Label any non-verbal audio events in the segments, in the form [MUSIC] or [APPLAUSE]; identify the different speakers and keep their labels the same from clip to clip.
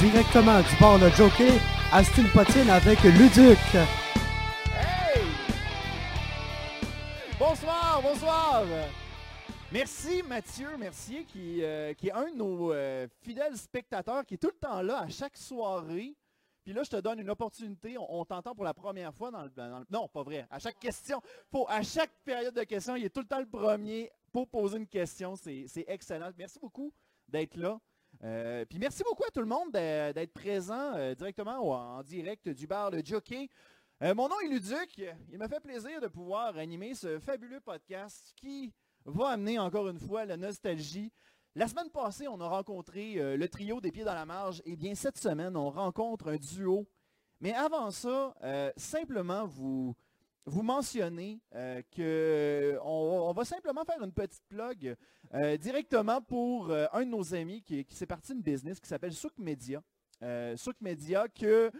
Speaker 1: directement du bord Le Jockey, Astine Potine avec Luduc.
Speaker 2: Hey! Bonsoir, bonsoir! Merci Mathieu Mercier, qui, euh, qui est un de nos euh, fidèles spectateurs, qui est tout le temps là à chaque soirée. Puis là, je te donne une opportunité. On, on t'entend pour la première fois dans le, dans le- Non, pas vrai. À chaque question, faut, à chaque période de questions, il est tout le temps le premier pour poser une question. C'est c'est excellent. Merci beaucoup d'être là. Euh, puis merci beaucoup à tout le monde d'a- d'être présent euh, directement ou en direct du bar Le Jockey. Euh, mon nom est Luduc. Il me fait plaisir de pouvoir animer ce fabuleux podcast qui va amener encore une fois la nostalgie. La semaine passée, on a rencontré euh, le trio des pieds dans la marge. Et bien cette semaine, on rencontre un duo. Mais avant ça, euh, simplement vous, vous mentionnez euh, que on, on va simplement faire une petite plug euh, directement pour euh, un de nos amis qui, qui s'est parti d'une business qui s'appelle Souk Media. Euh, Souk Media que,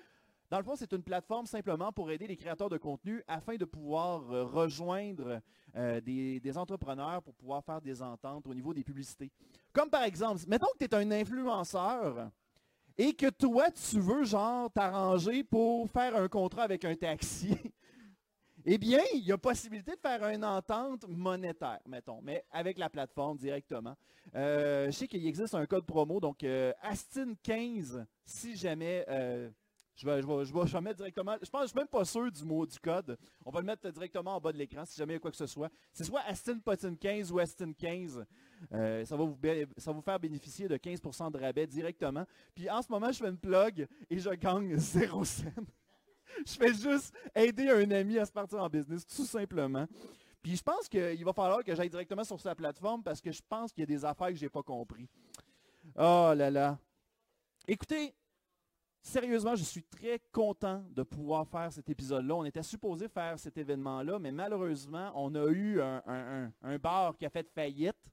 Speaker 2: dans le fond, c'est une plateforme simplement pour aider les créateurs de contenu afin de pouvoir euh, rejoindre euh, des, des entrepreneurs pour pouvoir faire des ententes au niveau des publicités. Comme par exemple, mettons que tu es un influenceur et que toi, tu veux genre t'arranger pour faire un contrat avec un taxi. [LAUGHS] Eh bien, il y a possibilité de faire une entente monétaire, mettons, mais avec la plateforme directement. Euh, je sais qu'il existe un code promo, donc euh, Astin15, si jamais... euh, je vais, je, vais, je, vais, je vais mettre directement... Je pense, je suis même pas sûr du mot du code. On va le mettre directement en bas de l'écran, si jamais il y a quoi que ce soit. C'est soit Astin15 ou Astin15. Euh, ça, va vous bé- ça va vous faire bénéficier de 15% de rabais directement. Puis en ce moment, je fais une plug et je gagne [LAUGHS] 0 cent je fais juste aider un ami à se partir en business, tout simplement. Puis je pense qu'il va falloir que j'aille directement sur sa plateforme parce que je pense qu'il y a des affaires que j'ai pas compris. Oh là là. Écoutez, sérieusement, je suis très content de pouvoir faire cet épisode-là. On était supposé faire cet événement-là, mais malheureusement, on a eu un, un- un- un bar qui a fait faillite.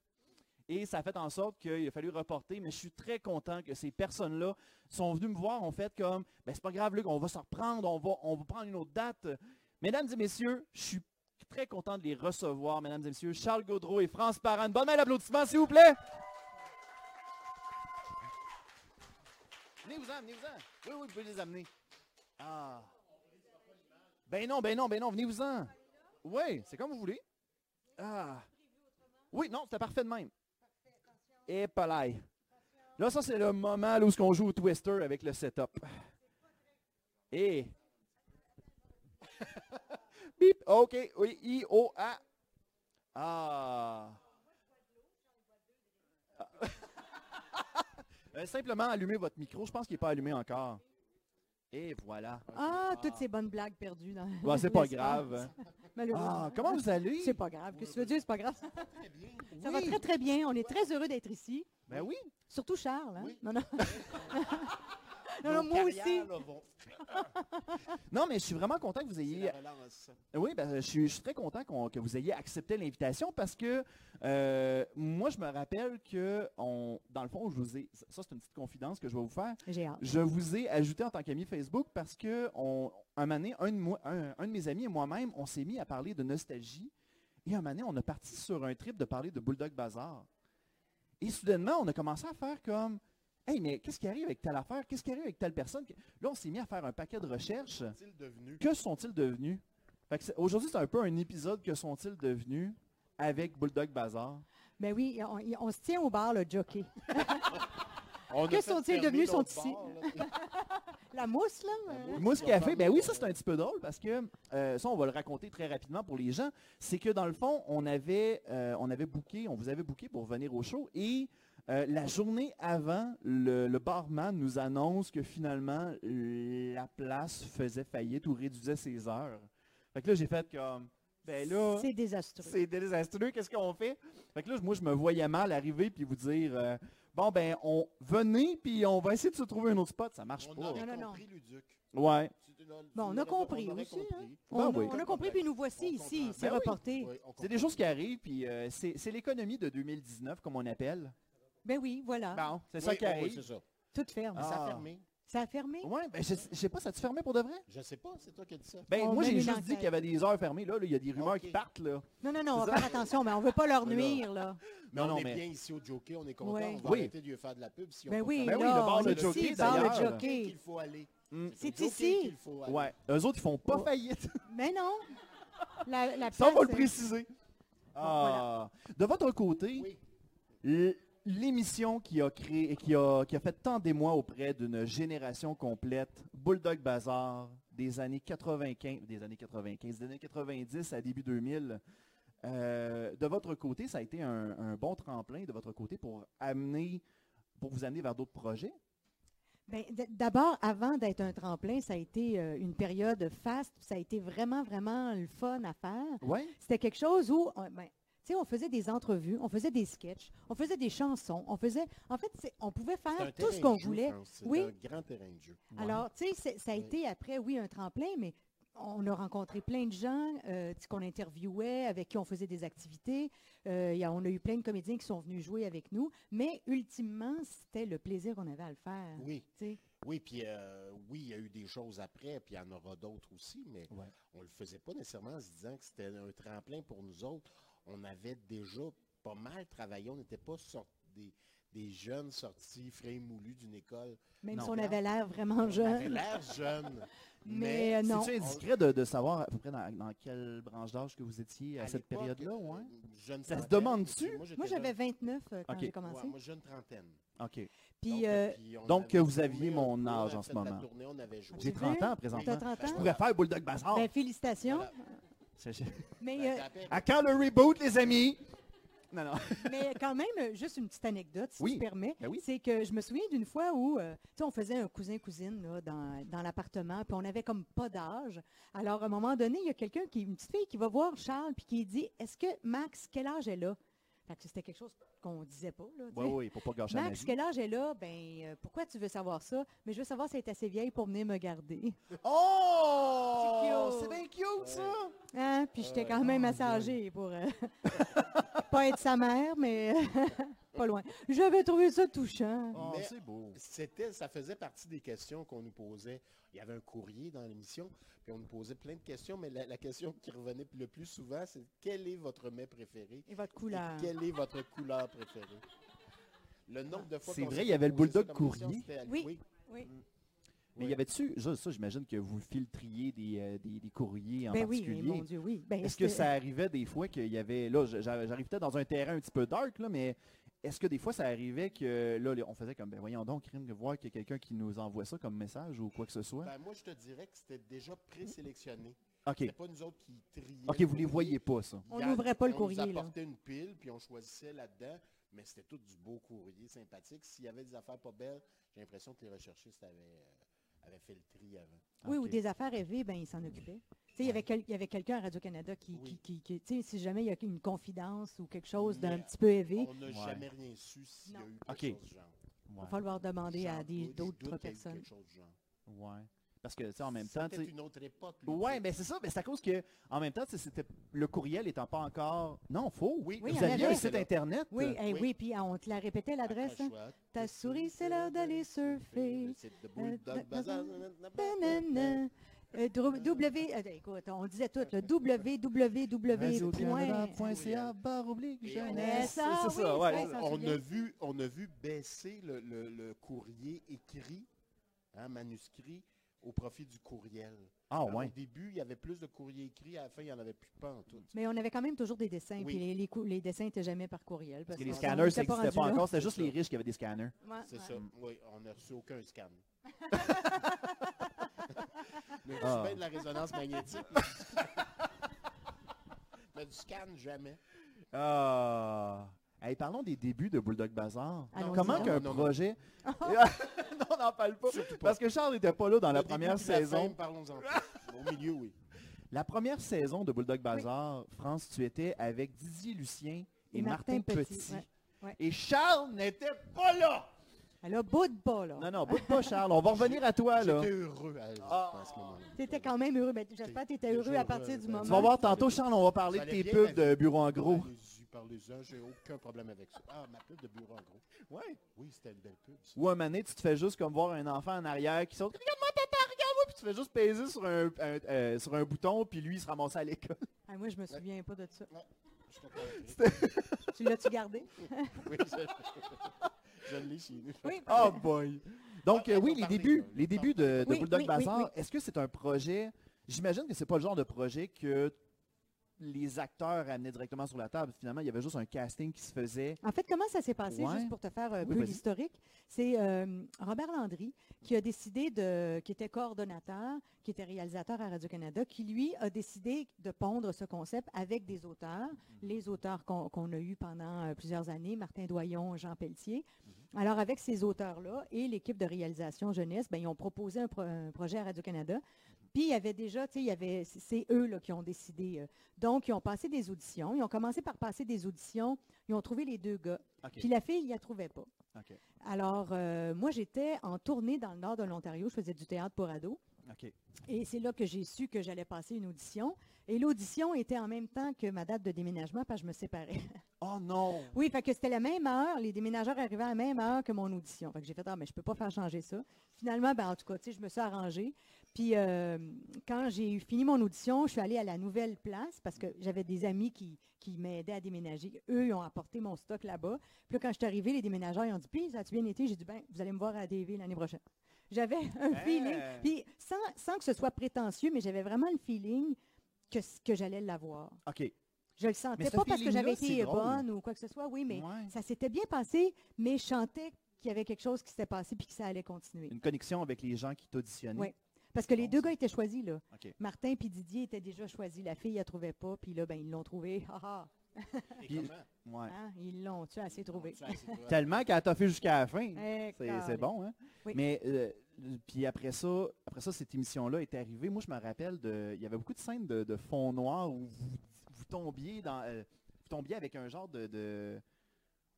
Speaker 2: Et ça a fait en sorte qu'il a fallu reporter, mais je suis très content que ces personnes-là sont venus me voir, ont fait comme, ben c'est pas grave Luc, on va s'en reprendre, on va, on va prendre une autre date. Mesdames et messieurs, je suis très content de les recevoir, mesdames et messieurs, Charles Gaudreau et France Parent. Bonne main d'applaudissements, s'il vous plaît. Venez-vous-en, venez-vous-en. Oui, oui, vous pouvez les amener. Ah. Ben non, ben non, ben non, venez-vous-en. Oui, c'est comme vous voulez. Ah. Oui, non, c'était parfait de même. Et palais. Là, ça, c'est le moment là, où on joue au Twister avec le setup. Et... [LAUGHS] Bip, OK, oui, I, O, A. Ah. [LAUGHS] Ah. Euh, Simplement allumez votre micro. Je pense qu'il n'est pas allumé encore. Et voilà.
Speaker 3: Ah, toutes ces bonnes blagues perdues dans
Speaker 1: Bon,
Speaker 2: Bah,
Speaker 1: c'est pas
Speaker 3: l'espace.
Speaker 2: hein.
Speaker 1: grave.
Speaker 3: Malheureusement.
Speaker 1: Ah, comment vous allez?
Speaker 3: C'est pas grave. Qu'est-ce que tu veux dire? C'est pas grave. Ça va
Speaker 1: Oui.
Speaker 3: très, très bien. On est très heureux d'être ici.
Speaker 1: Ben oui.
Speaker 3: Surtout Charles. hein?
Speaker 4: Oui.
Speaker 3: Non, non. non, non,
Speaker 4: Nos
Speaker 3: moi
Speaker 4: carrières,
Speaker 3: aussi.
Speaker 4: là, vont-
Speaker 1: [LAUGHS] Non, mais je suis vraiment content que vous
Speaker 4: c'est
Speaker 1: ayez
Speaker 4: la relance.
Speaker 1: Oui, ben, je, suis, je suis très content qu'on- que vous ayez accepté l'invitation parce que euh, moi, je me rappelle que, on, dans le fond, je vous ai, ça c'est une petite confidence que je vais vous faire,
Speaker 3: J'ai hâte.
Speaker 1: je vous ai ajouté en tant qu'ami Facebook parce que, on, un moment donné, un de, moi- un- un de mes amis et moi-même, on s'est mis à parler de nostalgie et un moment donné, on a parti sur un trip de parler de Bulldog Bazar. Et soudainement, on a commencé à faire comme, hey, mais qu'est-ce qui arrive avec telle affaire? Qu'est-ce qui arrive avec telle personne? Là, on s'est mis à faire un paquet de recherches.
Speaker 4: Est-il devenu
Speaker 1: Que sont-ils devenus? Fait que c'est- Aujourd'hui, c'est un peu un épisode que sont-ils devenus avec Bulldog Bazar.
Speaker 3: Mais Ben oui, on, y- on se tient au bar, le jockey.
Speaker 4: On a
Speaker 3: Que
Speaker 4: fait
Speaker 3: sont-ils
Speaker 4: fermer
Speaker 3: devenus?
Speaker 4: l'autre
Speaker 3: Sont-ils-
Speaker 4: bord, là.
Speaker 3: La mousse, là.
Speaker 4: La
Speaker 3: euh,
Speaker 4: mousse.
Speaker 1: Mousse Café, ben oui, ça c'est un petit peu drôle parce que, euh, ça on va le raconter très rapidement pour les gens, c'est que dans le fond, on avait, euh, on avait booké, on vous avait booké pour venir au show et euh, la journée avant, le, le barman nous annonce que finalement, la place faisait faillite ou réduisait ses heures. Fait que là, j'ai fait comme, ben là...
Speaker 3: C'est désastreux.
Speaker 1: C'est désastreux, qu'est-ce qu'on fait? Fait que là, moi, je me voyais mal arriver puis vous dire, euh, bon, ben, on venez, puis on va essayer de se trouver un autre spot. Ça marche
Speaker 4: On
Speaker 1: pas.
Speaker 4: aurait
Speaker 3: Non, non, non.
Speaker 4: compris, Luduc.
Speaker 1: Ouais.
Speaker 4: Tu- tu l'aurais-
Speaker 3: Bon, on a
Speaker 4: tu l'aurais-
Speaker 3: compris
Speaker 4: aurait
Speaker 3: aussi, hein.
Speaker 4: compris.
Speaker 3: On,
Speaker 1: Ben
Speaker 3: a-
Speaker 1: oui.
Speaker 3: on a compris, puis nous voici
Speaker 4: On
Speaker 3: ici.
Speaker 4: comprend.
Speaker 3: C'est
Speaker 1: Ben oui.
Speaker 3: reporté.
Speaker 4: Oui, on
Speaker 1: C'est des choses qui arrivent, puis euh, c'est c'est l'économie de 2019, comme on appelle.
Speaker 3: Ben oui, voilà.
Speaker 1: Bon, c'est
Speaker 4: comprend.
Speaker 1: ça
Speaker 4: Ah. Oui,
Speaker 1: qui
Speaker 4: oui,
Speaker 1: arrive.
Speaker 4: c'est ça.
Speaker 3: Toute ferme.
Speaker 4: Mais Ça
Speaker 1: Ah.
Speaker 4: a fermé.
Speaker 3: Ça a fermé?
Speaker 2: Ouais, ben, je je sais pas, ça te fermait pour de vrai?
Speaker 4: Je sais pas, c'est toi qui as dit ça.
Speaker 2: Ben,
Speaker 3: On
Speaker 2: moi,
Speaker 3: mène
Speaker 2: j'ai
Speaker 3: une
Speaker 2: juste dit
Speaker 3: enquête.
Speaker 2: qu'il y avait des heures fermées. Là, là, il y a des rumeurs
Speaker 4: Ok.
Speaker 2: qui partent, là.
Speaker 3: Non, non, non, on
Speaker 2: C'est
Speaker 3: va
Speaker 2: ça.
Speaker 3: faire attention, mais on ne veut pas leur
Speaker 2: Mais là-
Speaker 3: nuire, là.
Speaker 2: Non,
Speaker 4: on
Speaker 2: non,
Speaker 4: est
Speaker 2: mais-
Speaker 4: bien ici au Jockey, on est content.
Speaker 3: Ouais.
Speaker 4: On va
Speaker 2: Oui.
Speaker 4: arrêter de lui faire de la pub si
Speaker 3: Ben
Speaker 4: on
Speaker 3: oui,
Speaker 2: Ben oui,
Speaker 3: là,
Speaker 2: le bar
Speaker 3: on
Speaker 2: Le
Speaker 3: est
Speaker 2: Jockey,
Speaker 3: ici, bar le
Speaker 2: d'ailleurs.
Speaker 3: jockey.
Speaker 4: qu'il faut aller.
Speaker 2: Mm.
Speaker 3: C'est
Speaker 4: au Jockey
Speaker 3: ici.
Speaker 4: qu'il faut aller.
Speaker 2: Ouais. Eux autres, ils font pas
Speaker 3: Oh.
Speaker 2: faillite.
Speaker 3: Mais non. La, la
Speaker 2: Ça, on va
Speaker 3: place,
Speaker 2: le préciser. Ah. De votre côté,
Speaker 4: Oui.
Speaker 2: l- l'émission qui a créé, qui a, qui a fait tant d'émoi auprès d'une génération complète, Bulldog Bazar, des années 95, des années 95, des années 90 à début 2000. euh, de votre côté, ça a été un, un bon tremplin de votre côté pour amener, pour vous amener vers d'autres projets.
Speaker 3: Ben, d- D'abord, avant d'être un tremplin, ça a été euh, une période faste. Ça a été vraiment, vraiment le fun à faire.
Speaker 2: Ouais.
Speaker 3: C'était quelque chose où, on, ben, tu sais, on faisait des entrevues, on faisait des sketchs, on faisait des chansons, on faisait... En fait, c'est- on pouvait
Speaker 4: C'est
Speaker 3: faire
Speaker 4: un
Speaker 3: tout
Speaker 4: terrain
Speaker 3: ce
Speaker 4: de
Speaker 3: qu'on
Speaker 4: jeu,
Speaker 3: voulait.
Speaker 4: hein. C'est
Speaker 3: Oui.
Speaker 4: un grand terrain de jeu.
Speaker 3: Alors, tu sais, c'est- ça a
Speaker 4: Oui.
Speaker 3: été après, oui, un tremplin, mais on a rencontré plein de gens euh, tu sais, qu'on interviewait, avec qui on faisait des activités. Euh, il y a- on a eu plein de comédiens qui sont venus jouer avec nous, mais ultimement, c'était le plaisir qu'on avait à le faire.
Speaker 4: Oui.
Speaker 3: tu sais.
Speaker 4: Oui, puis euh, oui, il y a eu des choses après, puis il y en aura d'autres aussi, mais
Speaker 2: Ouais.
Speaker 4: on ne le faisait pas nécessairement en se disant que c'était un tremplin pour nous autres. On avait déjà pas mal travaillé, on n'était pas sorti des, des jeunes sortis frais moulus d'une école.
Speaker 3: Même
Speaker 2: Non.
Speaker 3: si on avait l'air vraiment
Speaker 4: On avait
Speaker 3: jeune.
Speaker 4: l'air jeune,
Speaker 3: Mais, euh,
Speaker 4: mais,
Speaker 3: non.
Speaker 2: C'est-tu indiscret de, de savoir à peu près dans, dans quelle branche d'âge que vous étiez à, cette
Speaker 4: l'époque,
Speaker 2: période-là?
Speaker 4: euh,
Speaker 2: Ouais?
Speaker 4: jeune
Speaker 2: Ça se
Speaker 4: trentaine,
Speaker 2: demande-tu?
Speaker 4: parce que
Speaker 3: Moi,
Speaker 4: j'étais
Speaker 3: j'avais
Speaker 4: jeune-
Speaker 3: 29 euh, quand
Speaker 2: Ok.
Speaker 3: j'ai
Speaker 4: ouais,
Speaker 3: commencé.
Speaker 4: moi, jeune trentaine.
Speaker 2: OK.
Speaker 3: Puis,
Speaker 4: donc,
Speaker 3: euh,
Speaker 4: euh, puis on
Speaker 2: donc,
Speaker 4: avait
Speaker 2: que vous
Speaker 4: tourné,
Speaker 2: aviez
Speaker 4: on
Speaker 2: mon
Speaker 4: tournait,
Speaker 2: âge
Speaker 4: on
Speaker 2: en
Speaker 4: a
Speaker 2: ce
Speaker 4: fait de la
Speaker 2: moment.
Speaker 4: tournée, on avait joué.
Speaker 2: J'ai
Speaker 3: Tu
Speaker 2: 30
Speaker 3: veux?
Speaker 2: ans présentement.
Speaker 3: T'as 30
Speaker 2: Je
Speaker 3: ans?
Speaker 2: pourrais faire Bulldog Bazar.
Speaker 3: ben, félicitations.
Speaker 4: oh. Voilà.
Speaker 2: Je- je-
Speaker 3: Mais,
Speaker 4: Ben,
Speaker 3: euh,
Speaker 4: ça appelle-
Speaker 2: À quand le reboot, les amis? Non, [LAUGHS] non.
Speaker 4: ben.
Speaker 3: mais quand même, euh, juste une petite anecdote, si
Speaker 2: Oui.
Speaker 3: tu permets.
Speaker 2: Ben oui.
Speaker 3: C'est que je me souviens d'une fois où, euh, tu sais, on faisait un cousin-cousine là, dans, dans l'appartement, puis on avait comme pas d'âge. Alors, à un moment donné, il y a quelqu'un, qui, une petite fille qui va voir Charles, puis qui dit, « Est-ce que Max, quel âge est là? » Fait que c'était quelque chose qu'on disait pas, là. tu sais.
Speaker 2: Oui, oui, pour pas gâcher la
Speaker 3: Max,
Speaker 2: magie.
Speaker 3: quel âge est là? Ben, euh, pourquoi tu veux savoir ça? Mais je veux savoir si elle est assez vieille pour venir me garder.
Speaker 2: [LAUGHS] Oh!
Speaker 3: C'est cute.
Speaker 2: bien Euh, cute, ça!
Speaker 3: Hein? Puis j'étais
Speaker 4: Ouais.
Speaker 3: quand même assez âgée pour euh, [LAUGHS] pas être sa mère, mais [LAUGHS] pas loin. J'avais trouvé ça touchant.
Speaker 2: Oh,
Speaker 4: Mais-
Speaker 2: c'est beau.
Speaker 4: C'était, ça faisait partie des questions qu'on nous posait. Il y avait un courrier dans l'émission, puis on nous posait plein de questions, mais la, la question qui revenait le plus souvent, c'est quel est votre mets préféré?
Speaker 3: Et votre
Speaker 4: Et
Speaker 3: couleur.
Speaker 4: quelle est votre couleur préférée? Le nombre de fois
Speaker 2: C'est
Speaker 4: qu'on
Speaker 2: vrai,
Speaker 4: s'est
Speaker 2: il y avait le
Speaker 4: posé ça
Speaker 2: bulldog
Speaker 4: comme question,
Speaker 2: courrier.
Speaker 4: c'était à-
Speaker 3: Oui.
Speaker 4: oui.
Speaker 3: Oui.
Speaker 2: Mais il y avait-tu, ça, ça, j'imagine que vous filtriez des, euh, des, des courriers en
Speaker 3: Ben oui, mais
Speaker 2: particulier.
Speaker 3: mon Dieu, oui. Ben,
Speaker 2: est-ce que
Speaker 3: c'était-
Speaker 2: ça arrivait des fois qu'il y avait, là, je- j'a- j'arrive peut-être dans un terrain un petit peu dark, là, mais est-ce que des fois ça arrivait que, là, les- on faisait comme, ben voyons donc, crime, de voir qu'il y a quelqu'un qui nous envoie ça comme message ou quoi que ce soit?
Speaker 4: Ben, moi, je te dirais que c'était déjà présélectionné.
Speaker 2: OK.
Speaker 4: C'était pas nous autres qui triaient.
Speaker 2: OK,
Speaker 4: le
Speaker 2: vous les
Speaker 4: courrier.
Speaker 2: voyez pas, ça.
Speaker 3: On
Speaker 4: Il y en-
Speaker 3: n'ouvrait pas le
Speaker 4: on
Speaker 3: courrier,
Speaker 4: nous
Speaker 3: là.
Speaker 4: apportait une pile, puis on choisissait là-dedans, mais c'était tout du beau courrier sympathique. S'il y avait des affaires pas belles, j'ai l'impression que les recherchistes avaient, euh, avaient fait le tri avant.
Speaker 3: Oui, ou
Speaker 2: Ok.
Speaker 3: des affaires rêvées, ben, ils s'en occupaient. Tu sais, Il y avait, quel- il y avait quelqu'un à Radio-Canada qui,
Speaker 4: Oui.
Speaker 3: qui- qui- qui- tu sais, si jamais il y a une confidence ou quelque chose d'un
Speaker 4: Mais
Speaker 3: petit peu élevé,
Speaker 4: On n'a
Speaker 2: Ouais.
Speaker 4: jamais rien su s'il y a
Speaker 3: Non.
Speaker 4: eu quelque
Speaker 2: OK.
Speaker 4: chose de genre.
Speaker 3: il va
Speaker 2: Ouais.
Speaker 3: falloir demander à
Speaker 4: Genre,
Speaker 3: des-
Speaker 4: je doute qu'il y
Speaker 3: d'autres
Speaker 4: a eu
Speaker 3: personnes.
Speaker 4: quelque chose de genre.
Speaker 2: Ouais. Parce que, tu sais, en même temps, tu
Speaker 4: C'était
Speaker 2: sais-
Speaker 4: une autre époque. le
Speaker 2: Ouais,
Speaker 4: truc.
Speaker 2: mais c'est ça, mais c'est à cause que en même temps, tu sais, c'était le courriel étant pas encore non faux.
Speaker 4: Oui,
Speaker 3: Oui, il y
Speaker 2: vous
Speaker 3: en
Speaker 2: aviez un
Speaker 3: avait.
Speaker 2: site internet.
Speaker 3: Oui, eh
Speaker 4: Oui.
Speaker 3: oui, puis ah, on te la répétait l'adresse. hein.
Speaker 4: Accroche-toi.
Speaker 3: Ta souris, c'est l'heure d'aller surfer. Euh,
Speaker 4: Le site de Bulldog
Speaker 3: da- da-
Speaker 4: Bazaar.
Speaker 3: Banana. Euh, drou- W, euh, écoute, on disait tout, le www.
Speaker 2: Radio-Canada.ca barre oblique
Speaker 4: Et on-
Speaker 2: jeunesse.
Speaker 3: Ça,
Speaker 2: C'est
Speaker 3: oui,
Speaker 2: ça, ouais.
Speaker 3: ça,
Speaker 2: ça.
Speaker 3: ça.
Speaker 4: On
Speaker 3: souviens.
Speaker 4: a vu, on a vu baisser le, le- le courrier écrit, hein, manuscrit, au profit du courriel.
Speaker 2: Ah
Speaker 4: Alors, Au
Speaker 2: ouais.
Speaker 4: début, il y avait plus de courrier écrit, à la fin, il n'y en avait plus pas en tout.
Speaker 3: Mais on avait quand même toujours des dessins,
Speaker 4: Oui.
Speaker 3: puis les, les cou- les dessins n'étaient jamais par courriel.
Speaker 2: Parce
Speaker 3: parce
Speaker 2: que les
Speaker 3: qu'on- on
Speaker 2: scanners, ça
Speaker 3: était
Speaker 2: n'existait pas
Speaker 3: rendu là.
Speaker 2: encore, c'était
Speaker 4: C'est
Speaker 2: juste
Speaker 4: ça.
Speaker 2: les riches qui avaient des scanners.
Speaker 3: Ouais,
Speaker 4: C'est
Speaker 3: ouais.
Speaker 4: ça. Oui, on n'a reçu aucun
Speaker 3: [LAUGHS]
Speaker 4: scan. Mais du
Speaker 2: Ah.
Speaker 4: pain de la résonance magnétique. [LAUGHS] mais du scan, jamais.
Speaker 2: Ah. Hey, parlons des débuts de Bulldog Bazar.
Speaker 3: Allons-y
Speaker 2: Comment
Speaker 3: donc.
Speaker 2: qu'un
Speaker 4: Non, non, non.
Speaker 2: projet...
Speaker 3: [LAUGHS]
Speaker 2: [LAUGHS] non, on n'en parle pas. Parce que Charles n'était pas là dans la
Speaker 4: Le début
Speaker 2: première
Speaker 4: puis la fin,
Speaker 2: saison.
Speaker 4: Parlons-en. plus. Au milieu, oui.
Speaker 2: La première saison de Bulldog Bazar, France, tu étais avec Didier Lucien et,
Speaker 3: Et
Speaker 2: Martin,
Speaker 3: Martin
Speaker 2: Petit.
Speaker 3: Petit, ouais, ouais.
Speaker 2: Et Charles n'était pas là! Hein?
Speaker 3: Elle a bout de bas, là.
Speaker 2: Non, non, bout de pas, Charles. On va revenir à toi, Ah, là.
Speaker 4: J'étais heureux à, à ce moment-là.
Speaker 3: Ah. T'étais quand même heureux. Ben, J'espère que t'étais
Speaker 4: J'étais
Speaker 3: heureux à
Speaker 4: heureux,
Speaker 3: partir du
Speaker 4: ben,
Speaker 3: moment.
Speaker 2: Tu vas voir tantôt, Charles, on va parler
Speaker 4: Ça
Speaker 2: de tes
Speaker 4: allait bien,
Speaker 2: pubs
Speaker 4: la vie.
Speaker 2: de bureau en gros.
Speaker 4: Parlez-y, parlez-en, j'ai aucun problème avec ça. Ah, ma pub de bureau en gros.
Speaker 2: Ouais.
Speaker 4: Oui, c'était une belle pub. ça.
Speaker 2: Ou un moment donné, tu te fais juste comme voir un enfant en arrière qui saute. Regarde-moi, papa, regarde-moi. Puis tu fais juste peser sur un, un- euh, sur un bouton, puis lui, il se ramassait à l'école.
Speaker 3: Ah, moi, je me souviens pas de ça.
Speaker 4: Je suis content.
Speaker 3: Tu l'as-tu gardé?
Speaker 4: [LAUGHS] Oui, je, je [LAUGHS] l'ai chez nous.
Speaker 3: Oui.
Speaker 2: Oh boy. Donc,
Speaker 4: Ah,
Speaker 2: euh, oui,
Speaker 4: on
Speaker 2: les
Speaker 4: parlait,
Speaker 2: débuts,
Speaker 4: là,
Speaker 2: les débuts de, de
Speaker 3: Oui,
Speaker 2: Bulldog
Speaker 3: oui, oui,
Speaker 2: Bazaar,
Speaker 3: oui.
Speaker 2: est-ce que c'est un projet... J'imagine que c'est pas le genre de projet que les acteurs amenaient directement sur la table. Finalement, il y avait juste un casting qui se faisait.
Speaker 3: En fait, comment ça s'est passé,
Speaker 2: Ouais.
Speaker 3: juste pour te faire un
Speaker 2: Oui,
Speaker 3: peu
Speaker 2: vas-y.
Speaker 3: l'historique? C'est euh, Robert Landry qui a décidé de, qui était coordonnateur, qui était réalisateur à Radio-Canada, qui lui a décidé de pondre ce concept avec des auteurs,
Speaker 2: Mhm.
Speaker 3: les auteurs qu'on qu'on a eus pendant euh, plusieurs années, Martin Doyon, Jean Pelletier.
Speaker 2: Mhm.
Speaker 3: Alors, avec ces auteurs-là et l'équipe de réalisation jeunesse, ben, ils ont proposé un, pro- un projet à
Speaker 2: Mhm.
Speaker 3: Radio-Canada. Puis, il y avait déjà, tu sais, il y avait, c'est- c'est eux là, qui ont décidé. euh. donc, ils ont passé des auditions. Ils ont commencé par passer des auditions. Ils ont trouvé les deux gars.
Speaker 2: OK.
Speaker 3: Puis la fille, il la trouvait pas.
Speaker 2: OK.
Speaker 3: Alors, euh, moi, j'étais en tournée dans le nord de l'Ontario. Je faisais du théâtre pour ados.
Speaker 2: OK.
Speaker 3: Et c'est là que j'ai su que j'allais passer une audition. Et l'audition était en même temps que ma date de déménagement, parce que je me séparais.
Speaker 2: Oh non!
Speaker 3: Oui, fait que c'était la même heure. Les déménageurs arrivaient à la même heure que mon audition. Fait que j'ai fait, ah, mais je peux pas faire changer ça. Finalement, ben, en tout cas, tu sais, je me suis arrangée. Puis, euh, quand j'ai eu fini mon audition, je suis allée à la nouvelle place parce que j'avais des amis qui, qui m'aidaient à déménager. Eux, ils ont apporté mon stock là-bas. Puis là, quand je suis arrivée, les déménageurs, ils ont dit, puis, ça a-tu bien été? J'ai dit, ben, vous allez me voir à DV l'année prochaine. J'avais [LAUGHS] un feeling.
Speaker 2: Hein?
Speaker 3: Puis, sans, sans que ce soit prétentieux, mais j'avais vraiment le feeling que, c- que j'allais l'avoir.
Speaker 2: OK.
Speaker 3: Je le sentais
Speaker 2: ce
Speaker 3: pas parce que
Speaker 2: feeling-là,
Speaker 3: j'avais
Speaker 2: c'est
Speaker 3: été
Speaker 2: drôle.
Speaker 3: bonne ou quoi que ce soit, oui, mais
Speaker 2: Ouais.
Speaker 3: ça s'était bien passé, mais je sentais qu'il y avait quelque chose qui s'était passé puis que ça allait continuer.
Speaker 2: Une connexion avec les gens qui t'auditionnaient.
Speaker 3: Ouais. Parce que les
Speaker 2: bon,
Speaker 3: deux
Speaker 2: ça.
Speaker 3: gars étaient choisis, là.
Speaker 2: OK.
Speaker 3: Martin puis Didier étaient déjà choisis. La fille, elle trouvait pas, puis là, ben, ils l'ont trouvé. Ah, ah,
Speaker 4: Et
Speaker 2: Puis-
Speaker 4: comment?
Speaker 2: Ouais.
Speaker 3: hein, ils l'ont, tu as assez trouvé.
Speaker 4: Ça, c'est vrai.
Speaker 2: Tellement qu'elle t'a fait jusqu'à la fin.
Speaker 3: Eh,
Speaker 2: C'est- C'est
Speaker 3: calé.
Speaker 2: bon, hein?
Speaker 3: Oui.
Speaker 2: Mais euh, puis après ça, après ça, cette émission-là est arrivée. Moi, je me rappelle de. Il y avait beaucoup de scènes de, de fond noir où vous, vous tombiez dans. euh, vous tombiez avec un genre de. de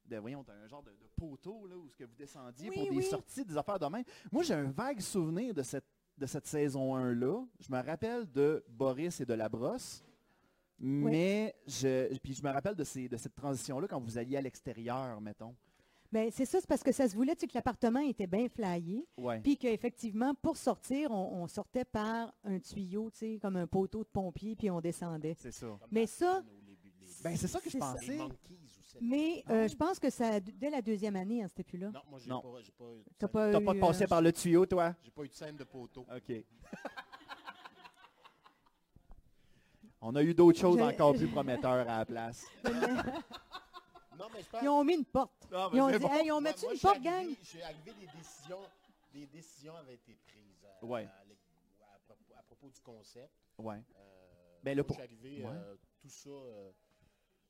Speaker 2: de- voyons, un genre de, de poteau là, où ce que vous descendiez
Speaker 3: Oui,
Speaker 2: pour des
Speaker 3: oui.
Speaker 2: sorties, des affaires de même. Moi, j'ai un vague souvenir de cette, de cette saison 1-là. Je me rappelle de Boris et de la brosse, mais je, puis je me rappelle de, ces, de cette transition-là quand vous alliez à l'extérieur, mettons.
Speaker 3: Ben, c'est ça, c'est parce que ça se voulait, tu sais, que l'appartement était bien flyé.
Speaker 2: Ouais.
Speaker 3: Puis qu'effectivement, pour sortir, on, on sortait par un tuyau, tu sais, comme un poteau de pompier, puis on descendait.
Speaker 2: C'est ça.
Speaker 4: Comme
Speaker 3: Mais
Speaker 4: dans
Speaker 3: ça-
Speaker 4: Bruno, les bu- les-
Speaker 2: Ben, c'est ça que je
Speaker 3: C'est ça.
Speaker 2: pensais.
Speaker 4: les monkeys ou celle-
Speaker 3: Mais
Speaker 2: Ah
Speaker 3: euh,
Speaker 2: ouais?
Speaker 3: je pense que ça, dès la deuxième année, hein, c'était plus là.
Speaker 4: Non, moi, j'ai
Speaker 2: Non.
Speaker 4: pas, j'ai pas, eu de
Speaker 3: T'as
Speaker 4: scène-
Speaker 3: pas, Euh,
Speaker 2: T'as
Speaker 3: eu,
Speaker 2: pas
Speaker 3: euh,
Speaker 2: passé par le tuyau, toi?
Speaker 4: j'ai pas eu de scène de poteau.
Speaker 2: OK. [LAUGHS] On a eu d'autres choses
Speaker 3: Je-
Speaker 2: encore plus prometteurs à la place.
Speaker 4: Non, mais je pense...
Speaker 3: Ils ont mis une porte.
Speaker 2: Ah, ben,
Speaker 3: Ils ont dit, hey, on
Speaker 4: Moi-
Speaker 3: met-tu
Speaker 4: moi,
Speaker 3: une
Speaker 4: je suis
Speaker 3: porte, gang?
Speaker 4: arrivé- Je suis arrivé, des décisions, des décisions avaient été prises à,
Speaker 2: Ouais.
Speaker 4: à l'é- à propos, à propos du concept.
Speaker 2: Ouais.
Speaker 4: Euh,
Speaker 2: Ben,
Speaker 4: moi,
Speaker 2: là, pour-
Speaker 4: je suis arrivé,
Speaker 2: Ouais.
Speaker 4: euh, tout ça, euh,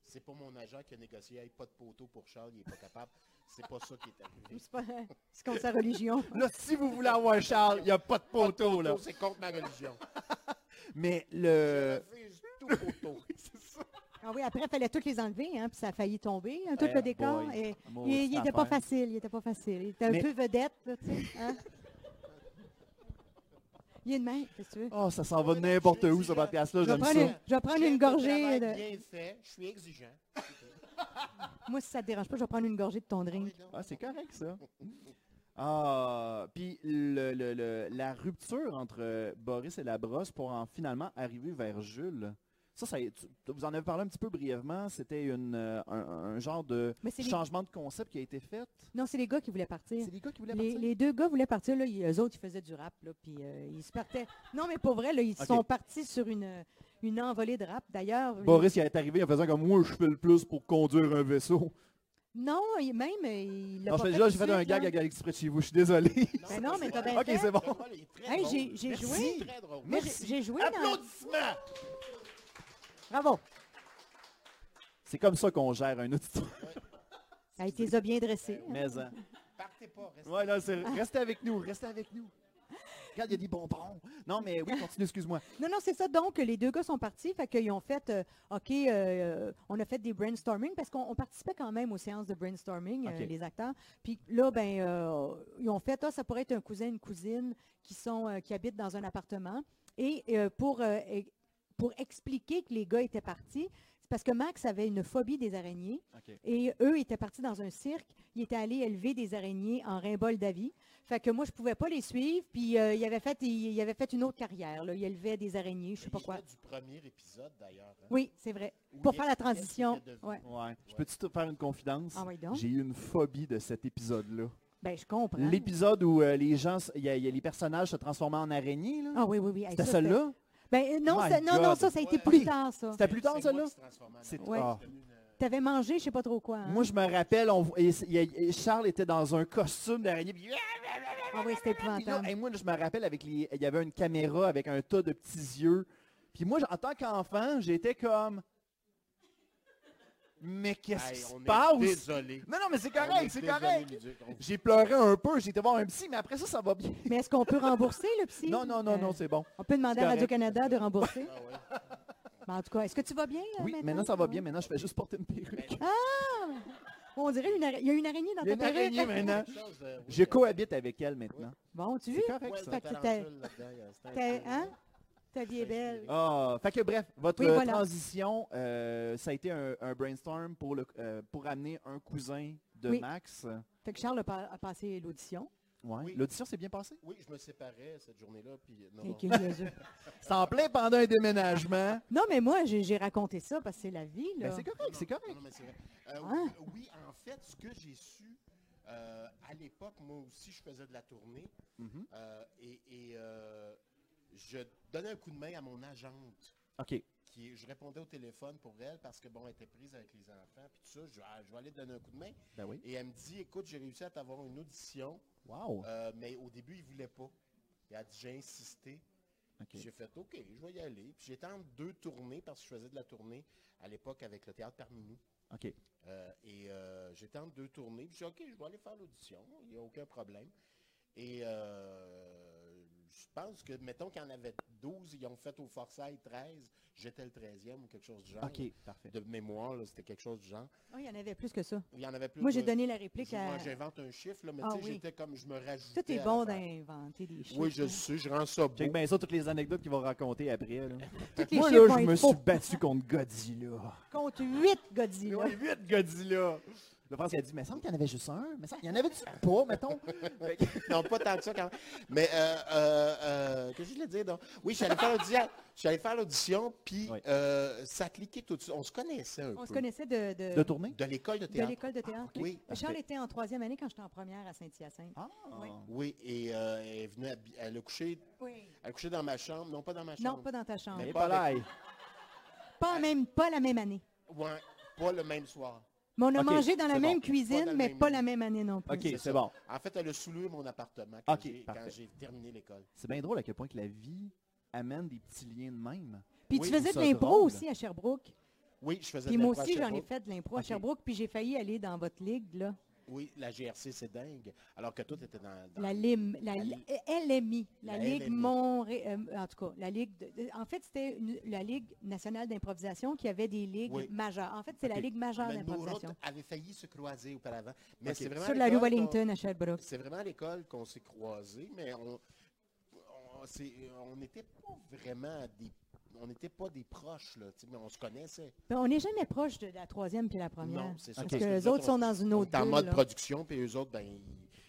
Speaker 4: c'est pas mon agent qui a négocié, Hey, pas de poteau pour Charles, il est pas capable. C'est pas ça qui est
Speaker 3: Ou
Speaker 4: arrivé.
Speaker 3: C'est pas- c'est contre sa religion.
Speaker 2: Là, si vous voulez avoir Charles, il n'y a pas de poteau, là.
Speaker 4: Poteau, C'est contre
Speaker 2: [LAUGHS]
Speaker 4: ma religion.
Speaker 2: Mais le...
Speaker 4: Je refuse tout
Speaker 2: [LAUGHS]
Speaker 4: poteau.
Speaker 3: Ah oui, après, il fallait toutes les enlever, hein, puis ça a failli tomber, hein, tout
Speaker 2: Eh
Speaker 3: le décor.
Speaker 2: boy.
Speaker 3: Et,
Speaker 2: Maudite
Speaker 3: et il n'était pas
Speaker 2: affaire.
Speaker 3: facile, il était pas facile. Il était un
Speaker 2: Mais-
Speaker 3: peu vedette, là, tu sais. hein. Il est de main, qu'est-ce que tu veux?
Speaker 2: Oh, ça s'en va n'importe où, ce podcast-là,
Speaker 3: Je vais
Speaker 2: j'aime
Speaker 3: prendre, une,
Speaker 2: ça.
Speaker 3: je vais prendre
Speaker 4: J'aime
Speaker 3: une
Speaker 4: le
Speaker 3: gorgée.
Speaker 4: travail
Speaker 3: de-
Speaker 4: Bien fait, je suis exigeant.
Speaker 3: Moi, si ça ne te dérange pas, je vais prendre une gorgée de ton drink.
Speaker 2: Ah, c'est correct, ça. Ah, puis le- le- le- la rupture entre euh, Boris et la brosse pour en finalement arriver vers Jules, ça, ça tu- vous en avez parlé un petit peu brièvement, c'était une, euh, un, un genre de
Speaker 3: Mais c'est les-
Speaker 2: changement de concept qui a été fait.
Speaker 3: Non, c'est les gars qui voulaient partir.
Speaker 2: C'est les gars qui voulaient
Speaker 3: Les,
Speaker 2: partir?
Speaker 3: les deux gars voulaient partir, là, ils- eux autres, ils faisaient du rap, là, puis euh, ils se partaient. Non, mais pour vrai, là, ils
Speaker 2: Ok.
Speaker 3: sont partis sur une, une envolée de rap. D'ailleurs, les-
Speaker 2: Boris, il est arrivé en faisant comme moi, je fais le plus pour conduire un vaisseau.
Speaker 3: non, il- même, euh, il l'a
Speaker 2: Non,
Speaker 3: pas
Speaker 2: je fais-
Speaker 3: fait
Speaker 2: là,
Speaker 3: tout
Speaker 2: j'ai
Speaker 3: de
Speaker 2: fait un
Speaker 3: suite,
Speaker 2: gag
Speaker 3: là.
Speaker 2: à Galaxy près de chez vous, je suis
Speaker 3: [LAUGHS]
Speaker 2: désolé.
Speaker 3: Ben non, mais t'as bien
Speaker 2: Ok,
Speaker 3: fait.
Speaker 2: c'est bon.
Speaker 3: Hey, j'ai- j'ai joué.
Speaker 4: Très drôle.
Speaker 3: Moi, j'ai- j'ai joué dans...
Speaker 4: Applaudissements!
Speaker 3: Bravo!
Speaker 2: C'est comme ça qu'on gère un auditoire.
Speaker 3: Ça a été ça bien dressé.
Speaker 2: Mais, hein.
Speaker 4: Partez pas, restez.
Speaker 2: Ouais, là, c'est- restez avec nous, restez avec nous. regarde, il y a des bonbons. Non, mais oui, continue, excuse-moi.
Speaker 3: Non, non, c'est ça. Donc, les deux gars sont partis. Fait qu'ils ont fait, euh, OK, euh, on a fait des brainstorming parce qu'on on participait quand même aux séances de brainstorming, euh,
Speaker 2: OK.
Speaker 3: les acteurs. Puis là, ben, euh, ils ont fait, ah, ça pourrait être un cousin, une cousine qui, sont, euh, qui habitent dans un appartement. Et euh, pour, euh, e- pour expliquer que les gars étaient partis, c'est parce que Max avait une phobie des araignées.
Speaker 2: OK.
Speaker 3: Et eux étaient partis dans un cirque. Ils étaient allés élever des araignées en rimbol d'avis. Fait que moi, je ne pouvais pas les suivre. Puis, euh, il, avait fait, il, il avait fait une autre carrière. Là. Il élevait des araignées, je ne sais pas
Speaker 4: Il
Speaker 3: quoi.
Speaker 4: est du premier épisode, d'ailleurs. hein,
Speaker 3: Oui, c'est vrai.
Speaker 4: où
Speaker 3: Pour
Speaker 4: il
Speaker 3: faire la
Speaker 4: expliquait ce
Speaker 3: transition.
Speaker 4: qu'il était devenu.
Speaker 3: Ouais.
Speaker 2: Ouais. Je peux-tu te faire une confidence?
Speaker 3: Ah oui, donc.
Speaker 2: J'ai eu une phobie de cet épisode-là.
Speaker 3: Ben, je comprends.
Speaker 2: L'épisode où euh, les gens, s- il y a- il y a les personnages se transformaient en araignées, là.
Speaker 3: Ah oui, oui, oui. Hey,
Speaker 2: C'était
Speaker 3: ça,
Speaker 2: celle-là?
Speaker 3: Ben, euh, non,
Speaker 2: My
Speaker 3: ça- non, non,
Speaker 2: God.
Speaker 3: ça, ça a été
Speaker 4: Ouais.
Speaker 3: plus tard, ça.
Speaker 2: C'était plus
Speaker 4: C'est
Speaker 2: tard,
Speaker 4: moi
Speaker 2: celle-là?
Speaker 4: qui se transformais en
Speaker 2: C'est-
Speaker 4: araignées.
Speaker 2: ah.
Speaker 4: C'est devenu une-
Speaker 3: Tu avais mangé, je ne sais pas trop quoi. hein.
Speaker 2: Moi, je me rappelle, on vo- et s- il y a- et Charles était dans un costume d'araignée. puis-
Speaker 3: Ah oui,
Speaker 2: [LAUGHS]
Speaker 3: c'était
Speaker 2: Puis là,
Speaker 3: épouvantable.
Speaker 2: hey, moi, je me rappelle, avec les... il y avait une caméra avec un tas de petits yeux. Puis moi, j- en tant qu'enfant, j'étais comme... Mais qu'est-ce
Speaker 4: Hey,
Speaker 2: qui se
Speaker 4: on est
Speaker 2: passe?
Speaker 4: Désolé.
Speaker 2: Non, non, mais c'est
Speaker 4: On est
Speaker 2: correct, c'est
Speaker 4: désolé,
Speaker 2: correct.
Speaker 4: Luduc. On-
Speaker 2: J'ai pleuré un peu, j'ai été voir un psy, mais après ça, ça va bien.
Speaker 3: Mais est-ce qu'on peut rembourser le psy?
Speaker 2: Non, non, non,
Speaker 3: Euh,
Speaker 2: non, c'est bon.
Speaker 3: On peut demander
Speaker 2: c'est
Speaker 3: à
Speaker 2: correct.
Speaker 3: Radio-Canada de rembourser.
Speaker 4: Ah ouais.
Speaker 3: Ben, en tout cas, est-ce que tu vas bien euh,
Speaker 2: Oui,
Speaker 3: maintenant? Ah.
Speaker 2: maintenant ça va bien, maintenant je fais juste porter une perruque.
Speaker 4: Ben,
Speaker 3: On dirait une ara- il y a une araignée dans
Speaker 2: Il y a
Speaker 3: ta
Speaker 2: une
Speaker 3: perruque.
Speaker 2: araignée maintenant.
Speaker 4: Quelque chose, euh, oui,
Speaker 2: Je
Speaker 4: euh,
Speaker 2: cohabite avec elle maintenant.
Speaker 3: [LAUGHS] Bon, tu
Speaker 2: C'est
Speaker 3: vois,
Speaker 2: correct
Speaker 4: ouais,
Speaker 2: ça.
Speaker 3: Fait que
Speaker 4: c'est un
Speaker 3: t'as-
Speaker 4: tarentule là-dedans, il y a- c'est un
Speaker 3: t'as-
Speaker 4: peu-
Speaker 3: hein? ta vie est belle.
Speaker 2: Ah, fait que bref, votre
Speaker 3: Oui, voilà.
Speaker 2: transition, euh, ça a été un, un brainstorm pour, le, euh, pour amener un cousin de
Speaker 3: Oui.
Speaker 2: Max.
Speaker 3: Fait que Charles a, pa- a passé l'audition.
Speaker 2: Ouais.
Speaker 4: Oui.
Speaker 2: L'audition s'est bien passée?
Speaker 4: Oui, je me séparais cette journée-là, puis euh, non,
Speaker 3: Et
Speaker 4: non.
Speaker 3: que
Speaker 2: [LAUGHS]
Speaker 3: Jésus.
Speaker 2: C'est en plein pendant un
Speaker 3: [LAUGHS]
Speaker 2: déménagement.
Speaker 3: Non, mais moi, j'ai j'ai raconté ça parce que c'est la vie.
Speaker 2: Ben,
Speaker 3: Là.
Speaker 2: c'est correct, c'est correct.
Speaker 4: Non, mais c'est vrai. Euh,
Speaker 3: Hein?
Speaker 4: Oui, en fait, ce que j'ai su, euh, à l'époque, moi aussi, je faisais de la tournée
Speaker 2: Mhm.
Speaker 4: euh, et, et, euh, je donnais un coup de main à mon agente.
Speaker 2: OK.
Speaker 4: Qui, je répondais au téléphone pour elle parce que, bon, elle était prise avec les enfants, puis tout ça. Je, ah, je vais aller te donner un coup de main.
Speaker 2: Ben oui.
Speaker 4: Et elle me dit, écoute, j'ai réussi à t'avoir une audition,
Speaker 2: Wow.
Speaker 4: euh, mais au début, il ne voulait pas. Et elle a dit, j'ai insisté.
Speaker 2: OK.
Speaker 4: Puis J'ai fait OK, je vais y aller. Puis j'étais en deux tournées parce que je faisais de la tournée à l'époque avec le théâtre parmi nous.
Speaker 2: OK.
Speaker 4: Euh, et euh, j'étais en deux tournées. Puis j'ai dit, OK, je vais aller faire l'audition. Il n'y a aucun problème. Et euh, je pense que, mettons qu'il y en avait 12, ils ont fait au Forsyth 13. J'étais le 13e ou quelque chose du genre.
Speaker 2: OK, parfait.
Speaker 4: De mémoire, là, c'était quelque chose du genre.
Speaker 3: Ah, il y en avait plus que ça.
Speaker 4: Il y en avait plus.
Speaker 3: Moi,
Speaker 4: de-
Speaker 3: j'ai donné la
Speaker 4: je-
Speaker 3: réplique
Speaker 4: Moi,
Speaker 3: à...
Speaker 4: j'invente un chiffre, là, mais
Speaker 3: Ah
Speaker 4: tu sais,
Speaker 3: oui.
Speaker 4: j'étais comme, je me rajoutais.
Speaker 3: Tout est
Speaker 4: à
Speaker 3: bon
Speaker 4: l'affaire.
Speaker 3: d'inventer des choses.
Speaker 4: Oui, je sais, je rends ça beau.
Speaker 2: Check bien ça, toutes les anecdotes qu'ils vont raconter après. là.
Speaker 3: Toutes [LAUGHS] les
Speaker 2: Moi,
Speaker 3: chiffres
Speaker 2: là,
Speaker 3: vont
Speaker 2: je me
Speaker 3: être
Speaker 2: suis
Speaker 3: faux.
Speaker 2: battu contre Godzilla.
Speaker 3: Compte 8 Godzilla.
Speaker 2: [LAUGHS] Ouais, vite, Godzilla. Le français a dit, mais il semble qu'il y en avait juste un. Mais ça, il y en avait juste [LAUGHS] pas, mettons. Fait que-
Speaker 4: [LAUGHS] non, pas tant que ça quand même. Mais euh, euh, euh, qu'est-ce que je voulais dire donc? Oui, j'allais faire l'audition. J'allais faire l'audition, puis
Speaker 2: Oui.
Speaker 4: euh, ça cliquait tout de suite. On se connaissait un peu.
Speaker 3: On se connaissait de, de,
Speaker 2: De tourner?
Speaker 4: De l'école de
Speaker 3: de
Speaker 4: théâtre.
Speaker 3: l'école de théâtre.
Speaker 4: Oui,
Speaker 3: Charles
Speaker 2: parfait.
Speaker 3: était en troisième année quand j'étais en première à Saint-Hyacinthe.
Speaker 2: Ah.
Speaker 3: Oui.
Speaker 4: Oui, et euh, elle est venue, habi- elle a couché,
Speaker 3: Oui.
Speaker 4: elle a couché dans ma chambre. Non, pas dans ma chambre.
Speaker 3: Non, pas dans ta chambre.
Speaker 2: Mais
Speaker 4: Mais
Speaker 2: pas
Speaker 4: pas
Speaker 2: l'ail.
Speaker 3: Pas, même, pas la même année.
Speaker 4: Ouais, pas le même soir.
Speaker 3: Mais on a
Speaker 2: Ok,
Speaker 3: mangé dans la
Speaker 2: c'est
Speaker 3: même
Speaker 2: bon.
Speaker 3: cuisine,
Speaker 4: Pas dans le
Speaker 3: mais
Speaker 4: même
Speaker 3: pas
Speaker 4: lit.
Speaker 3: la même année non plus.
Speaker 2: OK, c'est
Speaker 4: ça.
Speaker 2: bon.
Speaker 4: En fait, elle a soulevé mon appartement quand
Speaker 2: Ok,
Speaker 4: j'ai-
Speaker 2: parfait.
Speaker 4: quand j'ai terminé l'école.
Speaker 2: C'est bien drôle à quel point que la vie amène des petits liens de même.
Speaker 3: Puis
Speaker 2: Oui,
Speaker 3: tu faisais
Speaker 2: ça,
Speaker 3: de l'impro
Speaker 2: drôle.
Speaker 3: aussi à Sherbrooke.
Speaker 4: Oui, je faisais
Speaker 3: Puis
Speaker 4: de
Speaker 3: moi
Speaker 4: l'impro à
Speaker 3: aussi, j'en ai
Speaker 4: Sherbrooke.
Speaker 3: fait de l'impro à
Speaker 2: Ok.
Speaker 3: Sherbrooke, puis j'ai failli aller dans votre ligue, là.
Speaker 4: Oui, la GRC, c'est dingue. Alors que tout était dans... dans-
Speaker 3: La, LIM, la,
Speaker 4: La
Speaker 3: li-
Speaker 4: Ligue.
Speaker 3: euh, LMI, la,
Speaker 4: La
Speaker 3: Ligue
Speaker 4: LMI.
Speaker 3: Montréal, en tout cas, la Ligue, de- de- en fait, c'était une- la Ligue nationale d'improvisation qui avait des ligues
Speaker 4: Oui.
Speaker 3: majeures. En fait, c'est la
Speaker 2: Ok.
Speaker 3: Ligue majeure
Speaker 4: Mais nos routes
Speaker 3: d'improvisation.
Speaker 4: avaient failli se croiser auparavant. Mais
Speaker 2: Ok.
Speaker 4: c'est vraiment
Speaker 3: Sur la rue
Speaker 4: l'école qu'on-
Speaker 3: Wellington à Sherbrooke.
Speaker 4: C'est vraiment à l'école qu'on s'est croisés, mais on on- c'est- on n'était pas vraiment des on n'était pas des proches là, tu sais, mais on se connaissait.
Speaker 3: Ben, on n'est jamais proche de la troisième puis la première.
Speaker 4: Non, c'est ça.
Speaker 2: Ok.
Speaker 3: Parce que
Speaker 4: nous
Speaker 3: les autres
Speaker 4: on-
Speaker 3: sont dans une
Speaker 4: on
Speaker 3: autre
Speaker 4: est en
Speaker 3: bulle,
Speaker 4: mode
Speaker 3: là.
Speaker 4: production, puis eux autres, ben, ils,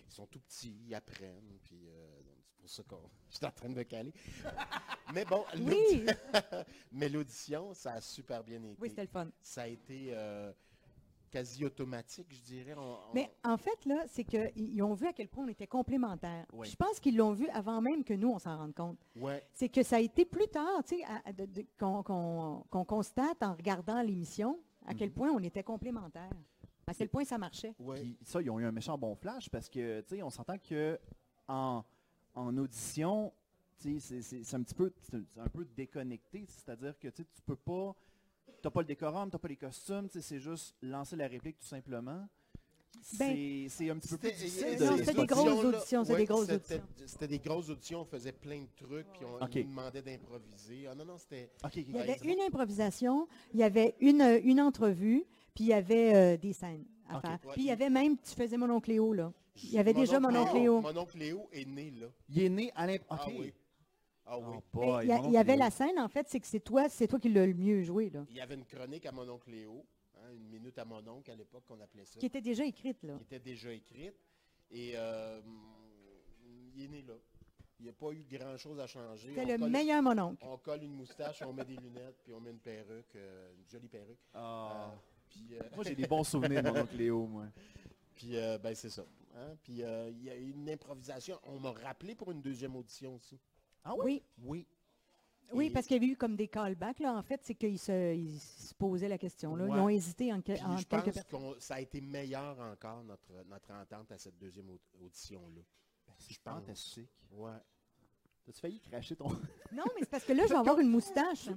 Speaker 4: ils sont tout petits, ils apprennent, puis euh, donc, c'est pour ça qu'on, [LAUGHS] je suis en train de me caler. mais bon, l'audi-
Speaker 3: Oui,
Speaker 4: mais l'audition, ça a super bien été.
Speaker 3: oui c'était le fun.
Speaker 4: ça a été euh, quasi automatique, je dirais. On- on-
Speaker 3: Mais en fait, là, c'est qu'ils ont vu à quel point on était complémentaires.
Speaker 2: Oui.
Speaker 3: Je pense qu'ils l'ont vu avant même que nous, on s'en rende compte.
Speaker 4: ouais,
Speaker 3: C'est que ça a été plus tard, tu sais, à- à- de- de- qu'on qu'on- qu'on constate en regardant l'émission, à quel point on était complémentaires, à quel point ça marchait.
Speaker 4: ouais.
Speaker 2: Puis ça, ils ont eu un méchant bon flash parce que, tu sais, on s'entend que en, en audition, tu sais, c'est- c'est c'est un petit peu, c'est un- c'est un peu déconnecté. C'est-à-dire que, tu sais, tu peux pas, t'as pas le décorum, t'as pas les costumes, tu sais, c'est juste lancer la réplique tout simplement.
Speaker 3: Ben,
Speaker 2: c'est c'est un petit peu plus
Speaker 4: C'était
Speaker 2: difficile.
Speaker 3: non,
Speaker 2: de-
Speaker 3: c'était des grosses
Speaker 4: auditions-là,
Speaker 3: auditions, c'était des grosses
Speaker 4: c'était-
Speaker 3: auditions.
Speaker 4: C'était des grosses auditions, on faisait plein de trucs, puis on
Speaker 2: Ok.
Speaker 4: nous demandait d'improviser. Ah non, non, c'était...
Speaker 2: Ok,
Speaker 3: Il y
Speaker 4: Ouais,
Speaker 2: ok.
Speaker 3: avait
Speaker 4: c'est bon.
Speaker 3: une improvisation, il y avait une, euh, une entrevue, puis il y avait euh, des scènes à
Speaker 2: Ok.
Speaker 3: faire.
Speaker 4: Ouais.
Speaker 3: Puis il y avait même, tu faisais mon oncle Léo, là. Il y avait déjà mon oncle Léo.
Speaker 4: Mon oncle Léo est né là.
Speaker 2: Il est né à l'imp...
Speaker 4: Ah
Speaker 2: Ok.
Speaker 4: oui. Ah oui.
Speaker 2: Oh
Speaker 3: Ben,
Speaker 2: boy,
Speaker 3: il y, a-
Speaker 2: mon
Speaker 3: il y avait
Speaker 2: Dieu.
Speaker 3: la scène, en fait, c'est que c'est toi, c'est toi qui l'as le mieux joué, là.
Speaker 4: Il y avait une chronique à mon oncle Léo, hein, une minute à mon oncle à l'époque qu'on appelait ça,
Speaker 3: Qui était déjà écrite, là.
Speaker 4: qui était déjà écrite. Et euh, il est né là. Il n'y a pas eu grand-chose à changer.
Speaker 3: C'était
Speaker 4: On
Speaker 3: le
Speaker 4: colle-
Speaker 3: meilleur mon oncle.
Speaker 4: On colle une moustache, on met des lunettes, puis on met une perruque, euh, une jolie perruque.
Speaker 2: Ah.
Speaker 4: [LAUGHS] Euh, puis euh,
Speaker 2: Moi, j'ai des bons souvenirs de mon oncle Léo, moi.
Speaker 4: puis, euh, ben c'est ça. hein. Puis euh, il y a eu une improvisation. On m'a rappelé pour une deuxième audition aussi.
Speaker 2: Ah
Speaker 3: Oui,
Speaker 4: Oui.
Speaker 3: oui,
Speaker 4: Et-
Speaker 3: parce qu'il y avait eu comme des callbacks, là, en fait, c'est qu'ils se, ils se posaient la question, là.
Speaker 2: Ouais.
Speaker 3: Ils ont hésité en, que-
Speaker 4: Puis
Speaker 3: en
Speaker 4: je
Speaker 3: quelques
Speaker 4: pense que ça a été meilleur encore, notre, notre entente à cette deuxième au- audition-là.
Speaker 2: Ben, C'est
Speaker 4: Je pense.
Speaker 2: fantastique.
Speaker 4: Ouais.
Speaker 2: T'as-tu failli cracher ton...
Speaker 3: Non, mais c'est parce que là, je vais avoir une moustache.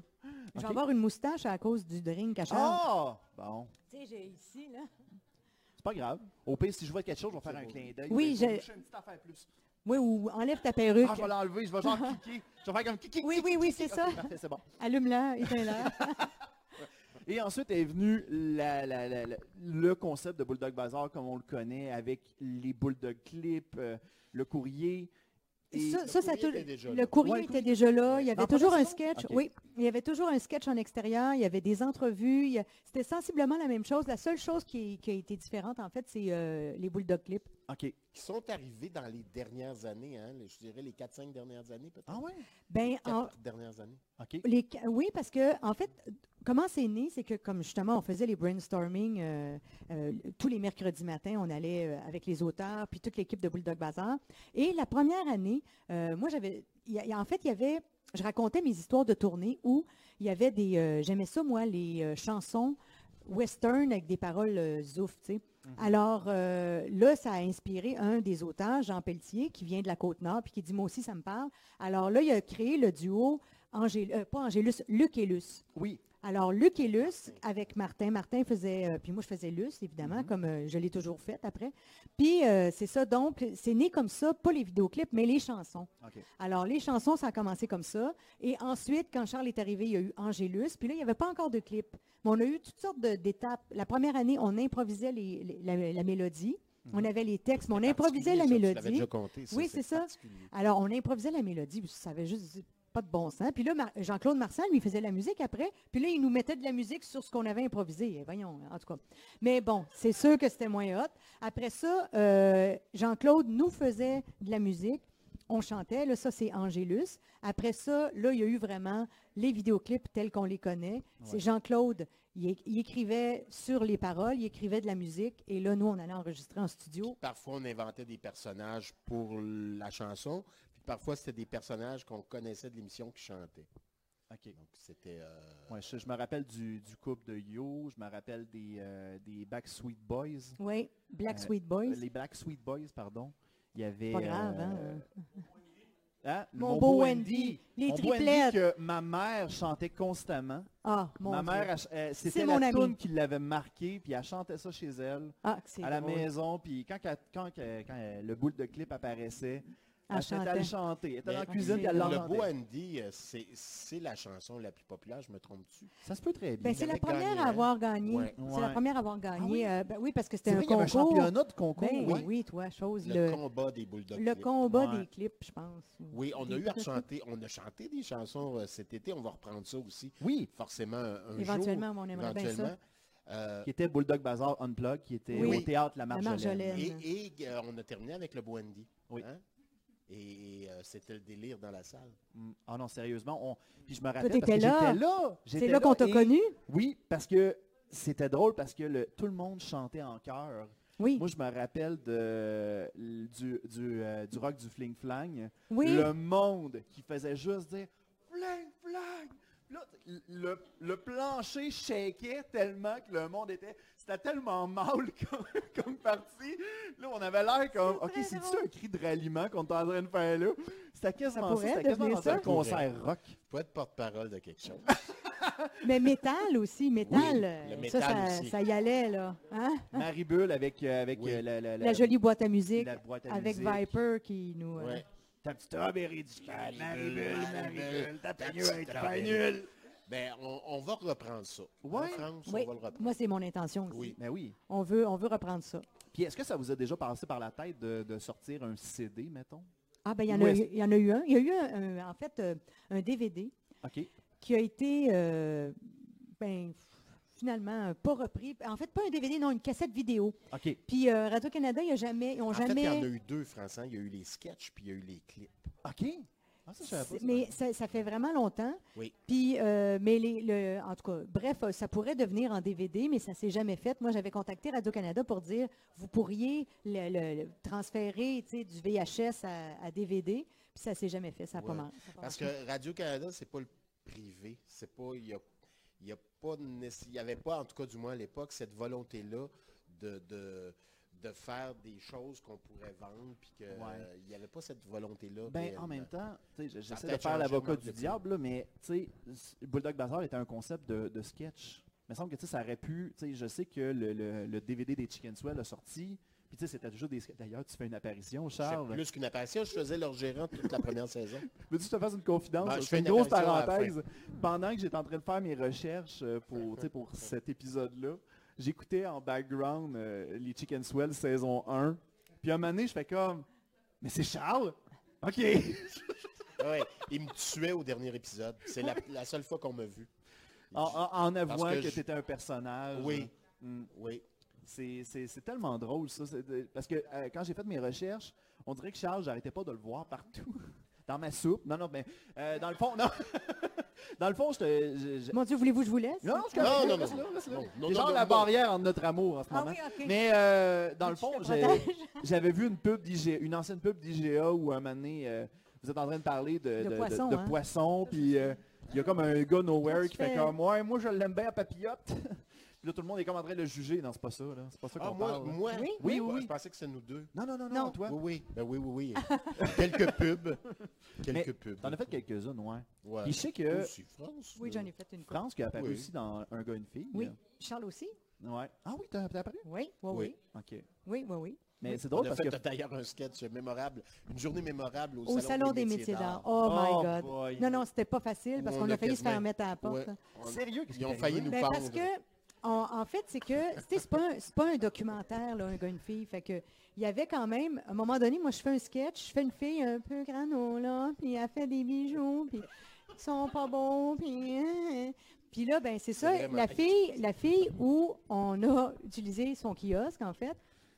Speaker 3: Je vais
Speaker 2: Ok.
Speaker 3: avoir une moustache à cause du drink à Charles.
Speaker 2: Ah! Bon,
Speaker 3: Tu sais, j'ai ici, là.
Speaker 2: c'est pas grave. Au pire, si je vois quelque chose, je vais faire un
Speaker 4: beau.
Speaker 2: clin d'œil.
Speaker 3: Oui,
Speaker 2: je vais
Speaker 3: j'ai-
Speaker 2: toucher une petite affaire plus.
Speaker 3: Oui, ou enlève ta perruque.
Speaker 2: Ah, je vais l'enlever, je vais genre
Speaker 3: [LAUGHS]
Speaker 2: cliquer. Je vais faire comme cliquer.
Speaker 3: Oui, oui, oui, c'est ça.
Speaker 2: Parfait, c'est bon. [LAUGHS]
Speaker 3: Allume-la, éteins-la.
Speaker 2: Et ensuite est venu la- la- la- la- le concept de Bulldog Bazaar comme on le connaît, avec les Bulldog Clips, euh, le courrier. Et
Speaker 3: Ça,
Speaker 4: le
Speaker 3: ça, ça
Speaker 4: courrier
Speaker 3: tou-
Speaker 4: était déjà là.
Speaker 3: le courrier
Speaker 2: Ouais, le
Speaker 3: était déjà là. Il y
Speaker 2: Dans
Speaker 3: avait toujours un
Speaker 2: Partisan?
Speaker 3: sketch.
Speaker 2: Ok.
Speaker 3: Oui, il y avait toujours un sketch en extérieur. Il y avait des entrevues. il y a- C'était sensiblement la même chose. La seule chose qui, qui a été différente, en fait, c'est euh, les bulldog clips.
Speaker 2: OK.
Speaker 4: Qui sont arrivés dans les dernières années, hein, les- je dirais les 4-5 dernières années peut-être.
Speaker 2: Ah ouais?
Speaker 3: Ben,
Speaker 4: Les
Speaker 3: en-
Speaker 4: quatre dernières années.
Speaker 2: OK.
Speaker 3: les ca- oui, parce que, en fait, comment c'est né, c'est que, comme justement, on faisait les brainstorming euh, euh, tous les mercredis matins, on allait euh, avec les auteurs, puis toute l'équipe de Bulldog Bazaar. Et la première année, euh, moi, j'avais. il y a- il y a- En fait, il y avait. Je racontais mes histoires de tournée où il y avait des. euh, J'aimais ça, moi, les euh, chansons western avec des paroles euh, zouf, tu sais. Alors euh, là, ça a inspiré un des auteurs, Jean Pelletier, qui vient de la Côte-Nord, puis qui dit, moi aussi, ça me parle. Alors là, il a créé le duo, Angé- euh, pas Angélus, Luc et Luce.
Speaker 2: Oui.
Speaker 3: Alors, Luc et Luce, avec Martin. Martin faisait, euh, puis moi, je faisais Luce, évidemment,
Speaker 2: Mhm.
Speaker 3: comme euh, je l'ai toujours fait après. Puis, euh, c'est ça, donc, c'est né comme ça, pas les vidéoclips, mais les chansons.
Speaker 2: OK.
Speaker 3: Alors, les chansons, ça a commencé comme ça. Et ensuite, quand Charles est arrivé, il y a eu Angélus. Puis là, il n'y avait pas encore de clip. Mais on a eu toutes sortes de- d'étapes. La première année, on improvisait les- les- la, la mélodie. On avait les textes, mais on improvisait la
Speaker 4: Particulier, ça,
Speaker 3: mélodie.
Speaker 4: Tu l'avais déjà compté, ça,
Speaker 3: Oui, c'est ça.
Speaker 4: particulier.
Speaker 3: Alors, on improvisait la mélodie, puis ça avait juste pas de bon sens. Puis là, Mar- Jean-Claude Marsan, lui, faisait de la musique après. Puis là, il nous mettait de la musique sur ce qu'on avait improvisé. Eh, Voyons, en tout cas. Mais bon, c'est sûr que c'était moins hot. Après ça, euh, Jean-Claude nous faisait de la musique. On chantait. Là, ça, c'est Angélus. Après ça, là, il y a eu vraiment les vidéoclips tels qu'on les connaît. C'est
Speaker 2: Ouais.
Speaker 3: Jean-Claude, il, é- il écrivait sur les paroles, il écrivait de la musique. Et là, nous, on allait enregistrer en studio.
Speaker 4: Parfois, on inventait des personnages pour la chanson, puis parfois, c'était des personnages qu'on connaissait de l'émission qui chantaient.
Speaker 2: OK.
Speaker 4: Donc, c'était... euh,
Speaker 2: Ouais, je, je me rappelle du, du couple de Yo, je me rappelle des, euh, des Backstreet Boys.
Speaker 3: Oui, Black
Speaker 2: Euh,
Speaker 3: Sweet Boys.
Speaker 2: Les Black Sweet Boys, pardon. Il y avait...
Speaker 3: Pas grave, hein?
Speaker 2: euh, hein, le
Speaker 3: Mon
Speaker 2: Mon
Speaker 3: beau
Speaker 2: beau
Speaker 3: Andy,
Speaker 2: Andy.
Speaker 3: les
Speaker 2: Mon beau Andy
Speaker 3: triplettes.
Speaker 2: que ma mère chantait constamment.
Speaker 3: Ah, mon
Speaker 2: ma
Speaker 3: Dieu.
Speaker 2: mère, elle ch- elle-
Speaker 3: C'est
Speaker 2: c'était
Speaker 3: mon
Speaker 2: la
Speaker 3: ami.
Speaker 2: tune qui l'avait marquée, puis elle chantait ça chez elle,
Speaker 3: Ah, c'est
Speaker 2: à la
Speaker 3: drôle.
Speaker 2: maison, puis quand, qu'elle- quand, qu'elle- quand, elle- le boule de clip apparaissait,
Speaker 3: Elle
Speaker 2: elle se mettait à
Speaker 3: chantait. Ben,
Speaker 2: le chanter. Elle était dans la
Speaker 4: Mais-
Speaker 2: cuisine, puis elle
Speaker 3: Le
Speaker 2: l'a
Speaker 4: le beau
Speaker 2: chanté.
Speaker 4: Andy, euh, c'est c'est la chanson la plus populaire, je me trompe-tu?
Speaker 2: Ça se peut très bien.
Speaker 3: Ben, c'est la
Speaker 4: avait
Speaker 3: première
Speaker 4: gagné,
Speaker 3: à
Speaker 4: hein?
Speaker 3: avoir gagné.
Speaker 4: Ouais.
Speaker 3: C'est la
Speaker 2: Ouais.
Speaker 3: première à avoir gagné.
Speaker 2: Ah oui?
Speaker 3: euh, ben oui, parce que c'était
Speaker 2: C'est
Speaker 3: un
Speaker 2: vrai qu'il y avait un
Speaker 3: concours.
Speaker 2: championnat de concours. hein?
Speaker 3: Ben
Speaker 2: ouais.
Speaker 3: oui, toi, chose.
Speaker 4: Le,
Speaker 3: Le,
Speaker 4: combat des bulldogs.
Speaker 3: le combat
Speaker 2: Ouais.
Speaker 3: des clips, je pense.
Speaker 4: Oui, on
Speaker 3: Des
Speaker 4: a eu à
Speaker 3: clips.
Speaker 4: chanter, on a chanté des chansons euh, cet été, on va reprendre ça aussi,
Speaker 2: Oui,
Speaker 4: forcément un un
Speaker 3: Éventuellement, on
Speaker 4: jour.
Speaker 3: aimerait bien ça.
Speaker 4: Euh,
Speaker 2: qui était Bulldog Bazaar Unplug, qui était
Speaker 3: Oui.
Speaker 2: au théâtre La Marjolaine.
Speaker 3: Marjolaine.
Speaker 4: et et, euh, on a terminé avec le Boendi.
Speaker 2: Oui.
Speaker 4: hein? Et, et, euh, c'était le délire dans la salle.
Speaker 2: Mm. Ah non, sérieusement, on... puis je me rappelle
Speaker 3: t'étais
Speaker 2: parce que
Speaker 3: là.
Speaker 2: j'étais là.
Speaker 3: C'est
Speaker 2: J'étais
Speaker 3: là qu'on t'a
Speaker 2: et-
Speaker 3: connu?
Speaker 2: Oui, parce que c'était drôle, parce que le- tout le monde chantait en chœur.
Speaker 3: Oui.
Speaker 2: Moi, je me rappelle de, du, du, euh, du rock du Fling Flang.
Speaker 3: oui.
Speaker 2: Le monde qui faisait juste dire Fling Flang, Puis Là, le, le plancher shakeait tellement que le monde était... C'était tellement mal [LAUGHS] comme, comme partie. Là, on avait l'air comme...
Speaker 3: C'est
Speaker 2: OK,
Speaker 3: très
Speaker 2: c'est-tu
Speaker 3: drôle.
Speaker 2: un cri de ralliement qu'on était en train de faire là? C'était quasiment ça.
Speaker 3: pourrait
Speaker 2: C'était quasiment
Speaker 3: devenir
Speaker 2: dans un
Speaker 3: ça.
Speaker 2: concert rock.
Speaker 4: Je peux être porte-parole de quelque chose.
Speaker 3: Mais métal aussi, métal. euh,
Speaker 4: le
Speaker 3: ça,
Speaker 4: métal
Speaker 3: ça,
Speaker 4: aussi.
Speaker 3: ça y allait, là. Hein?
Speaker 2: Maribule avec, euh, avec
Speaker 4: Oui.
Speaker 2: euh, la, la,
Speaker 3: La jolie boîte à musique
Speaker 2: la boîte à
Speaker 3: avec
Speaker 2: musique.
Speaker 3: Viper qui nous... euh,
Speaker 4: Ouais.
Speaker 2: Ta petite robe est ridicule. Maribule, Maribule, ta
Speaker 4: Ta
Speaker 2: petite
Speaker 4: petite
Speaker 2: robe est
Speaker 4: robe est
Speaker 2: nulle.
Speaker 4: Ben, on, on va reprendre ça. En
Speaker 2: Ouais.
Speaker 4: France,
Speaker 3: Oui.
Speaker 4: on va le reprendre.
Speaker 3: Moi, c'est mon intention aussi.
Speaker 4: Oui.
Speaker 2: Ben oui.
Speaker 3: On, veut, on veut reprendre ça.
Speaker 2: Puis est-ce que ça vous a déjà passé par la tête de, de sortir un CD, mettons?
Speaker 3: Ah, ben il y, en
Speaker 2: Où
Speaker 3: a
Speaker 2: est-ce-
Speaker 3: eu- il y en a eu un. Il y a eu, un- un- en fait, euh, un DVD
Speaker 2: OK.
Speaker 3: qui a été, euh, ben, finalement, euh, pas repris. En fait, pas un DVD, non, une cassette vidéo.
Speaker 2: OK.
Speaker 3: Puis euh, Radio-Canada, ils n'ont jamais... Ils ont
Speaker 4: En fait, il
Speaker 3: jamais...
Speaker 4: y en a eu deux français. Il y a eu les sketchs, puis il y a eu les clips.
Speaker 2: OK. Ah, ça, je savais pas.
Speaker 3: C'est- Mais ça, ça fait vraiment longtemps.
Speaker 4: Oui.
Speaker 3: Puis, euh, mais les, le- en tout cas, bref, euh, ça pourrait devenir en DVD, mais ça s'est jamais fait. Moi, j'avais contacté Radio-Canada pour dire, vous pourriez le, le- le transférer tu sais, du VHS à, à DVD, puis ça s'est jamais fait. Ça n'a pas
Speaker 4: Ouais.
Speaker 3: mar- ça a pas
Speaker 4: Parce
Speaker 3: marché.
Speaker 4: que Radio-Canada, c'est pas le privé. C'est pas. Il n'y a, il y a pas de nécess- il y avait pas, en tout cas du moins à l'époque, cette volonté-là de, de, de faire des choses qu'on pourrait vendre. Puis que, euh, il n'y avait pas cette volonté-là.
Speaker 2: Ben,
Speaker 4: réellement.
Speaker 2: en même temps, tu sais,
Speaker 4: Ça a
Speaker 2: j'essaie de
Speaker 4: peut-être
Speaker 2: faire
Speaker 4: changé
Speaker 2: l'avocat
Speaker 4: le
Speaker 2: du
Speaker 4: marché.
Speaker 2: diable, là, mais tu sais, s- Bulldog Bazaar était un concept de, de sketch. Il me semble que tu sais, ça aurait pu. tu sais, Je sais que le, le- le DVD des Chicken Swell a sorti. Puis tu sais, c'était toujours des sketchs. D'ailleurs, tu fais une apparition,
Speaker 4: Je fais
Speaker 2: Charles.
Speaker 4: Plus qu'une apparition, je faisais leur gérant toute la
Speaker 2: [LAUGHS]
Speaker 4: première saison.
Speaker 2: Veux-tu que je te fasse une confidence?
Speaker 4: Ben, je
Speaker 2: C'est
Speaker 4: fais
Speaker 2: une
Speaker 4: une
Speaker 2: grosse
Speaker 4: apparition à la
Speaker 2: parenthèse. Pendant que j'étais en train de faire mes recherches euh, pour, tu sais, pour cet épisode-là, j'écoutais en background euh, les Chicken Swell saison 1. Puis à un moment donné, je fais comme, mais c'est Charles? OK.
Speaker 4: Ah ouais, il me tuait au dernier épisode. C'est la, la seule fois qu'on m'a vu.
Speaker 2: en, en- en avouant
Speaker 4: que
Speaker 2: que,
Speaker 4: je-
Speaker 2: tu étais un personnage.
Speaker 4: Oui.
Speaker 2: Mm.
Speaker 4: Oui.
Speaker 2: C'est c'est- c'est tellement drôle, ça. c'est de- Parce que euh, quand j'ai fait mes recherches, on dirait que Charles, j'arrêtais pas de le voir partout. Dans ma soupe. Non, non, mais euh, dans le fond, non. dans le fond, je te... je- je-
Speaker 3: Mon Dieu, voulez-vous que je vous laisse?
Speaker 2: Non, c'est
Speaker 4: Non,
Speaker 2: correct,
Speaker 4: non, non.
Speaker 2: reste là, reste là.
Speaker 4: Non, non,
Speaker 2: C'est
Speaker 4: non,
Speaker 2: genre
Speaker 4: non,
Speaker 2: la
Speaker 4: non.
Speaker 2: barrière entre notre amour en ce
Speaker 3: Ah
Speaker 2: moment.
Speaker 3: oui, OK.
Speaker 2: Mais euh, dans le
Speaker 3: Tu
Speaker 2: fond,
Speaker 3: te
Speaker 2: j'ai-
Speaker 3: protèges.
Speaker 2: [LAUGHS] j'avais vu une pub d'IGA, une ancienne pub d'IGA où un moment donné, euh, vous êtes en train de parler de,
Speaker 3: De poisson, hein.
Speaker 2: poisson, puis euh, il y a comme un gars nowhere
Speaker 3: Quand tu
Speaker 2: qui fait
Speaker 3: fais-
Speaker 2: comme ouais, moi je l'aime bien à papillote. [LAUGHS] puis là tout le monde est comme en train de le juger. Non, c'est pas ça, là. C'est pas ça qu'on
Speaker 4: Ah, moi,
Speaker 2: parle. là.
Speaker 4: moi,
Speaker 3: Oui.
Speaker 2: Oui, oui,
Speaker 4: moi,
Speaker 2: oui.
Speaker 4: je pensais que c'était nous deux.
Speaker 2: Non, non, non, non,
Speaker 3: Non.
Speaker 2: toi.
Speaker 4: Oui, oui. Ben oui, oui, [LAUGHS] oui. Quelques pubs. Quelques pubs.
Speaker 2: T'en as fait euh, quelques-unes, ouais.
Speaker 4: Ouais.
Speaker 2: Puis je sais que
Speaker 4: Aussi, France.
Speaker 3: Oui,
Speaker 4: là.
Speaker 3: j'en ai fait une fois.
Speaker 2: France qui a apparu
Speaker 4: Oui.
Speaker 2: aussi dans Un gars, une fille.
Speaker 3: Oui. Charles aussi?
Speaker 2: Ouais. Ah oui, t'as t'as apparu?
Speaker 3: Oui, oui, oui.
Speaker 4: Oui.
Speaker 2: OK.
Speaker 3: Oui, oui, oui.
Speaker 2: Mais c'est
Speaker 4: On
Speaker 2: drôle
Speaker 4: a
Speaker 2: parce
Speaker 4: fait
Speaker 2: que
Speaker 4: d'ailleurs un sketch mémorable, une journée mémorable au,
Speaker 3: Au Salon des métiers d'art. Oh,
Speaker 2: Oh,
Speaker 3: my God.
Speaker 2: boy.
Speaker 3: Non, non, c'était pas facile parce
Speaker 4: Où
Speaker 3: qu'on
Speaker 4: on
Speaker 3: a
Speaker 4: a
Speaker 3: failli se faire
Speaker 4: quasiment-
Speaker 3: mettre à la porte.
Speaker 4: Ouais. On-
Speaker 2: Sérieux,
Speaker 4: Ils ont failli nous
Speaker 3: Ben,
Speaker 4: pendre.
Speaker 3: parce que, en- en fait, c'est que, tu sais, c'est pas, un- c'est pas un documentaire, là, un gars, une fille. Fait que, il y avait quand même, à un moment donné, moi, je fais un sketch, je fais une fille un peu grano, là, puis elle fait des bijoux, puis ils sont pas bons, puis... hein, hein. Puis là, ben c'est ça,
Speaker 4: C'est vraiment
Speaker 3: la fille, la fille où on a utilisé son kiosque, en fait,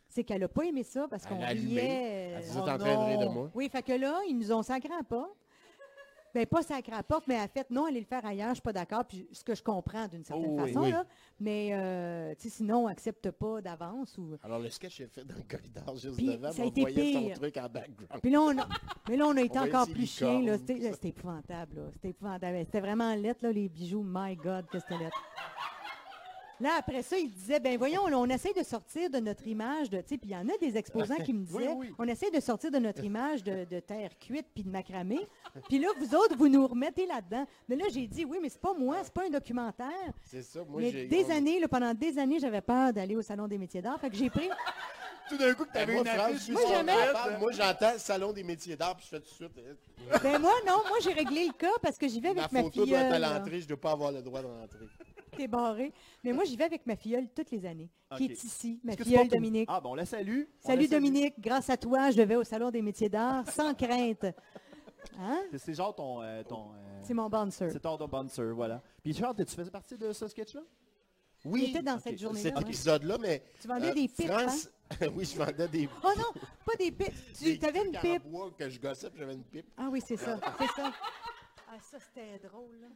Speaker 3: c'est qu'elle a pas aimé ça parce
Speaker 4: Elle
Speaker 3: qu'on
Speaker 4: a allumé.
Speaker 3: riait...
Speaker 4: Elle
Speaker 3: euh,
Speaker 4: disait,
Speaker 2: Oh
Speaker 4: t'es en train de rire de
Speaker 2: non.
Speaker 4: moi.
Speaker 3: oui, fait que là, ils nous ont sacré à porte. Ben, pas sacré à porte, mais elle a fait, non, allez le faire ailleurs, je suis pas d'accord. Puis ce que je comprends d'une certaine
Speaker 2: Oh, oui,
Speaker 3: façon,
Speaker 4: oui.
Speaker 3: là. Mais, euh, tu sais, sinon, on accepte pas d'avance ou...
Speaker 4: Alors le sketch est fait dans le corridor juste
Speaker 3: Puis,
Speaker 4: devant,
Speaker 3: ça a
Speaker 4: mais on
Speaker 3: été
Speaker 4: voyait son
Speaker 3: pire.
Speaker 4: truc en background.
Speaker 3: Puis là, on a, mais là, on a été
Speaker 4: [LAUGHS] On va
Speaker 3: encore
Speaker 4: essayer
Speaker 3: plus chien, là.
Speaker 4: licorne.
Speaker 3: C'était là, c'était épouvantable, là. C'était épouvantable. C'était vraiment lettre, là, les bijoux. My God, que c'était lettre. Là, après ça, il disait, ben voyons, là, on essaie de sortir de notre image de... Tu sais, puis il y en a des exposants
Speaker 4: [LAUGHS]
Speaker 3: qui me disaient,
Speaker 2: oui.
Speaker 3: on essaie de sortir de notre image de, de terre cuite puis de macramé. Puis là, vous autres, vous nous remettez là-dedans. Mais là, j'ai dit, oui, mais c'est pas moi, c'est pas un documentaire.
Speaker 4: C'est ça, moi
Speaker 3: mais
Speaker 4: j'ai...
Speaker 3: des
Speaker 4: on-
Speaker 3: années, là, pendant des années, j'avais peur d'aller au Salon des métiers d'art. Fait que j'ai pris...
Speaker 2: tout d'un coup que
Speaker 4: Ben,
Speaker 2: t'avais
Speaker 4: moi,
Speaker 2: une
Speaker 4: France,
Speaker 2: affiche
Speaker 4: je
Speaker 2: sur
Speaker 4: suis
Speaker 2: ton
Speaker 4: sur la
Speaker 2: net,
Speaker 4: table,
Speaker 2: là.
Speaker 4: Moi j'entends Salon des métiers d'art, puis je fais tout de suite... euh,
Speaker 3: Ben moi, non, moi, j'ai réglé le cas parce que j'y vais
Speaker 4: Ma
Speaker 3: avec ma,
Speaker 4: photo
Speaker 3: filleule.
Speaker 4: doit être à
Speaker 3: là.
Speaker 4: l'entrée, je ne dois pas avoir le droit de rentrer.
Speaker 3: [LAUGHS] T'es barré. Mais moi, j'y vais avec ma filleule toutes les années,
Speaker 2: Ok.
Speaker 3: qui est ici, ma
Speaker 2: Est-ce que tu
Speaker 3: filleule
Speaker 2: portes une-
Speaker 3: Dominique.
Speaker 2: Ah bon, la salue. On la
Speaker 3: Salut Dominique, grâce à toi, je vais au Salon des métiers d'art sans crainte. Hein?
Speaker 2: C'est- C'est genre ton... euh, ton euh,
Speaker 3: C'est mon bouncer.
Speaker 2: c'est ton bouncer, voilà. Puis Charles, tu faisais partie de ce sketch-là?
Speaker 4: Oui,
Speaker 3: Il était dans
Speaker 2: ok.
Speaker 3: cette journée-là.
Speaker 4: cet
Speaker 3: ouais.
Speaker 4: épisode-là, mais... euh,
Speaker 3: Tu vendais des pipes,
Speaker 4: France... [LAUGHS] oui, je vendais des...
Speaker 3: Oh non, pas des pipes. Tu
Speaker 4: des
Speaker 3: avais une
Speaker 4: trucs en
Speaker 3: pipe.
Speaker 4: bois que je gossais, puis j'avais une pipe.
Speaker 3: Ah oui, c'est ça, c'est ça. Ah, ça, c'était drôle. hein. là.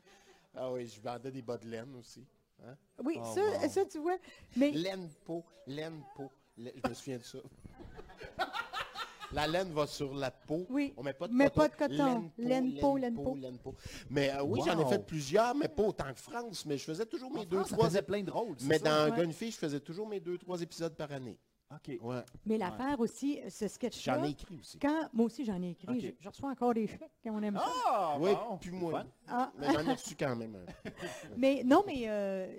Speaker 4: Ah oui, je vendais des bas de laine aussi. Hein?
Speaker 3: Oui,
Speaker 2: Oh,
Speaker 3: ça,
Speaker 2: wow.
Speaker 3: ça, tu vois. Mais [LAUGHS]
Speaker 4: Laine peau, laine peau. laine- Je me souviens de ça. La laine va sur la peau.
Speaker 3: Oui.
Speaker 4: On met pas de
Speaker 3: Mais
Speaker 4: coton.
Speaker 3: pas de coton. Laine, peau, laine, peau.
Speaker 4: laine, peau. Mais euh, oui, j'en ai
Speaker 2: Wow.
Speaker 4: fait plusieurs, mais pas autant que France. Mais je faisais toujours mes
Speaker 2: En
Speaker 4: deux,
Speaker 2: France, ça
Speaker 4: trois
Speaker 2: faisait
Speaker 4: épisodes.
Speaker 2: plein de rôles. c'est
Speaker 4: Mais
Speaker 2: ça?
Speaker 4: dans
Speaker 3: ouais.
Speaker 4: Gunfish, je faisais toujours mes deux, trois épisodes par année.
Speaker 2: OK.
Speaker 4: Ouais.
Speaker 3: Mais l'affaire aussi, ce sketch-là,
Speaker 4: J'en ai écrit aussi.
Speaker 3: quand, moi aussi j'en ai écrit,
Speaker 2: Ok.
Speaker 3: je, je reçois encore des chèques quand on aime ça.
Speaker 2: Ah,
Speaker 4: oui,
Speaker 2: bon,
Speaker 4: puis
Speaker 2: c'est
Speaker 4: moi.
Speaker 2: fun.
Speaker 3: Ah,
Speaker 4: Mais j'en ai reçu quand même. un.
Speaker 3: Mais non, mais euh,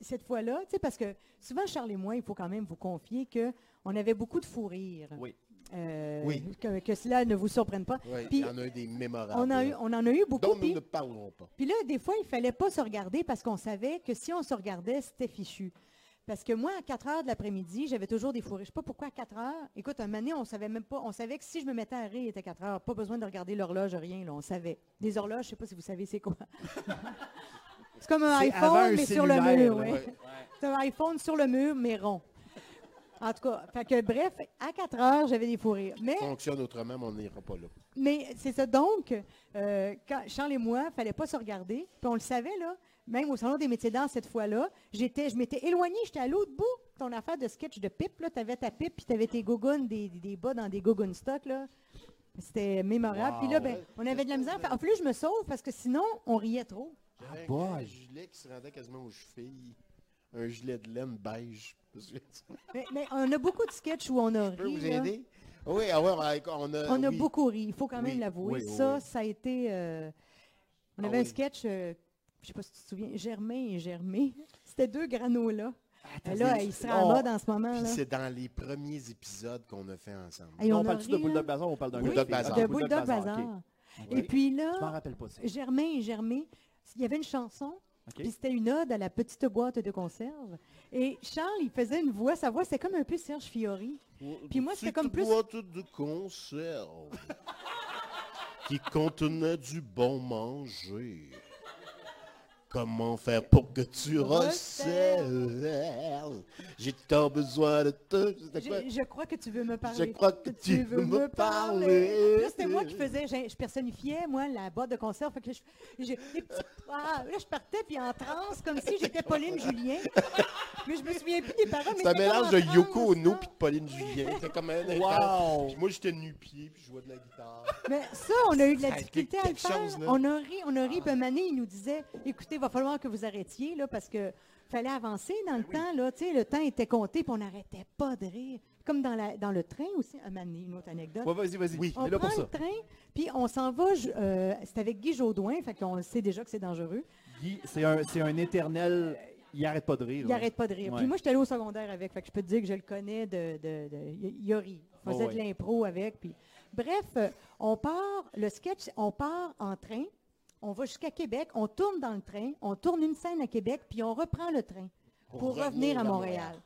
Speaker 3: cette fois-là, tu sais, parce que souvent, Charles et moi, il faut quand même vous confier qu'on avait beaucoup de fou rire.
Speaker 2: Oui.
Speaker 3: Euh,
Speaker 4: Oui.
Speaker 3: Que, que cela ne vous surprenne pas.
Speaker 4: Oui, il
Speaker 3: Puis,
Speaker 4: y en a eu des mémorables.
Speaker 3: On, a eu, on en a eu beaucoup.
Speaker 4: dont nous
Speaker 3: Puis,
Speaker 4: ne parlerons pas.
Speaker 3: puis là, des fois, il fallait pas se regarder parce qu'on savait que si on se regardait, c'était fichu. Parce que moi, à 4 heures de l'après-midi, j'avais toujours des fous rires. Je sais pas pourquoi à 4 heures. Écoute, un moment donné, on savait même pas. On savait que si je me mettais à rire, il était 4 heures. Pas besoin de regarder l'horloge, rien. Là, on savait. Des horloges, je sais pas si vous savez
Speaker 2: [LAUGHS]
Speaker 3: c'est quoi. c'est comme un
Speaker 2: C'est
Speaker 3: iPhone,
Speaker 2: avant un
Speaker 3: mais sur le
Speaker 2: cellulaire,
Speaker 3: mur.
Speaker 2: là.
Speaker 3: ouais.
Speaker 4: Ouais.
Speaker 3: C'est un iPhone sur le mur, mais rond. En tout cas, fait que, bref, à 4 heures, j'avais des fous rires. Mais
Speaker 4: Fonctionne autrement, mais on n'ira pas là.
Speaker 3: mais c'est ça. Donc, euh, quand Charles et moi, fallait pas se regarder. Puis on le savait, là. Même au Salon des métiers d'art, cette fois-là, j'étais, je m'étais éloignée, j'étais à l'autre bout. Ton affaire de sketch de pipe, là, t'avais ta pipe, puis t'avais tes gougounes, des, des- des bas dans des gougounes stock, là. C'était mémorable.
Speaker 2: Wow.
Speaker 3: Puis là, ben, on avait de la misère. En plus, je me sauve parce que sinon, on riait trop.
Speaker 4: J'avais un-
Speaker 2: boy.
Speaker 4: un gilet qui se rendait quasiment aux chevilles. Un gilet de laine beige. [LAUGHS] Je
Speaker 3: Mais, mais on a beaucoup de sketchs où on a
Speaker 4: peux
Speaker 3: ri.
Speaker 4: vous
Speaker 3: là.
Speaker 4: aider? Oui, ah ouais, on a,
Speaker 3: On a
Speaker 4: oui.
Speaker 3: beaucoup ri, il faut quand même
Speaker 4: Oui,
Speaker 3: l'avouer.
Speaker 4: oui, oui,
Speaker 3: ça,
Speaker 4: oui.
Speaker 3: ça a été... euh, on
Speaker 4: Ah
Speaker 3: avait un
Speaker 4: oui.
Speaker 3: sketch, euh, je ne sais pas si tu te souviens, Germain et Germain. [LAUGHS] C'était deux granos-là.
Speaker 2: Attends,
Speaker 3: là,
Speaker 2: c'est- Oh,
Speaker 3: ils seraient en
Speaker 2: on-
Speaker 3: mode en ce moment.
Speaker 4: Puis
Speaker 3: Là.
Speaker 4: c'est dans les premiers épisodes qu'on a fait ensemble.
Speaker 3: Hey,
Speaker 2: Non,
Speaker 3: on
Speaker 2: on
Speaker 3: a
Speaker 2: parle-tu
Speaker 3: ri,
Speaker 2: de
Speaker 3: là,
Speaker 2: Bulldog Bazar on parle d'un
Speaker 4: Oui,
Speaker 2: Gunfish?
Speaker 4: de Bazar.
Speaker 2: Ah,
Speaker 3: de Bulldog Bazar.
Speaker 2: ok.
Speaker 3: Et puis
Speaker 2: Je m'en
Speaker 3: là,
Speaker 2: rappelle pas, ça.
Speaker 3: Germain et Germain, il y avait une chanson,
Speaker 2: Ok.
Speaker 3: puis c'était une ode à la petite boîte de conserve. Et Charles, il faisait une voix, sa voix, c'était comme un peu Serge Fiori. Puis moi, c'était
Speaker 4: Petite
Speaker 3: comme plus-
Speaker 4: boîte de conserve [LAUGHS] qui contenait du bon manger. Comment faire pour que tu recèles J'ai tant besoin de te... C'était quoi?
Speaker 3: Je, je crois que tu veux me parler.
Speaker 4: Je crois que tu veux me parler.
Speaker 3: Puis Là, c'était moi qui faisais, j'ai- je personnifiais, moi, la boîte de concert. Fait que je, j'ai des petits- ah, là, je partais, puis en transe, comme si j'étais Pauline Julien. Mais je me souviens plus des paroles. mais
Speaker 4: C'est un
Speaker 3: c'était
Speaker 4: mélange
Speaker 3: comme
Speaker 4: de
Speaker 3: en
Speaker 4: Yoko
Speaker 3: transe,
Speaker 4: Ono
Speaker 3: là.
Speaker 4: et de
Speaker 3: [LAUGHS]
Speaker 4: Pauline Julien. C'était comme un
Speaker 2: Wow.
Speaker 4: Puis moi, j'étais nu-pied puis je jouais de la guitare.
Speaker 3: Mais ça, on a eu de la
Speaker 4: Ça a été
Speaker 3: difficulté à le
Speaker 4: quelque
Speaker 3: faire.
Speaker 4: chose, là. Ah.
Speaker 3: on a ri, on a ri. Puis à un moment donné, il nous disait, écoutez, il va falloir que vous arrêtiez, là, parce que fallait avancer dans
Speaker 4: Ben
Speaker 3: le temps, là. Tu sais, le temps était compté, puis on n'arrêtait pas de rire. Comme dans, la, dans le train aussi, un moment donné, une autre anecdote.
Speaker 2: Ouais, vas-y, vas-y.
Speaker 4: Oui.
Speaker 2: on
Speaker 3: On
Speaker 2: est là
Speaker 3: prend
Speaker 2: pour
Speaker 3: le
Speaker 2: ça.
Speaker 3: train, puis on s'en va. je- euh, c'est avec Guy Jodoin, fait qu'on sait déjà que c'est dangereux.
Speaker 2: Guy, c'est un, c'est un éternel... Il arrête pas de rire.
Speaker 3: Il
Speaker 2: ouais.
Speaker 3: arrête pas de rire.
Speaker 2: Ouais.
Speaker 3: Puis moi, j'étais allé au secondaire avec, fait que je peux te dire que je le connais de, de, de- il- il a ri. On faisait
Speaker 2: Oh,
Speaker 3: de
Speaker 2: ouais.
Speaker 3: l'impro avec. Puis... Bref, euh, on part, le sketch, on part en train, on va jusqu'à Québec, on tourne dans le train, on tourne une scène à Québec, puis on reprend le train pour, revenir à Montréal.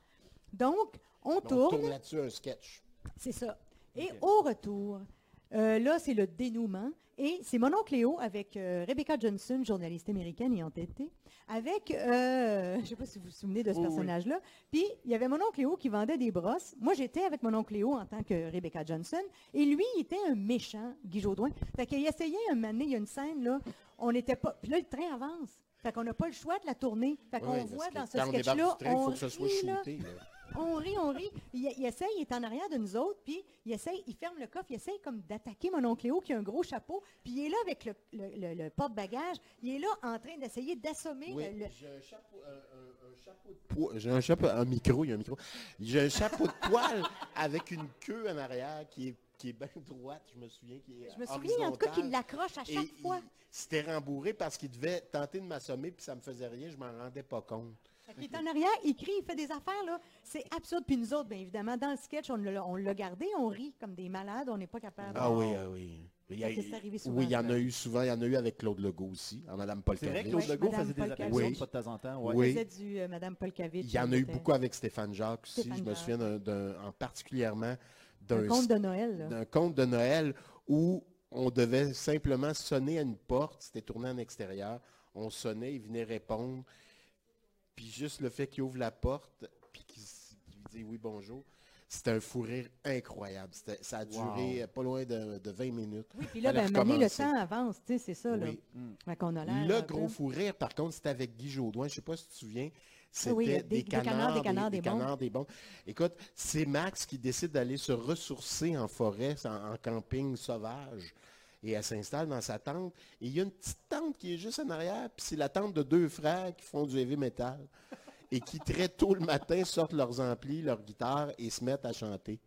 Speaker 3: Donc, on
Speaker 4: On
Speaker 3: tourne,
Speaker 4: tourne là-dessus un sketch.
Speaker 3: C'est ça. Et au retour, euh, là, c'est le dénouement. Et c'est mon oncle Léo avec euh, Rebecca Johnson, journaliste américaine et entêtée, avec, euh, [LAUGHS] je ne sais pas si vous vous souvenez de ce
Speaker 4: Oh,
Speaker 2: Oui, oui.
Speaker 3: personnage-là. Puis, il y avait mon oncle Léo qui vendait des brosses. Moi, j'étais avec mon oncle Léo en tant que Rebecca Johnson. Et lui, il était un méchant, Guy Jodoin. Fait qu'il essayait un moment donné, il y a une scène, là, on n'était pas... Puis là, le train avance. Fait qu'on n'a pas le choix de la tourner. Fait qu'on
Speaker 4: Ouais, parce
Speaker 3: voit
Speaker 4: que
Speaker 3: dans ce
Speaker 4: quand on débarque
Speaker 3: sketch-là,
Speaker 4: du train,
Speaker 3: on,
Speaker 4: faut que ce soit
Speaker 3: rit, là.
Speaker 4: shooté. là.
Speaker 3: On rit, on rit. Il, il essaye, il est en arrière de nous autres, puis il essaye, il ferme le coffre, il essaye comme d'attaquer mon oncle Léo qui a un gros chapeau, puis il est là avec le, le- le- le porte-bagages, il est là en train d'essayer d'assommer
Speaker 4: Oui,
Speaker 3: le- le-
Speaker 4: j'ai un chapeau, un- un- un chapeau de poil. J'ai un chapeau, un micro, il y a un micro. J'ai un chapeau de poil avec une queue en arrière qui est, qui est bien droite, je me souviens. Qui est
Speaker 3: Je me souviens en tout cas qu'il
Speaker 4: horizontale.
Speaker 3: l'accroche à
Speaker 4: Et
Speaker 3: chaque
Speaker 4: il-
Speaker 3: fois.
Speaker 4: C'était rembourré parce qu'il devait tenter de m'assommer, puis ça me faisait rien, je m'en rendais pas compte.
Speaker 3: Il est en arrière, il crie, il fait des affaires, là. C'est absurde. Puis nous autres, bien évidemment, dans le sketch, on l'a on l'a gardé, on rit comme des malades, on n'est pas capable.
Speaker 4: Ah oui, ah oui. Il y a-
Speaker 3: Parce que c'est arrivé souvent,
Speaker 4: oui, il y en
Speaker 3: ça.
Speaker 4: a eu souvent, il y en a eu avec Claude Legault aussi, en Madame Paul
Speaker 2: C'est vrai que
Speaker 3: Oui,
Speaker 2: Claude Legault
Speaker 3: Madame
Speaker 2: faisait des
Speaker 3: Polkavich.
Speaker 2: apparitions
Speaker 4: Oui.
Speaker 2: de fois de temps en temps. ouais.
Speaker 3: On
Speaker 4: Oui.
Speaker 3: faisait du euh, Madame Polkavitch.
Speaker 4: Il y en a eu
Speaker 3: c'était
Speaker 4: beaucoup avec Stéphane Jacques aussi,
Speaker 3: Stéphane
Speaker 4: je me
Speaker 3: Jacques.
Speaker 4: souviens d'un- d'un- en particulièrement
Speaker 3: Un
Speaker 4: d'un
Speaker 3: conte de Noël, là.
Speaker 4: d'un conte de Noël où on devait simplement sonner à une porte, c'était tourné en extérieur, on sonnait, il venait répondre, puis juste le fait qu'il ouvre la porte, puis qu'il s- qu'il dit oui bonjour, C'était un fou rire incroyable. C'était- Ça a duré euh, pas loin de, de 20 minutes.
Speaker 3: Oui, puis là, ben,
Speaker 4: Fallait
Speaker 3: à un moment donné, le
Speaker 4: recommencer.
Speaker 3: temps avance, tu sais, c'est ça. Là.
Speaker 4: Oui.
Speaker 3: Fait qu'on a l'air,
Speaker 4: Le
Speaker 3: euh,
Speaker 4: gros fou rire, par contre, c'était avec Guy Jodoin. Je ne sais pas si tu te souviens. C'était
Speaker 3: Ah oui,
Speaker 4: des,
Speaker 3: des- des
Speaker 4: canards, des, canards, des,
Speaker 3: bombes.
Speaker 4: canards, des bombes. Écoute, c'est Max qui décide d'aller se ressourcer en forêt, en, en camping sauvage. Et elle s'installe dans sa tente. Et il y a une petite tente qui est juste en arrière. Puis c'est la tente de deux frères qui font du
Speaker 3: [LAUGHS]
Speaker 4: heavy metal. Et qui, très tôt le matin, sortent leurs amplis, leurs guitares et se mettent à chanter.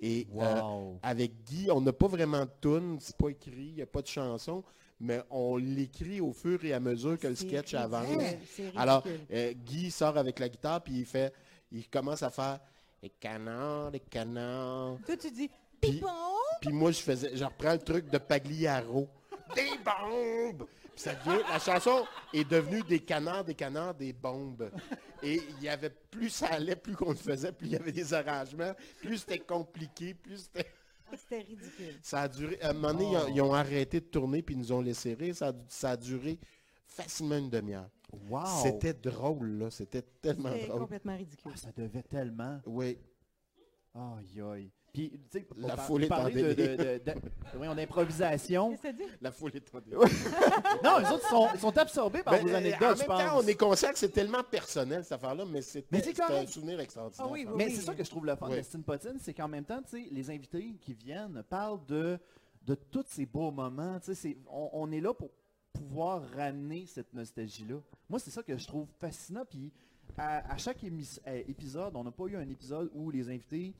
Speaker 4: Et euh, avec Guy, on n'a pas vraiment de tune, c'est pas écrit, il n'y a pas de chanson, mais on l'écrit au fur et à mesure que le
Speaker 3: c'est
Speaker 4: sketch
Speaker 3: ridicule,
Speaker 4: avance.
Speaker 3: c'est ridicule.
Speaker 4: Alors, euh, Guy sort avec la guitare, puis il fait, il commence à faire les canards, les canards.
Speaker 3: Toi, tu dis
Speaker 4: Puis-
Speaker 3: pipon!
Speaker 4: Puis moi, je faisais, je reprends le truc de Pagliaro. Des bombes! Puis ça devient, la chanson est devenue des canards, des canards, des bombes. Et il y avait, plus ça allait, plus qu'on le faisait, plus il y avait des arrangements, plus c'était compliqué, plus c'était...
Speaker 3: Ah, C'était ridicule.
Speaker 4: Ça a duré. À un moment donné, ils, ont, ils ont arrêté de tourner puis ils nous ont laissé rire. Ça a, ça a duré facilement une demi-heure.
Speaker 2: Wow!
Speaker 4: C'était drôle, là. C'était tellement
Speaker 3: C'était
Speaker 4: drôle.
Speaker 3: complètement ridicule.
Speaker 2: Ah, ça devait tellement.
Speaker 4: Oui.
Speaker 2: Aïe, aïe. Puis, tu sais,
Speaker 4: La
Speaker 2: par-
Speaker 4: foule est en
Speaker 2: parler de,
Speaker 4: délire.
Speaker 2: de- de-
Speaker 4: [LAUGHS]
Speaker 2: de- oui, on improvisation.
Speaker 3: Qu'est-ce que ça dit?
Speaker 4: La foule est en délire.
Speaker 2: non, les autres, ils sont, ils sont absorbés par
Speaker 4: Ben,
Speaker 2: vos
Speaker 4: euh,
Speaker 2: anecdotes,
Speaker 4: en
Speaker 2: je
Speaker 4: même
Speaker 2: pense.
Speaker 4: temps, on est conscient que c'est tellement personnel, cette affaire-là, mais
Speaker 2: Mais
Speaker 4: c'était
Speaker 2: c'est
Speaker 4: c'était un
Speaker 2: correct.
Speaker 4: souvenir extraordinaire.
Speaker 3: Ah oui,
Speaker 4: ça.
Speaker 3: oui.
Speaker 2: Mais c'est ça que je trouve le fun
Speaker 4: Oui.
Speaker 2: de Stine Potine, c'est qu'en même temps, tu sais, les invités qui viennent parlent de, de tous ces beaux moments. tu sais, c'est- on, on est là pour pouvoir ramener cette nostalgie-là. Moi, c'est ça que je trouve fascinant. Puis à, à chaque émis- euh, épisode, on n'a pas eu un épisode où les invités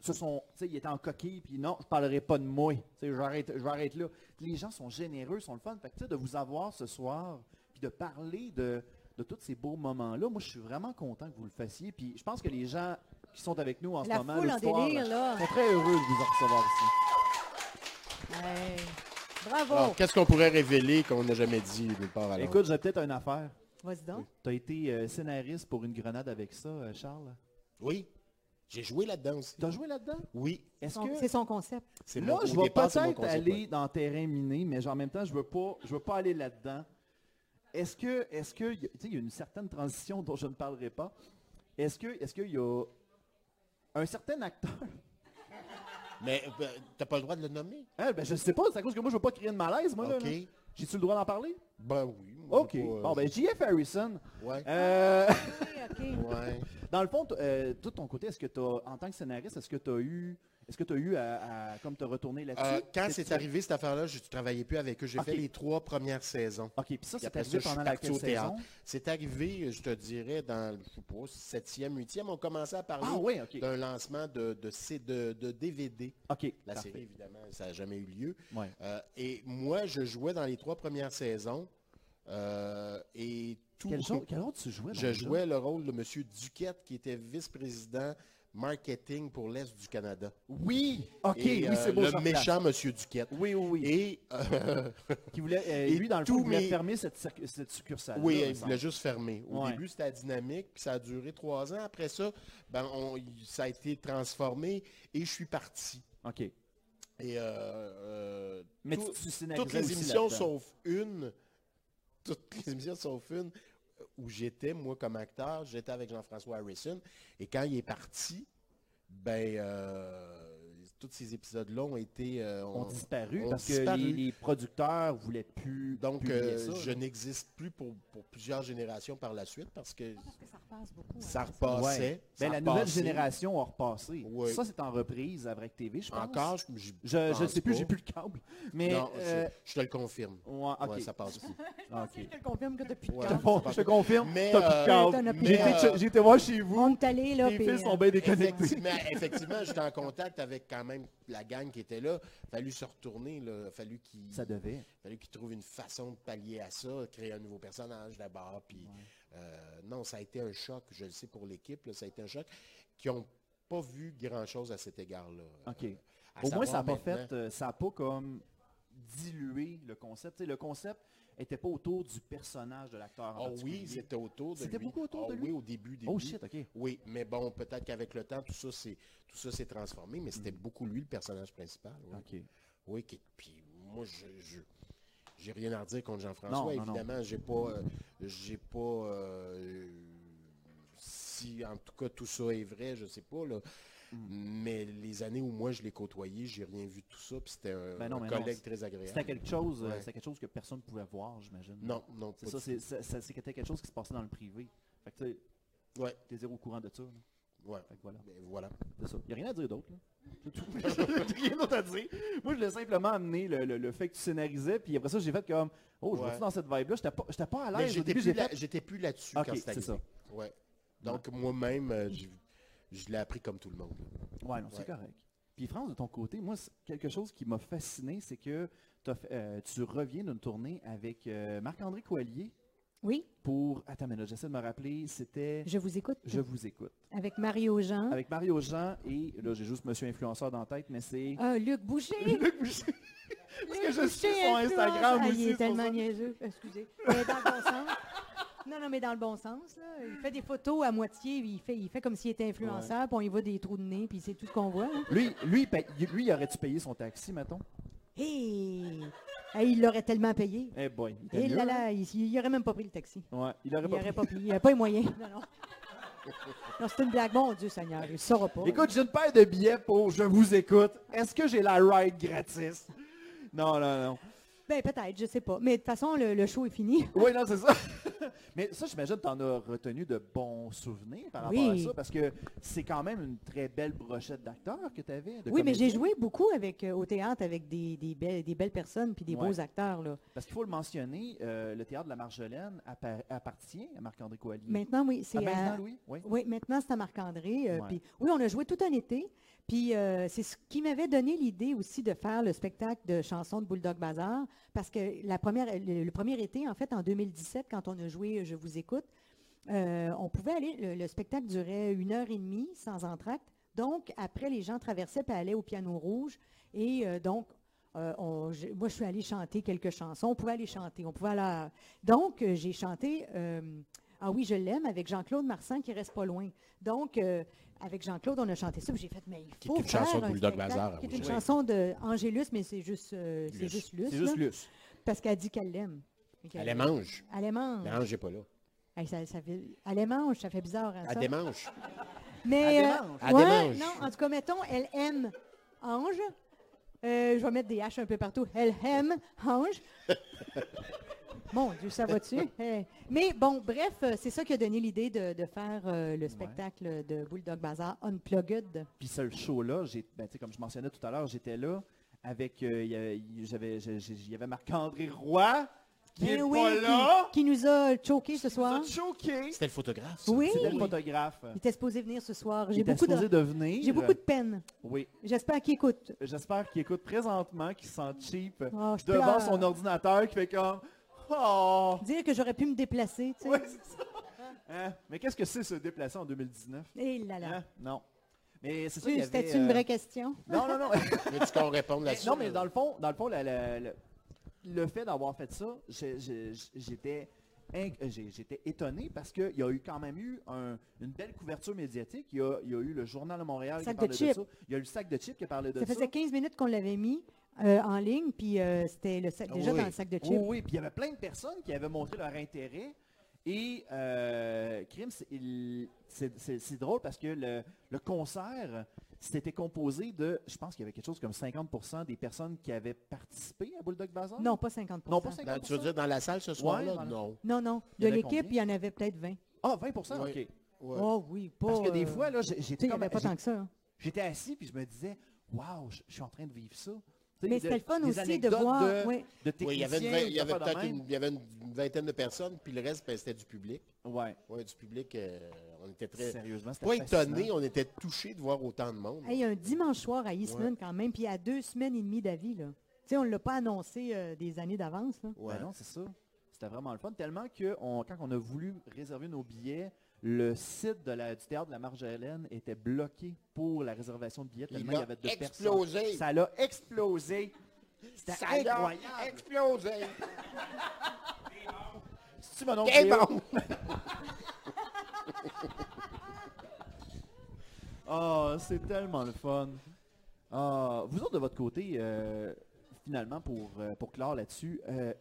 Speaker 2: se sont, tu sais, ils étaient en coquille, puis non, je parlerai pas de moi. Tu sais, j'arrête, je vais arrêter là. Les gens sont généreux, sont le fun. Fait que, tu sais, de vous avoir ce soir, puis de parler de, de tous ces beaux moments-là, moi, je suis vraiment content que vous le fassiez. Puis je pense que les gens qui sont avec nous en
Speaker 3: La
Speaker 2: ce moment,
Speaker 3: foule
Speaker 2: le
Speaker 3: en
Speaker 2: soir,
Speaker 3: délire, là.
Speaker 2: sont très heureux de vous en recevoir ici.
Speaker 3: Hey, Bravo!
Speaker 2: Ah,
Speaker 4: Alors, qu'est-ce qu'on pourrait révéler qu'on n'a jamais dit nulle part alors?
Speaker 2: Écoute, j'ai peut-être une affaire.
Speaker 3: Vas-y donc.
Speaker 2: Tu as été euh, scénariste pour une grenade avec ça, euh, Charles.
Speaker 4: Oui. J'ai joué là-dedans aussi.
Speaker 2: Tu as joué là-dedans?
Speaker 4: Oui.
Speaker 2: Est-ce
Speaker 3: Son-
Speaker 2: que...
Speaker 3: C'est son concept.
Speaker 4: C'est
Speaker 2: Là,
Speaker 4: mon- au
Speaker 2: je vais
Speaker 4: départ, c'est mon
Speaker 2: peut-être
Speaker 4: concept,
Speaker 2: aller
Speaker 4: ouais.
Speaker 2: dans terrain miné, mais en même temps, je veux pas, je veux pas aller là-dedans. Est-ce que, est-ce que, y a- tu sais, il y a une certaine transition dont je ne parlerai pas. Est-ce que, est-ce qu'il y a un certain acteur [LAUGHS]
Speaker 4: Mais euh, t'as pas le droit de le nommer.
Speaker 2: Je ben, je sais pas, c'est à cause que moi je veux pas créer de malaise, moi là,
Speaker 4: Ok.
Speaker 2: là. J'ai-tu le droit d'en parler
Speaker 4: Ben oui. moi,
Speaker 2: Ok.
Speaker 4: j'ai pas, euh,
Speaker 2: Bon ben J.F. Harrison.
Speaker 4: Ouais.
Speaker 2: euh, [LAUGHS]
Speaker 3: OK, OK.
Speaker 4: Ouais.
Speaker 2: dans le fond, t- euh, tout ton côté, est-ce que tu en tant que scénariste, est-ce que tu as eu, est-ce que tu as eu à, à- comme te retourner là-dessus
Speaker 4: Euh, quand
Speaker 2: Qu'est-ce que
Speaker 4: c'est
Speaker 2: tu as-
Speaker 4: arrivé cette affaire-là, je ne travaillais plus avec eux. J'ai
Speaker 2: Ok.
Speaker 4: fait les trois premières saisons.
Speaker 2: Ok, puis ça,
Speaker 4: Puis
Speaker 2: c'est
Speaker 4: après
Speaker 2: arrivé
Speaker 4: ça, je
Speaker 2: pendant
Speaker 4: suis
Speaker 2: la
Speaker 4: parti au théâtre.
Speaker 2: saison.
Speaker 4: C'est arrivé, je te dirais, dans, je sais pas, septième, huitième, on commençait à parler
Speaker 2: Ah oui, ok.
Speaker 4: d'un lancement de, de, C- de- de DVD.
Speaker 2: Ok.
Speaker 4: La
Speaker 2: parfait.
Speaker 4: série, évidemment, ça n'a jamais eu lieu.
Speaker 2: Ouais.
Speaker 4: Euh, et moi, je jouais dans les trois premières saisons. euh, et tout,
Speaker 2: Quel, genre, quel autre tu jouais dans
Speaker 4: [LAUGHS] je
Speaker 2: le jeu?
Speaker 4: jouais le rôle de M. Duquette, qui était vice-président marketing pour l'Est du Canada.
Speaker 2: Oui, ok, oui,
Speaker 4: Et, euh,
Speaker 2: c'est beau. je
Speaker 4: Le
Speaker 2: replace.
Speaker 4: méchant M. Duquette.
Speaker 2: Oui, oui, oui.
Speaker 4: Et euh,
Speaker 2: qui voulait, euh,
Speaker 4: et
Speaker 2: lui, dans le fond,
Speaker 4: tous
Speaker 2: il voulait
Speaker 4: mes-
Speaker 2: fermer cette, cir- cette succursale.
Speaker 4: Oui, il voulait juste fermer. Au
Speaker 2: Ouais.
Speaker 4: début, c'était la dynamique, puis ça a duré trois ans. Après ça, ben, on- il- ça a été transformé et je suis parti.
Speaker 2: OK.
Speaker 4: Et euh, euh,
Speaker 2: Mais
Speaker 4: tout-
Speaker 2: tu, tu scénarisais
Speaker 4: toutes les
Speaker 2: aussi
Speaker 4: émissions
Speaker 2: là-dedans.
Speaker 4: sauf une, toutes les émissions sauf une euh, où j'étais, moi, comme acteur, j'étais avec Jean-François Harrison. Et quand il est parti, ben, euh, tous ces épisodes-là ont été... euh,
Speaker 2: ont
Speaker 4: ont-
Speaker 2: disparu
Speaker 4: ont
Speaker 2: parce que
Speaker 4: disparu.
Speaker 2: les, les producteurs voulaient plus
Speaker 4: donc,
Speaker 2: publier
Speaker 4: euh,
Speaker 2: ça,
Speaker 4: je
Speaker 2: là.
Speaker 4: n'existe plus pour, pour plusieurs générations par la suite parce
Speaker 2: Ah,
Speaker 4: que
Speaker 3: Je pense que ça repasse beaucoup.
Speaker 4: ça
Speaker 3: hein.
Speaker 4: repassait.
Speaker 2: Ouais.
Speaker 4: ça
Speaker 2: Ben, la nouvelle
Speaker 4: repassait.
Speaker 2: génération a repassé.
Speaker 4: Ouais.
Speaker 2: Ça, c'est en reprise à Vrac TV, je pense.
Speaker 4: Encore, je- je
Speaker 2: Je ne
Speaker 4: pense
Speaker 2: sais plus,
Speaker 4: pas.
Speaker 2: j'ai plus le câble. Mais...
Speaker 4: Non, je-
Speaker 2: euh,
Speaker 4: je, te le confirme.
Speaker 2: ouais, ok.
Speaker 4: Ouais, ça passe plus. [LAUGHS]
Speaker 2: Ah,
Speaker 3: Je
Speaker 2: ok.
Speaker 3: te le confirme que depuis
Speaker 4: Ouais.
Speaker 3: quand.
Speaker 2: Bon, je te confirme,
Speaker 4: Mais,
Speaker 2: t'as plus
Speaker 4: euh,
Speaker 2: de câble.
Speaker 3: t'en as plus
Speaker 2: J'ai
Speaker 4: de
Speaker 2: été-
Speaker 4: câble.
Speaker 2: J'ai été voir chez vous,
Speaker 3: On est allé, là,
Speaker 2: les
Speaker 3: puis,
Speaker 2: fils
Speaker 3: euh,
Speaker 2: sont bien déconnectés.
Speaker 4: Effectivement, effectivement, j'étais en contact avec quand même la gang qui était là. Fallu se retourner, là. Fallu qu'ils
Speaker 2: Ça devait.
Speaker 4: fallu qu'ils trouvent une façon de pallier à ça, créer un nouveau personnage d'abord. Puis euh, non, ça a été un choc, je le sais pour l'équipe, là, ça a été un choc qui n'ont pas vu grand chose à cet égard-là.
Speaker 2: OK.
Speaker 4: Euh, à
Speaker 2: Au moins,
Speaker 4: savoir
Speaker 2: ça n'a pas
Speaker 4: maintenant-
Speaker 2: fait, euh, ça n'a pas comme dilué le concept. Tu sais, le concept n'était pas autour du personnage de l'acteur. en
Speaker 4: Oh oui,
Speaker 2: particulier.
Speaker 4: c'était autour de lui.
Speaker 2: C'était beaucoup autour
Speaker 4: Ah
Speaker 2: de lui?
Speaker 4: Oui, au début, début.
Speaker 2: Oh shit, ok.
Speaker 4: Oui, mais bon, peut-être qu'avec le temps, tout ça s'est tout ça s'est transformé, mais
Speaker 2: Mm.
Speaker 4: c'était beaucoup lui le personnage principal. Oui,
Speaker 2: Ok.
Speaker 4: Oui, qui- puis moi je je- j'ai rien à redire contre
Speaker 2: Non,
Speaker 4: Jean-François.
Speaker 2: non, non.
Speaker 4: Évidemment, j'ai pas euh, j'ai pas euh, si en tout cas tout ça est vrai, je sais pas là.
Speaker 2: Mm.
Speaker 4: Mais les années où moi je l'ai côtoyé, j'ai rien vu de tout ça, puis c'était un,
Speaker 2: Ben non,
Speaker 4: un
Speaker 2: mais non,
Speaker 4: collègue
Speaker 2: c'est-
Speaker 4: très agréable.
Speaker 2: C'était quelque chose, euh,
Speaker 4: Ouais.
Speaker 2: c'était quelque chose que personne ne pouvait voir, j'imagine.
Speaker 4: Non, non,
Speaker 2: C'est
Speaker 4: pas
Speaker 2: ça,
Speaker 4: du
Speaker 2: c'est- ça- ça- c'était quelque chose qui se passait dans le privé. Fait que tu
Speaker 4: tout. Ouais,
Speaker 2: es zéro au courant de ça. là.
Speaker 4: ouais.
Speaker 2: Fait que voilà,
Speaker 4: Mais voilà.
Speaker 2: c'est ça. Il n'y a rien à dire d'autre. là. C'est tout.
Speaker 4: [LAUGHS]
Speaker 2: [LAUGHS] J'ai rien d'autre à dire. Moi, je l'ai simplement amené le, le- le fait que tu scénarisais, puis après ça, j'ai fait comme, oh, je
Speaker 4: Ouais.
Speaker 2: vais dans cette vibe-là. J'étais pas, j'étais pas à
Speaker 4: Mais
Speaker 2: l'aise. Au
Speaker 4: j'étais
Speaker 2: début,
Speaker 4: plus,
Speaker 2: j'ai
Speaker 4: là-
Speaker 2: fait-
Speaker 4: j'étais plus là-dessus
Speaker 2: Ok,
Speaker 4: quand c'est
Speaker 2: c'est
Speaker 4: arrivé.
Speaker 2: ça.
Speaker 4: Ouais. Donc moi-même, euh, je, je l'ai appris comme tout le monde.
Speaker 2: Ouais, non, c'est
Speaker 4: Ouais.
Speaker 2: correct. Puis France, de ton côté, moi, c'est quelque chose qui m'a fasciné, c'est que t'as fait- euh, tu reviens d'une tournée avec euh, Marc-André Coallier
Speaker 3: Oui,
Speaker 2: pour... Attends, mais là, j'essaie de me rappeler, c'était...
Speaker 3: je vous écoute.
Speaker 2: Je vous écoute.
Speaker 3: Avec Mario Jean.
Speaker 2: Avec Mario Jean et, là, j'ai juste Monsieur Influenceur dans la tête, mais c'est...
Speaker 3: Ah, Luc Boucher.
Speaker 2: [LAUGHS] Luc Boucher. Parce que
Speaker 3: Luc
Speaker 2: je suis
Speaker 3: Boucher,
Speaker 2: sur
Speaker 3: influence.
Speaker 2: Instagram
Speaker 3: Ah,
Speaker 2: aussi,
Speaker 3: Il
Speaker 2: c'est
Speaker 3: est
Speaker 2: pour
Speaker 3: tellement
Speaker 2: ça.
Speaker 3: niaiseux. Excusez. Mais dans le bon sens. Non, non, mais dans le bon sens. là. Il fait des photos à moitié. Il fait, il fait comme s'il était influenceur. Puis on y voit des trous de nez. Puis c'est tout ce qu'on voit. hein.
Speaker 2: Lui, lui, il paye- lui, il aurait-tu payé son taxi, mettons?
Speaker 3: Hey! Hey, il l'aurait tellement payé.
Speaker 2: Eh boy, il était
Speaker 3: Et
Speaker 2: mieux,
Speaker 3: là,
Speaker 2: hein?
Speaker 3: là, il il aurait même pas pris le taxi.
Speaker 2: Ouais, il aurait
Speaker 3: Il
Speaker 2: pas pris.
Speaker 3: n'aurait pas pris. Il n'y a pas
Speaker 2: [LAUGHS]
Speaker 3: les moyens. Non, non. Non, c'est une blague. Mon Dieu, Seigneur, il ne saura pas.
Speaker 2: Écoute, j'ai une paire de billets pour Je vous écoute. Est-ce que j'ai la ride gratis? Non, non, non.
Speaker 3: Ben, peut-être, je sais pas. Mais de toute façon, le, le show est fini.
Speaker 2: Oui, non, c'est ça. [LAUGHS] Mais ça, j'imagine que tu en as retenu de bons souvenirs par rapport
Speaker 3: Oui.
Speaker 2: à ça, parce que c'est quand même une très belle brochette d'acteurs que tu avais.
Speaker 3: Oui, mais j'ai joué beaucoup avec, euh, au théâtre avec des, des belles, des belles personnes puis des
Speaker 2: Ouais.
Speaker 3: beaux acteurs. Là.
Speaker 2: Parce qu'il faut le mentionner, euh, le théâtre de la Marjolaine appa- appartient à Marc-André Coallier.
Speaker 3: Maintenant, oui,
Speaker 2: Ah,
Speaker 3: c'est à-
Speaker 2: maintenant, Louis? Oui.
Speaker 3: Oui, maintenant, c'est à Marc-André. euh,
Speaker 2: Ouais.
Speaker 3: puis- oui, on a joué tout un été. Puis euh, c'est ce qui m'avait donné l'idée aussi de faire le spectacle de chansons de Bulldog Bazar. Parce que la première, le, le premier été, en fait, en 2017, quand on a joué Je vous écoute, euh, on pouvait aller, le, le spectacle durait une heure et demie sans entracte. Donc, après, les gens traversaient et allaient au piano rouge. Et euh, donc, euh, on- je- moi, je suis allée chanter quelques chansons. On pouvait aller chanter. On pouvait aller à- Donc, euh, j'ai chanté euh, Ah oui, je l'aime avec Jean-Claude Marsan qui reste pas loin. Donc, euh, avec Jean-Claude, on a chanté ça. puis J'ai fait, mais il
Speaker 4: est
Speaker 3: faut
Speaker 4: une
Speaker 3: faire
Speaker 4: chanson de
Speaker 3: un
Speaker 4: Bulldog
Speaker 3: spectacle
Speaker 4: Bazar,
Speaker 3: qui est
Speaker 4: oui.
Speaker 3: une
Speaker 4: Oui.
Speaker 3: chanson d'Angélus, mais c'est juste, euh, c'est
Speaker 4: Luce.
Speaker 3: juste Luce.
Speaker 2: C'est juste
Speaker 3: là,
Speaker 2: Luce.
Speaker 3: Parce qu'elle dit qu'elle l'aime.
Speaker 4: Elle les mange.
Speaker 3: Elle mange.
Speaker 4: Non, j'ai pas là.
Speaker 3: Hey, ça, ça fait- elle les mange, ça fait bizarre. hein,
Speaker 4: Elle
Speaker 3: ça.
Speaker 4: démange.
Speaker 3: Mais,
Speaker 2: Elle
Speaker 3: euh,
Speaker 2: démange.
Speaker 4: Elle
Speaker 3: ouais,
Speaker 4: démange.
Speaker 3: Non, en tout cas, mettons, elle aime Ange. Euh, je vais mettre des H un peu partout. Elle aime
Speaker 2: [LAUGHS]
Speaker 3: Ange. Mon Dieu, ça va-tu? Euh, Mais bon, bref, euh, c'est ça qui a donné l'idée de, de faire euh, le spectacle de Bulldog Bazaar Unplugged.
Speaker 2: Puis ce show-là, j'ai- ben, tu sais, comme je mentionnais tout à l'heure, j'étais là avec... euh, il y avait- il j'avais- j'ai- j'ai- il y avait Marc-André Roy, qui
Speaker 3: Eh
Speaker 2: est
Speaker 3: oui,
Speaker 2: pas
Speaker 3: qui-
Speaker 2: là,
Speaker 3: qui, nous a choqués ce
Speaker 2: qui nous
Speaker 3: soir.
Speaker 2: a choqué.
Speaker 4: C'était le photographe. ça.
Speaker 3: Oui,
Speaker 2: C'était le
Speaker 3: il
Speaker 2: photographe.
Speaker 3: était supposé venir ce soir.
Speaker 2: Il
Speaker 3: J'ai
Speaker 2: était
Speaker 3: beaucoup,
Speaker 2: supposé
Speaker 3: de...
Speaker 2: de venir.
Speaker 3: j'ai beaucoup de peine.
Speaker 2: Oui.
Speaker 3: J'espère qu'il écoute.
Speaker 2: J'espère qu'il écoute présentement, qu'il se sent cheap
Speaker 3: Oh, je
Speaker 2: devant
Speaker 3: pleure.
Speaker 2: son ordinateur, qui fait comme...
Speaker 3: [LAUGHS]
Speaker 2: Oh!
Speaker 3: Dire que j'aurais pu me déplacer, tu sais.
Speaker 2: Ouais, c'est ça. Hein? Mais qu'est-ce que c'est se déplacer en 2019?
Speaker 3: Eh là là.
Speaker 2: Hein? Non. Mais c'est ça qu'il y
Speaker 3: Oui,
Speaker 2: avait...
Speaker 3: C'était une
Speaker 2: euh,
Speaker 3: vraie question.
Speaker 2: Non, non, non. [LAUGHS]
Speaker 4: Veux-tu qu'on réponde
Speaker 2: Mais
Speaker 4: là-dessus?
Speaker 2: non, mais dans le fond, dans le, fond la- la- la- le fait d'avoir fait ça, j'ai- j'ai- j'étais inc- euh, j'ai- j'étais étonné parce qu'il y a eu quand même eu un- une belle couverture médiatique. Il y a, il y a eu le Journal de Montréal
Speaker 3: Sac
Speaker 2: qui parlait
Speaker 3: de
Speaker 2: de,
Speaker 3: chips.
Speaker 2: ça. Il y a eu le sac de chips qui parlait de
Speaker 3: Ça
Speaker 2: ça.
Speaker 3: faisait 15 minutes qu'on l'avait mis euh, en ligne, puis euh, c'était le sac-
Speaker 4: Ah
Speaker 3: déjà
Speaker 4: oui.
Speaker 3: dans le sac de chips.
Speaker 2: Oui, Oh. oui, puis il y avait plein de personnes qui avaient montré leur intérêt. Et euh, Crime, c'est- il- c'est c'est- c'est drôle parce que le, le concert, c'était composé de, je pense qu'il y avait quelque chose comme 50% des personnes qui avaient participé à Bulldog Bazaar.
Speaker 3: Non, pas 50
Speaker 2: Non, pas
Speaker 4: Dans-
Speaker 2: 50%.
Speaker 4: Ben, tu veux dire dans la salle ce soir-là?
Speaker 2: dans le-
Speaker 4: Non.
Speaker 3: Non, non.
Speaker 2: Il y
Speaker 3: De
Speaker 2: en avait
Speaker 3: l'équipe,
Speaker 2: combien?
Speaker 3: il y en avait peut-être 20.
Speaker 2: Ah, 20%,
Speaker 4: Oui.
Speaker 2: ok.
Speaker 4: Ouais.
Speaker 3: Oh oui, pas...
Speaker 2: Parce que des
Speaker 3: euh,
Speaker 2: fois, là, j'ai-
Speaker 3: tu sais,
Speaker 2: j'étais
Speaker 3: il n'y
Speaker 2: comme-
Speaker 3: avait pas tant que ça. hein.
Speaker 2: j'étais assis puis je me disais, waouh, je je suis en train de vivre ça. Tu sais,
Speaker 3: Mais
Speaker 2: de-
Speaker 3: c'était le fun
Speaker 2: des
Speaker 3: aussi de
Speaker 2: anecdotes
Speaker 3: voir...
Speaker 2: De,
Speaker 3: ouais.
Speaker 2: de
Speaker 4: Oui, il y avait, une
Speaker 2: techniciens,
Speaker 4: vingt- il y
Speaker 2: des
Speaker 4: avait
Speaker 2: affaires de
Speaker 4: peut-être
Speaker 2: même.
Speaker 4: une, il y avait une vingtaine de personnes, puis le reste, ben, c'était du public.
Speaker 2: Ouais,
Speaker 4: Oui, du public, euh, on était très...
Speaker 2: sérieusement, c'était
Speaker 4: Pas
Speaker 2: fascinant.
Speaker 4: étonnés, on était touchés de voir autant de monde.
Speaker 3: Hey, un dimanche soir à Eastman quand même, puis à deux semaines et demie d'avis, là. Tu sais, on ne l'a pas annoncé euh, des années d'avance, là.
Speaker 2: Ben
Speaker 4: Ouais.
Speaker 2: non, c'est ça. C'était vraiment le fun. Tellement que on- quand on a voulu réserver nos billets, le site de la, du théâtre de la Marjolaine était bloqué pour la réservation de billets.
Speaker 4: Il
Speaker 2: Tellement il y
Speaker 4: a
Speaker 2: avait de personnes.
Speaker 4: explosé.
Speaker 2: Ça l'a explosé. C'était
Speaker 4: Ça a
Speaker 2: incroyable.
Speaker 4: explosé.
Speaker 2: C'est-tu mon Euh, oncle
Speaker 4: Quel
Speaker 2: Léo?
Speaker 4: monde!
Speaker 2: Ah, c'est tellement le fun. Ah, vous autres, de votre côté, euh, finalement, pour, euh, pour clore là-dessus, euh,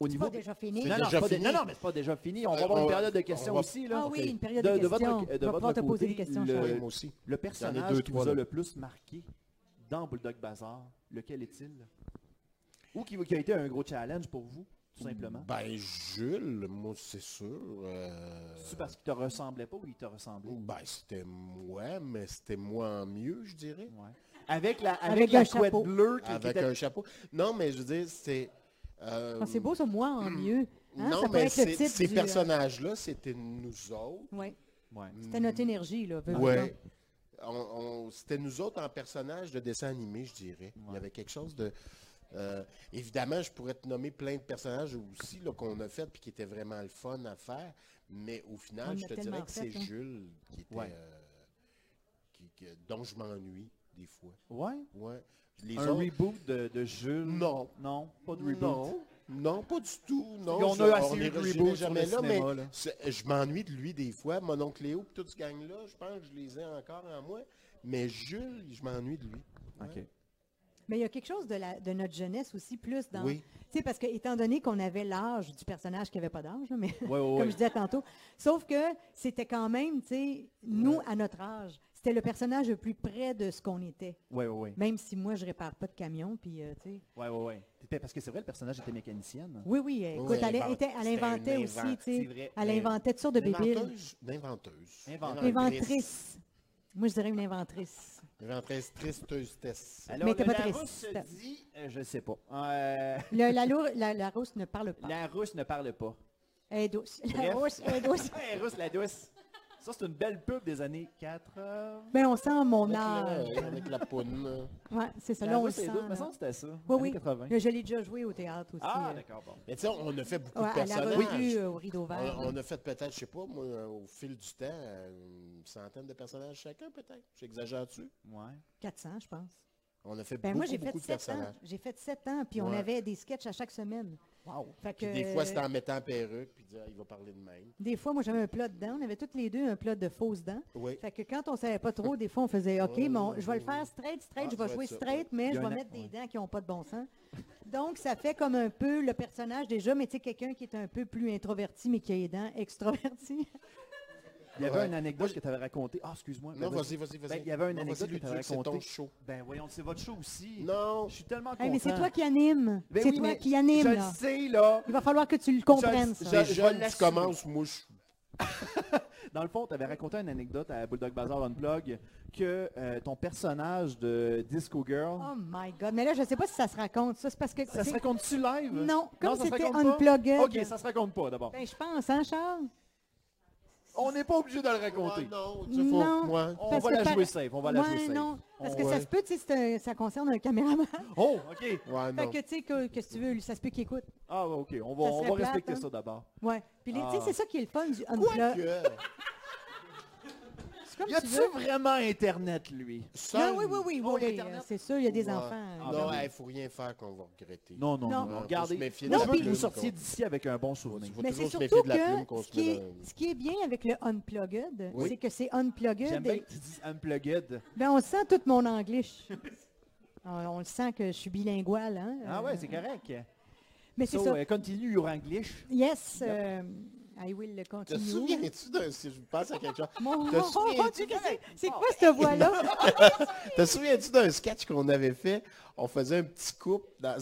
Speaker 2: au
Speaker 3: C'est
Speaker 2: niveau.
Speaker 3: pas déjà fini.
Speaker 4: C'est
Speaker 2: Non, non,
Speaker 4: déjà
Speaker 2: c'est pas dé-
Speaker 4: fini.
Speaker 2: non, non, mais c'est pas déjà fini. On va
Speaker 4: Euh,
Speaker 2: avoir
Speaker 4: on
Speaker 2: une
Speaker 4: va-
Speaker 2: période de
Speaker 4: on
Speaker 2: questions
Speaker 4: va-
Speaker 2: aussi. Là.
Speaker 3: Ah oui, une période
Speaker 2: De,
Speaker 3: de,
Speaker 2: de votre,
Speaker 3: questions.
Speaker 2: de
Speaker 3: Je vais
Speaker 2: votre
Speaker 3: pouvoir te poser
Speaker 2: côté,
Speaker 3: des questions,
Speaker 2: le-
Speaker 3: Charles.
Speaker 4: Oui, moi aussi.
Speaker 2: Le personnage
Speaker 4: deux,
Speaker 2: qui
Speaker 4: trois,
Speaker 2: vous a
Speaker 4: là.
Speaker 2: le plus marqué dans Bulldog Bazaar, lequel est-il Ou qui, qui a été un gros challenge pour vous, tout simplement
Speaker 4: Ben, Jules, moi, c'est sûr. euh,
Speaker 2: C'est parce qu'il te ressemblait pas ou il te ressemblait
Speaker 4: Ben, c'était moi, mais c'était moi en mieux, je dirais.
Speaker 2: Ouais. Avec la, avec
Speaker 3: Avec
Speaker 2: la
Speaker 3: un
Speaker 2: couette
Speaker 3: chapeau.
Speaker 2: bleue qui, qui
Speaker 4: Avec
Speaker 2: était-
Speaker 4: un chapeau. Non, mais je veux dire, c'est... euh,
Speaker 3: Ah, c'est beau, ça, moi, en mieux. Hein,
Speaker 4: non,
Speaker 3: ça pourrait
Speaker 4: mais
Speaker 3: être le
Speaker 4: c'est-
Speaker 3: titre
Speaker 4: ces
Speaker 3: du, euh,
Speaker 4: personnages-là, c'était nous autres.
Speaker 3: Ouais.
Speaker 2: Ouais.
Speaker 3: C'était notre énergie, là. veux, veux
Speaker 4: Ouais.
Speaker 3: pas.
Speaker 4: On- on- c'était nous autres en personnages de dessin animé, je dirais. Il y avait quelque chose de... euh, évidemment, je pourrais te nommer plein de personnages aussi là, qu'on a fait puis qui étaient vraiment le fun à faire, mais au
Speaker 3: On en
Speaker 4: final, je
Speaker 3: a
Speaker 4: te dirais
Speaker 3: tellement
Speaker 4: que c'est
Speaker 3: fait, hein.
Speaker 4: Jules qui était,
Speaker 2: Ouais.
Speaker 4: euh, qui- que- dont je m'ennuie des fois.
Speaker 2: Ouais.
Speaker 4: Ouais. Les
Speaker 2: Un
Speaker 4: autres-
Speaker 2: reboot de, de Jules
Speaker 4: Non.
Speaker 2: Non, pas de reboot.
Speaker 4: non, non, pas du tout. Non,
Speaker 2: Et on
Speaker 4: je-
Speaker 2: a assez eu
Speaker 4: les
Speaker 2: de
Speaker 4: rejetait
Speaker 2: reboot sur
Speaker 4: jamais
Speaker 2: le
Speaker 4: là,
Speaker 2: cinéma,
Speaker 4: mais
Speaker 2: là.
Speaker 4: c'est- je m'ennuie de lui des fois. Mon oncle Léo et toute ce gang-là, je pense que je les ai encore en moi. Mais Jules, je m'ennuie de lui. Ouais.
Speaker 2: Ok.
Speaker 3: Mais il y a quelque chose de, la, de notre jeunesse aussi, plus dans...
Speaker 4: Oui.
Speaker 3: Tu sais, parce que, étant donné qu'on avait l'âge du personnage qui n'avait pas d'âge, là, mais
Speaker 2: Ouais, ouais,
Speaker 3: [LAUGHS] comme
Speaker 2: ouais.
Speaker 3: je disais tantôt, sauf que c'était quand même, tu sais, nous,
Speaker 4: Ouais.
Speaker 3: à notre âge, c'était le personnage le plus près de ce qu'on était.
Speaker 2: Ouais, ouais, ouais.
Speaker 3: Même si moi, je répare pas de camion, puis, euh, tu sais...
Speaker 2: Ouais, ouais, ouais. T'étais- Parce que c'est vrai, le personnage était hein. mécanicienne.
Speaker 3: Oui, oui, écoute,
Speaker 4: Oui,
Speaker 3: elle,
Speaker 4: invente-
Speaker 3: était, elle
Speaker 4: c'était
Speaker 3: inventait
Speaker 4: une
Speaker 3: aussi,
Speaker 4: invente-
Speaker 3: tu
Speaker 2: c'est
Speaker 3: sais.
Speaker 2: vrai.
Speaker 3: Elle
Speaker 2: Mais-
Speaker 3: inventeuse de bébiles.
Speaker 4: D'inventeuse. D'inventeuse.
Speaker 2: Inventeuse.
Speaker 3: Inventrice. Moi, je dirais une inventrice.
Speaker 4: Inventrice tristeuse test.
Speaker 2: Alors,
Speaker 3: Mais t'es
Speaker 2: le
Speaker 3: pas
Speaker 2: Larousse
Speaker 3: triste.
Speaker 2: dit, euh, je sais pas. Euh,
Speaker 3: Le- la, lour- la, la rousse ne parle pas.
Speaker 2: la Russe ne parle pas.
Speaker 3: Elle est douce. La
Speaker 2: Bref.
Speaker 3: rousse elle est
Speaker 2: [LAUGHS]
Speaker 3: douce.
Speaker 2: Ouais, Russe, la douce. Ça, c'est une belle pub des années 80.
Speaker 3: Mais Ben, on sent mon
Speaker 4: Avec,
Speaker 3: âge.
Speaker 4: le- avec la poune.
Speaker 3: Ouais, c'est ça.
Speaker 2: La
Speaker 3: Là, on le
Speaker 2: Russe,
Speaker 3: sent.
Speaker 2: les deux, me
Speaker 3: là.
Speaker 2: semble que c'était ça.
Speaker 3: Oui,
Speaker 2: années
Speaker 3: oui.
Speaker 2: 80.
Speaker 3: Mais Je l'ai déjà joué au théâtre aussi.
Speaker 2: Ah,
Speaker 3: euh.
Speaker 2: d'accord, bon.
Speaker 4: Mais tu sais, on a fait beaucoup
Speaker 3: Ouais,
Speaker 4: de
Speaker 3: à la
Speaker 4: personnages.
Speaker 3: revue euh, au rideau vert.
Speaker 4: On, on a fait peut-être, je sais pas, moi, euh, au fil du temps, euh, une centaine de personnages chacun, peut-être. J'exagère-tu?
Speaker 2: Ouais.
Speaker 3: 400, je pense.
Speaker 4: On a fait
Speaker 3: Ben
Speaker 4: beaucoup,
Speaker 3: moi, j'ai fait
Speaker 4: beaucoup de
Speaker 3: 7 ans.
Speaker 4: personnages.
Speaker 3: J'ai fait 7 ans, puis on
Speaker 4: Ouais.
Speaker 3: avait des sketchs à chaque semaine.
Speaker 2: Wow.
Speaker 3: Fait
Speaker 4: Puis
Speaker 3: que-
Speaker 4: des fois, c'était en mettant perruque, puis dire, Ah, il va parler de même.
Speaker 3: Des fois, moi, j'avais un plat de dents. On avait toutes les deux un plat de fausses dents.
Speaker 4: Oui.
Speaker 3: Fait que quand on ne savait pas trop, des fois, on faisait OK, mais on- je vais le
Speaker 4: ouais, ouais.
Speaker 3: faire straight, straight,
Speaker 4: Ah,
Speaker 3: je
Speaker 4: ça
Speaker 3: vais
Speaker 4: va
Speaker 3: jouer
Speaker 4: être ça,
Speaker 3: straight,
Speaker 4: ouais.
Speaker 3: mais
Speaker 2: Il y
Speaker 3: je
Speaker 2: a
Speaker 3: vais
Speaker 2: un a-
Speaker 3: mettre des dents qui n'ont pas de bon sens. Donc, ça fait comme un peu le personnage déjà, mais tu sais, quelqu'un qui est un peu plus introverti, mais qui a les dents extroverties.
Speaker 2: Il y avait
Speaker 4: Ouais.
Speaker 2: une anecdote que tu avais racontée. Ah, excuse-moi.
Speaker 4: Non,
Speaker 2: Ben,
Speaker 4: vas-y, vas-y, vas-y.
Speaker 2: Ben, il y avait une
Speaker 4: Non,
Speaker 2: anecdote
Speaker 4: vas-y,
Speaker 2: que tu avais
Speaker 4: Luduc, c'est ton
Speaker 2: racontée.
Speaker 4: show.
Speaker 2: Ben voyons, c'est votre show aussi.
Speaker 4: Non.
Speaker 2: Je suis tellement content.
Speaker 3: Hey, mais c'est toi qui anime.
Speaker 2: Ben
Speaker 3: c'est
Speaker 2: oui,
Speaker 3: toi
Speaker 2: mais
Speaker 3: qui anime,
Speaker 2: Je
Speaker 3: là.
Speaker 2: le sais, là.
Speaker 3: Il va falloir que tu le comprennes,
Speaker 2: je-
Speaker 3: ça.
Speaker 4: Déjà,
Speaker 2: je vais
Speaker 4: tu
Speaker 2: l'assumer.
Speaker 4: commences, moi, je suis
Speaker 2: Dans le fond, tu avais raconté une anecdote à Bulldog Bazaar Unplug que euh, ton personnage de Disco Girl...
Speaker 3: Oh my God. Mais là, je ne sais pas si ça se raconte, ça. C'est parce que...
Speaker 2: Ça se
Speaker 3: c'est-
Speaker 2: raconte-tu live?
Speaker 3: Non, comme
Speaker 2: ça se
Speaker 3: c'était
Speaker 2: raconte pas?
Speaker 3: unplugged.
Speaker 2: Ok, ça se raconte pas d'abord.
Speaker 3: Ben, je pense, hein, Charles?
Speaker 2: On n'est pas obligé de le raconter.
Speaker 4: raconté. non, tu vois,
Speaker 3: Non.
Speaker 4: moi.
Speaker 2: On
Speaker 3: Parce
Speaker 2: va
Speaker 3: que
Speaker 2: la
Speaker 3: par-
Speaker 2: jouer safe, on va la jouer
Speaker 3: Ouais,
Speaker 2: safe.
Speaker 3: non. Parce
Speaker 4: On-
Speaker 3: que ça
Speaker 4: ouais.
Speaker 3: se peut, tu sais, c'est un- ça concerne un caméraman.
Speaker 2: Oh, ok.
Speaker 4: Ouais,
Speaker 3: Fait
Speaker 4: non.
Speaker 3: que, tu sais, que, que si tu veux, lui, ça se peut qu'il écoute.
Speaker 2: Ah, ok, on va,
Speaker 3: Ça
Speaker 2: on
Speaker 3: serait
Speaker 2: va
Speaker 3: plate,
Speaker 2: respecter
Speaker 3: hein?
Speaker 2: ça d'abord.
Speaker 3: Ouais. Puis, les- tu
Speaker 2: Ah.
Speaker 3: sais, c'est ça qui est le fun du unplug.
Speaker 4: Que-
Speaker 3: C'est comme
Speaker 2: Y
Speaker 3: tu
Speaker 2: a-tu
Speaker 3: veux.
Speaker 2: vraiment Internet, lui?
Speaker 4: Seul-
Speaker 3: Non, oui, oui, oui, oui,
Speaker 2: Oh,
Speaker 3: oui,
Speaker 2: l'Internet.
Speaker 3: euh, c'est sûr, il y a des
Speaker 4: Ouais. Ah,
Speaker 3: enfants. euh,
Speaker 4: Non,
Speaker 2: ben oui.
Speaker 4: il faut rien faire qu'on va regretter.
Speaker 2: Non, non,
Speaker 3: Non.
Speaker 2: non.
Speaker 4: Ouais,
Speaker 2: regardez.
Speaker 4: faut se méfier
Speaker 2: Moi,
Speaker 3: de
Speaker 2: je
Speaker 3: la
Speaker 2: veux que
Speaker 3: plume,
Speaker 2: vous sortiez
Speaker 4: quoi.
Speaker 2: d'ici avec un bon souvenir.
Speaker 4: Faut
Speaker 3: Mais
Speaker 4: toujours
Speaker 3: c'est
Speaker 4: se
Speaker 3: surtout
Speaker 4: méfier de
Speaker 3: que
Speaker 4: la plume qu'on
Speaker 3: ce,
Speaker 4: se
Speaker 3: qui
Speaker 4: met
Speaker 3: est,
Speaker 4: dans le-
Speaker 3: ce qui est bien avec le unplugged,
Speaker 4: Oui.
Speaker 3: c'est que c'est
Speaker 2: J'aime
Speaker 3: unplugged.
Speaker 2: bien
Speaker 3: et-
Speaker 2: que tu dises unplugged.
Speaker 3: ben, on le sent tout mon anglais. [LAUGHS] on, on le sent que je suis bilingual. Hein,
Speaker 2: Ah
Speaker 3: euh,
Speaker 2: ouais, c'est correct.
Speaker 3: Mais c'est
Speaker 2: So,
Speaker 3: ça.
Speaker 2: euh, continue your English.
Speaker 3: Yes, euh, I will
Speaker 4: Te
Speaker 3: continue.
Speaker 4: souviens-tu d'un... Si je pense à quelque chose...
Speaker 3: Mon [LAUGHS]
Speaker 4: Te
Speaker 3: mon Dieu,
Speaker 4: souviens-tu
Speaker 3: qu'est-ce que c'est
Speaker 4: Oh.
Speaker 3: C'est quoi cette
Speaker 4: [LAUGHS]
Speaker 3: voix-là?
Speaker 4: Te souviens-tu d'un sketch qu'on avait fait? On faisait un petit couple dans...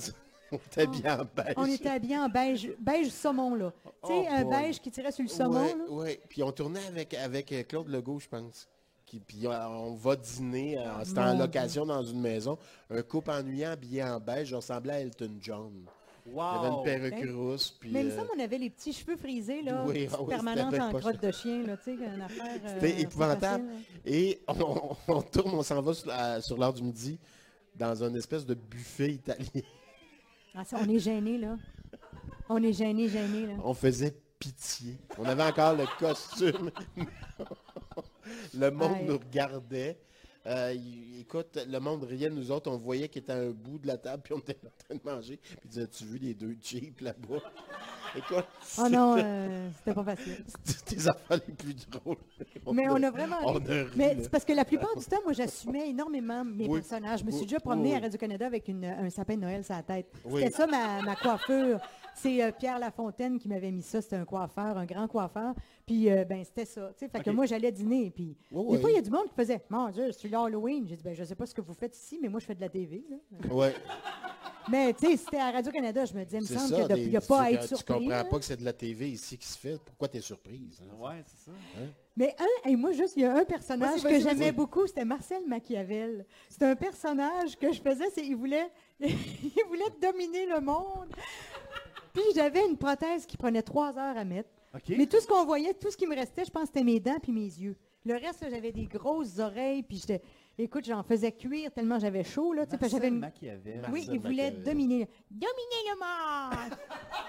Speaker 4: On était bien en beige.
Speaker 3: Oh. On était habillés en beige, beige saumon, là. Tu sais,
Speaker 4: Oh
Speaker 3: un
Speaker 4: boy.
Speaker 3: beige qui tirait sur le saumon,
Speaker 4: ouais,
Speaker 3: là.
Speaker 4: ouais. Puis on tournait avec, avec euh, Claude Legault, je pense. Qui- puis euh, on va dîner, euh, c'était en
Speaker 3: Mon
Speaker 4: location dans une maison. Un couple ennuyant habillé en beige, je ressemblait à Elton John. Il avait une
Speaker 2: Wow.
Speaker 4: perruque
Speaker 3: Ben,
Speaker 4: rousse. Puis,
Speaker 3: Mais il me
Speaker 4: euh,
Speaker 3: semble qu'on avait les petits cheveux frisés, là,
Speaker 4: Oui,
Speaker 3: petites
Speaker 4: ah oui, c'était
Speaker 3: permanentes
Speaker 4: bien
Speaker 3: en
Speaker 4: poche.
Speaker 3: crotte de chien, là, tu sais, une affaire... euh,
Speaker 4: C'était
Speaker 3: pas
Speaker 4: épouvantable.
Speaker 3: facile, là.
Speaker 4: Et on, [LAUGHS] on tourne, on s'en va sur, la- sur l'heure du midi dans une espèce de buffet italien.
Speaker 3: Ah, ça, on est gênés, là. On est gênés, gênés,
Speaker 4: [LAUGHS]
Speaker 3: là.
Speaker 4: On faisait pitié. On avait encore le costume. [LAUGHS] le monde
Speaker 3: Aïe.
Speaker 4: nous regardait. Euh, y- écoute, le monde riait de nous autres. On voyait qu'il était à un bout de la table, puis on était en train de manger. Puis il disait, tu vu les deux jeeps là-bas? [LAUGHS] écoute,
Speaker 3: Oh non, euh, c'était pas facile.
Speaker 4: c'était tes affaires les plus drôles.
Speaker 3: [LAUGHS] Mais on a vraiment...
Speaker 4: Oh, On
Speaker 3: ri.
Speaker 4: a ri,
Speaker 3: Mais
Speaker 4: là.
Speaker 3: c'est parce que la plupart du temps, moi, j'assumais énormément mes
Speaker 4: Oui.
Speaker 3: personnages. Je me suis
Speaker 4: Oui,
Speaker 3: déjà promenée
Speaker 4: oui.
Speaker 3: à Radio-Canada avec une- un sapin de Noël sur la tête.
Speaker 4: Oui.
Speaker 3: C'était ça, ma, ma coiffure. C'est euh, Pierre Lafontaine qui m'avait mis ça. C'était un coiffeur, un grand coiffeur. Puis, euh, ben, c'était ça. Tu sais, fait que
Speaker 2: Ok.
Speaker 3: moi, j'allais dîner. Puis,
Speaker 4: Oui,
Speaker 3: des fois, il y a du monde qui faisait Mon Dieu, c'est l'Halloween. J'ai dit ben, Je sais pas ce que vous faites ici, mais moi, je fais de la TV. là.
Speaker 4: Ouais,
Speaker 3: Mais, tu sais, c'était à Radio-Canada. Je me disais Il me
Speaker 4: c'est
Speaker 3: semble
Speaker 4: ça.
Speaker 3: qu'il n'y a
Speaker 4: des-
Speaker 3: pas à
Speaker 4: tu-
Speaker 3: être
Speaker 4: Tu
Speaker 3: surpris.
Speaker 4: comprends
Speaker 3: là.
Speaker 4: pas que c'est de la TV ici qui se fait. Pourquoi t'es surprise? hein?
Speaker 2: Ouais, c'est ça.
Speaker 3: Mais un, et moi juste, il y a un personnage
Speaker 2: Vas-y, vas-y,
Speaker 3: que j'aimais
Speaker 2: vas-y.
Speaker 3: beaucoup, c'était Marcel Machiavel. C'était un personnage que je faisais, c'est, il voulait, [LAUGHS] il voulait dominer le monde. Puis j'avais une prothèse qui prenait trois heures à mettre.
Speaker 2: OK.
Speaker 3: Mais tout ce qu'on voyait, tout ce qui me restait, je pense, c'était mes dents puis mes yeux. Le reste, là, j'avais des grosses oreilles, puis j'étais, écoute, j'en faisais cuire tellement j'avais chaud là. tu sais, parce que j'avais une-
Speaker 2: Machiavel.
Speaker 3: Oui,
Speaker 4: Marcel
Speaker 3: il voulait
Speaker 4: Machiavel.
Speaker 3: dominer, dominer le monde.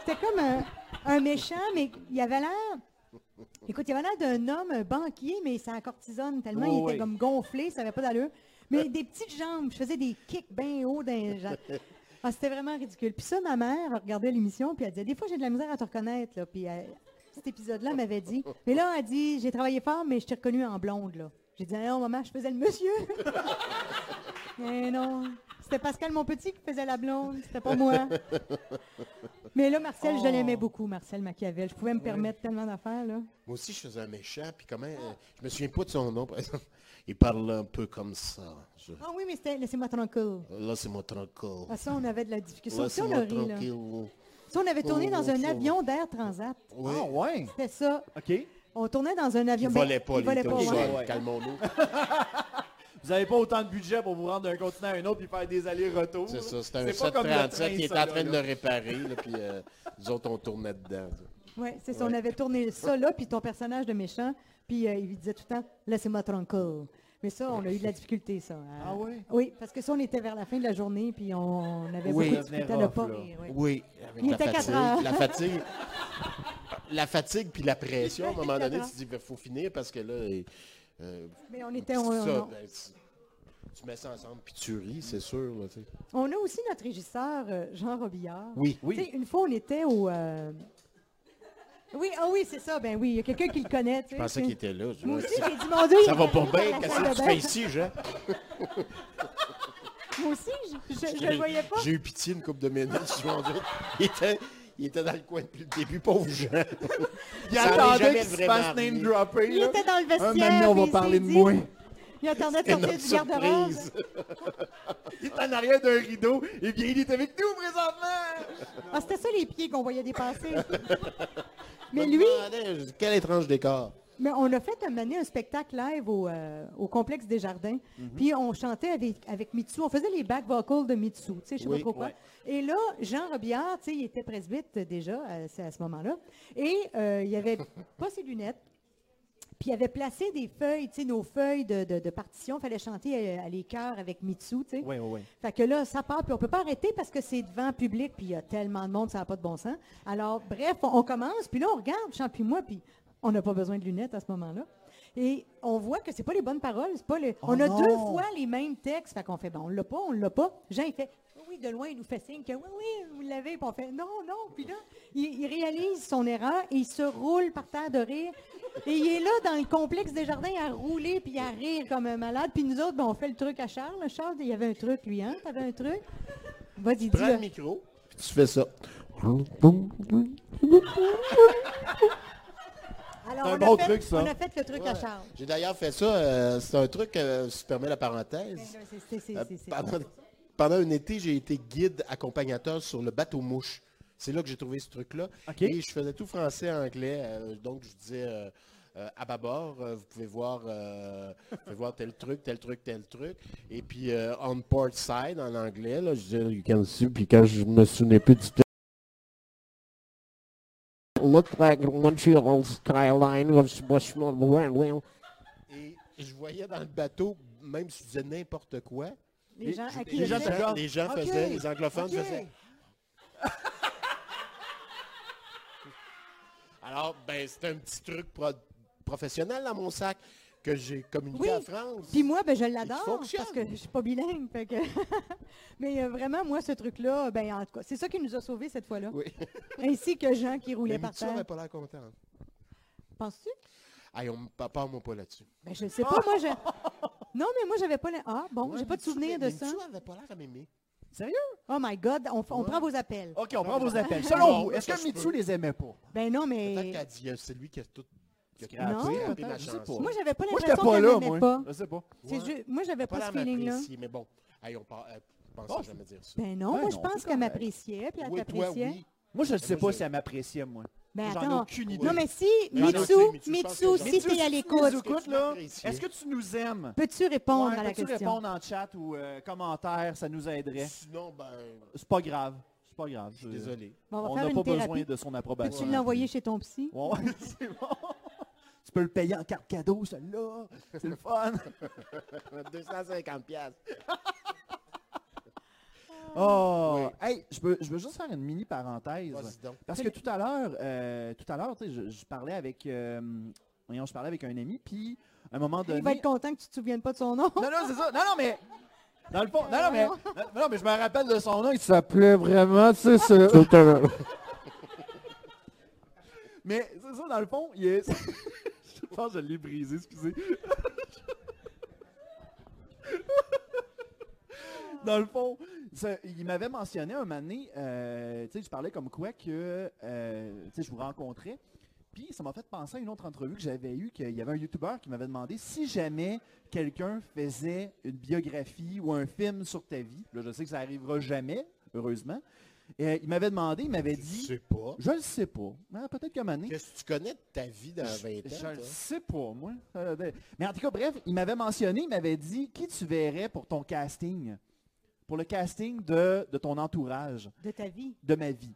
Speaker 3: C'était comme un, un méchant, mais il avait l'air. Écoute, il avait l'air d'un homme, un banquier, mais c'est un cortisone tellement il
Speaker 2: Oui, oui.
Speaker 3: était comme gonflé, ça n'avait pas d'allure. Mais des petites jambes, je faisais des kicks bien hauts d'un Ah, c'était vraiment ridicule. Puis ça, ma mère regardait l'émission, puis elle disait, des fois, j'ai de la misère à te reconnaître. Là. Puis elle- cet épisode-là elle m'avait dit, mais là, elle dit, j'ai travaillé fort, mais je t'ai reconnue en blonde. là. J'ai dit, Ah non, maman, je faisais le monsieur. mais non, c'était Pascal Monpetit qui faisait la blonde, c'était pas moi. mais là, Marcel, je l'aimais beaucoup, Marcel Machiavel. Je pouvais me permettre tellement d'affaires. Là.
Speaker 4: Moi aussi, je faisais un méchant, puis comment... euh, Je me souviens pas de son nom, par exemple. Il parle un peu comme ça. Je-
Speaker 3: Ah oui, mais c'était, laissez-moi tranquille.
Speaker 4: Là, c'est mon tranquille.
Speaker 3: Ah, ça, on avait de la difficulté.
Speaker 4: Là,
Speaker 3: Ça aussi,
Speaker 4: c'est
Speaker 3: on a
Speaker 4: mon
Speaker 3: ri, là.
Speaker 4: tranquille.
Speaker 3: Ça, on avait tourné
Speaker 4: Oh,
Speaker 3: dans un
Speaker 4: oh,
Speaker 3: avion d'Air Transat.
Speaker 4: Oui.
Speaker 2: Ah, ouais.
Speaker 3: C'était ça.
Speaker 2: OK.
Speaker 3: On tournait dans un avion.
Speaker 4: Il
Speaker 3: Ben,
Speaker 4: volait pas,
Speaker 3: il
Speaker 4: lui, il
Speaker 3: volait
Speaker 4: était
Speaker 3: pas,
Speaker 4: au
Speaker 3: ouais.
Speaker 4: sol.
Speaker 2: ouais.
Speaker 3: [LAUGHS]
Speaker 4: Calmons-nous.
Speaker 2: Vous n'avez pas autant de budget pour vous rendre d'un continent à un autre et faire des allers-retours.
Speaker 4: C'est ça, c'était un
Speaker 2: pas comme le
Speaker 4: 737
Speaker 2: train,
Speaker 4: qui était
Speaker 2: ça,
Speaker 4: en train de
Speaker 2: là, là.
Speaker 4: le réparer, là, puis euh, nous autres, on tournait dedans. ça.
Speaker 3: Oui, c'est ça. On avait tourné ça là, puis ton personnage de méchant, puis euh, il disait tout le temps « Laissez-moi tranquille ». Mais ça, on a eu de la difficulté, ça. hein.
Speaker 2: Ah oui?
Speaker 3: Oui, parce que ça, on était vers la fin de la journée, puis on avait
Speaker 2: Oui,
Speaker 3: beaucoup de
Speaker 2: ça venait
Speaker 3: difficulté à ne
Speaker 2: rough,
Speaker 3: pas
Speaker 2: là.
Speaker 3: rire. oui.
Speaker 4: Oui, avec
Speaker 3: Il
Speaker 4: la,
Speaker 3: était quatre
Speaker 4: fatigue,
Speaker 3: heures.
Speaker 4: la fatigue. La fatigue puis la pression, à un moment donné,
Speaker 3: Quatre
Speaker 4: tu te dis, il faut finir parce que là, euh, euh,
Speaker 3: Mais on était...
Speaker 4: ça,
Speaker 3: On, on-
Speaker 4: ben, tu- tu mets ça ensemble puis tu ris, c'est sûr. là, tu sais.
Speaker 3: on a aussi notre régisseur, euh, Jean Robillard.
Speaker 4: oui,
Speaker 2: Oui.
Speaker 3: Tu sais, une fois, on était au... euh, Oui, ah oui, c'est ça, ben oui, il y a quelqu'un qui le connaît. tu sais.
Speaker 4: je pensais qu'il était là. je- ah,
Speaker 3: Moi aussi, j'ai dit, mon Dieu,
Speaker 4: Ça
Speaker 3: il
Speaker 4: va
Speaker 3: est
Speaker 4: pas
Speaker 3: arrivé
Speaker 4: bien,
Speaker 3: dans la
Speaker 4: qu'est-ce
Speaker 3: salle
Speaker 4: que
Speaker 3: de
Speaker 4: tu
Speaker 3: bain.
Speaker 4: fais ici, Jean?
Speaker 3: Moi aussi, je- je ne le voyais pas.
Speaker 4: J'ai eu pitié une couple de minutes, je m'en doute. Il était, il était dans le coin depuis le début, pauvre Jean.
Speaker 2: Il
Speaker 4: Ça m'est
Speaker 2: attendait
Speaker 4: jamais
Speaker 2: qu'il se
Speaker 4: vraiment
Speaker 2: fasse name
Speaker 4: arrivé.
Speaker 2: dropper.
Speaker 3: Il
Speaker 2: là.
Speaker 3: était dans le
Speaker 4: Ah,
Speaker 2: Un
Speaker 3: vestiaire.
Speaker 2: moment, on
Speaker 3: puis
Speaker 2: va
Speaker 3: il
Speaker 2: parler
Speaker 3: s'est
Speaker 2: de
Speaker 3: dit-
Speaker 2: moi.
Speaker 3: [LAUGHS] Il attendait de sortir
Speaker 4: Notre
Speaker 3: du garde-robe.
Speaker 4: surprise. [LAUGHS]
Speaker 2: Il est en arrière d'un rideau.
Speaker 4: Eh
Speaker 2: Et bien, il est avec nous présentement.
Speaker 3: Ah, c'était ça les pieds qu'on voyait dépasser.
Speaker 4: [LAUGHS]
Speaker 3: mais
Speaker 4: Je me
Speaker 3: lui,
Speaker 4: demandais, je dis, quel étrange décor.
Speaker 3: mais on a fait un moment donné un spectacle live au, euh, au complexe des jardins. Puis on chantait avec, avec Mitsu. On faisait les back vocals de Mitsu, tu sais, je sais
Speaker 4: Oui,
Speaker 3: pas trop quoi.
Speaker 2: ouais.
Speaker 3: Et là, Jean Robillard, tu sais, il était presbyte déjà à, c'est à ce moment-là. Et euh, il avait pas ses lunettes. Puis il avait placé des feuilles, tu sais, nos feuilles de, de, de partition. fallait chanter euh, à, les chœurs avec Mitsu, tu sais.
Speaker 2: Oui, oui, oui.
Speaker 3: Fait que là, ça part, puis on peut pas arrêter parce que c'est devant public, puis il y a tellement de monde, ça n'a pas de bon sens. Alors, bref, on, on commence, puis là, on regarde, Jean, puis moi, puis on n'a pas besoin de lunettes à ce moment-là. Et on voit que c'est pas les bonnes paroles, c'est pas les... on a
Speaker 2: non!
Speaker 3: deux fois les mêmes textes, fait qu'on fait, ben, on l'a pas, on l'a pas. Jean, il fait, oui, oui, de loin, il nous fait signe que, oui, oui, vous l'avez, puis on fait, non, non, puis là, il, il réalise son erreur, et il se roule par terre de rire, et il est là dans le complexe des jardins à rouler, puis à rire comme un malade, puis nous autres, ben, on fait le truc à Charles, Charles, il y avait un truc, lui, hein, t'avais un truc? Vas-y, dis
Speaker 4: Prends le micro, puis tu fais ça.
Speaker 3: Alors,
Speaker 2: C'est un
Speaker 3: on, a
Speaker 2: bon
Speaker 3: fait,
Speaker 2: truc, ça.
Speaker 3: on a fait le truc à
Speaker 4: Ouais.
Speaker 3: Charles.
Speaker 4: J'ai d'ailleurs fait ça, euh, c'est un truc, euh, si tu permets la parenthèse.
Speaker 2: Ben,
Speaker 3: C'est- c'est- c'est-
Speaker 4: Euh,
Speaker 3: c'est- c'est-
Speaker 4: pendant, pendant un été, j'ai été guide accompagnateur sur le bateau mouche. C'est là que j'ai trouvé ce truc-là.
Speaker 2: OK.
Speaker 4: Et je faisais tout français, anglais. euh, donc, je disais euh, euh, à bâbord, euh, vous pouvez voir, euh, vous pouvez voir tel truc, tel truc, tel truc. Et puis, euh, on port side en anglais, là, je disais, you can see. Puis quand je me souvenais plus du
Speaker 5: looked like Montreal skyline was much more well.
Speaker 4: Et je voyais dans le bateau, même si je disais n'importe quoi,
Speaker 3: les gens à qui
Speaker 2: les
Speaker 3: il
Speaker 2: gens
Speaker 3: disait-
Speaker 2: te- genre,
Speaker 4: les gens
Speaker 2: OK,
Speaker 4: faisaient, les anglophones
Speaker 2: OK.
Speaker 3: [LAUGHS]
Speaker 4: faisaient. Alors, ben, c'est un petit truc pro- professionnel dans mon sac que j'ai communiqué
Speaker 3: Oui,
Speaker 4: en France.
Speaker 3: Puis moi, ben, je
Speaker 4: Il
Speaker 3: l'adore
Speaker 4: fonctionne.
Speaker 3: parce que je suis pas bilingue. fait que [LAUGHS] Mais euh, vraiment, moi, ce truc-là, ben, en tout cas, c'est ça qui nous a sauvés cette fois-là.
Speaker 4: Oui.
Speaker 3: [LAUGHS]
Speaker 4: Ben,
Speaker 3: Ainsi que Jean qui roulait
Speaker 4: Mais
Speaker 3: par
Speaker 4: Mitsu
Speaker 3: terre.
Speaker 4: n'avait pas l'air contente.
Speaker 3: Penses-tu?
Speaker 4: Aïe, on me pa- parle-moi pas là-dessus.
Speaker 3: Ben, je ne sais pas. Moi, je... Non, mais moi, j'avais pas... la- Ah, bon, j'ai pas de
Speaker 4: Mitsu-
Speaker 3: souvenir de
Speaker 4: mais
Speaker 3: ça.
Speaker 4: Mitsu avait pas l'air à m'aimer.
Speaker 2: Sérieux?
Speaker 3: Oh my God, on, f- on prend vos appels.
Speaker 2: OK, on prend vos appels.
Speaker 4: Non,
Speaker 2: Selon vous,
Speaker 4: ça,
Speaker 2: est-ce que
Speaker 4: ça se
Speaker 2: Mitsu
Speaker 4: peut.
Speaker 2: les aimait pas?
Speaker 3: Ben non,
Speaker 4: Peut-être
Speaker 3: mais...
Speaker 4: qu'elle dit, euh, c'est lui qui a tout. qui a tout
Speaker 2: Scrappé,
Speaker 4: scrappé
Speaker 2: peut-être,
Speaker 4: ma
Speaker 2: je sais
Speaker 4: chanson.
Speaker 2: pas.
Speaker 3: Moi, j'avais pas
Speaker 2: Moi, j'étais
Speaker 3: l'impression
Speaker 2: pas
Speaker 3: qu'elle
Speaker 2: là,
Speaker 3: m'aimait
Speaker 2: moi.
Speaker 3: pas.
Speaker 2: Je sais pas.
Speaker 3: C'est
Speaker 4: Ouais.
Speaker 3: ju- Moi, j'avais pas,
Speaker 4: Pas la
Speaker 3: ce feeling-là.
Speaker 4: m'apprécier, mais bon. Hey, on par- euh, je pensais
Speaker 2: Bon,
Speaker 4: jamais dire ça.
Speaker 3: Ben non,
Speaker 2: Ben
Speaker 3: moi, je
Speaker 2: non,
Speaker 3: pense
Speaker 2: c'est
Speaker 3: qu'elle
Speaker 2: correct.
Speaker 3: m'appréciait, puis elle
Speaker 4: Oui, toi,
Speaker 3: t'appréciait.
Speaker 4: oui.
Speaker 2: Moi, je ne sais
Speaker 4: moi,
Speaker 2: pas
Speaker 4: je-
Speaker 2: si elle m'appréciait, moi.
Speaker 3: Ben
Speaker 2: J'en ai
Speaker 3: attends.
Speaker 2: aucune idée.
Speaker 3: Non, mais si,
Speaker 4: Mais j'en ai
Speaker 3: Mitsu,
Speaker 4: aucune idée, Mitsu, je
Speaker 3: Mitsu,
Speaker 4: pense que
Speaker 3: si
Speaker 2: Mitsu,
Speaker 3: t'es à
Speaker 2: si tu
Speaker 3: l'écoute,
Speaker 2: nous écoutes, là,
Speaker 4: M'apprécier.
Speaker 2: est-ce que tu nous aimes?
Speaker 3: peux-tu répondre
Speaker 2: Ouais,
Speaker 3: à la
Speaker 2: peux-tu
Speaker 3: question?
Speaker 2: répondre en chat ou euh, commentaire, ça nous aiderait.
Speaker 4: Sinon, ben,
Speaker 2: C'est pas grave. C'est pas grave. Je-
Speaker 4: désolé. [LAUGHS]
Speaker 3: Bon, on
Speaker 2: On
Speaker 3: va faire
Speaker 2: n'a
Speaker 3: une
Speaker 2: pas besoin
Speaker 3: thérapie.
Speaker 2: de hein, son approbation.
Speaker 3: Peux-tu l'envoyer chez ton psy?
Speaker 2: Ouais, [LAUGHS] ouais, c'est bon. Tu peux le payer en carte cadeau, celle-là. C'est le
Speaker 3: [LAUGHS]
Speaker 2: fun.
Speaker 4: 250 piastres.
Speaker 2: Oh, hey, je peux, je veux juste faire une mini parenthèse.
Speaker 4: Vas-y donc.
Speaker 2: Parce que tout à l'heure, euh, tout à l'heure, tu sais, je, je parlais avec, euh, voyons, je parlais avec un ami, puis à un moment donné,
Speaker 3: Il va être content que tu te souviennes pas de son nom.
Speaker 2: non, non, c'est ça, non, non, mais dans le fond, non, non,
Speaker 3: [LAUGHS]
Speaker 2: mais,
Speaker 3: voyons.
Speaker 2: non, non, mais je me rappelle de son nom. il s-
Speaker 5: s'appelait vraiment, c'est ça. Tout à l'heure.
Speaker 2: Mais c'est ça, dans le fond, il est. [LAUGHS] je pense que je l'ai brisé, excusez. [LAUGHS] dans le fond, ça- il m'avait mentionné un moment donné, euh, tu sais, je parlais comme quoi que, euh, tu sais, je vous rencontrais. Puis ça m'a fait penser à une autre entrevue que j'avais eue, qu'il y avait un YouTuber qui m'avait demandé si jamais quelqu'un faisait une biographie ou un film sur ta vie. Là, je sais que ça arrivera jamais, heureusement. Et euh, il m'avait demandé, il m'avait
Speaker 4: Je
Speaker 2: dit,
Speaker 4: sais pas.
Speaker 2: je le sais pas, Hein, peut-être qu'à un moment donné,
Speaker 4: Qu'est-ce que tu connais de ta vie dans 20 ans?
Speaker 2: je le
Speaker 4: toi?
Speaker 2: sais pas, moi. Euh, ben, Mais en tout cas, bref, il m'avait mentionné, il m'avait dit qui tu verrais pour ton casting, pour le casting de, de ton entourage,
Speaker 3: De ta vie.
Speaker 2: de ma vie.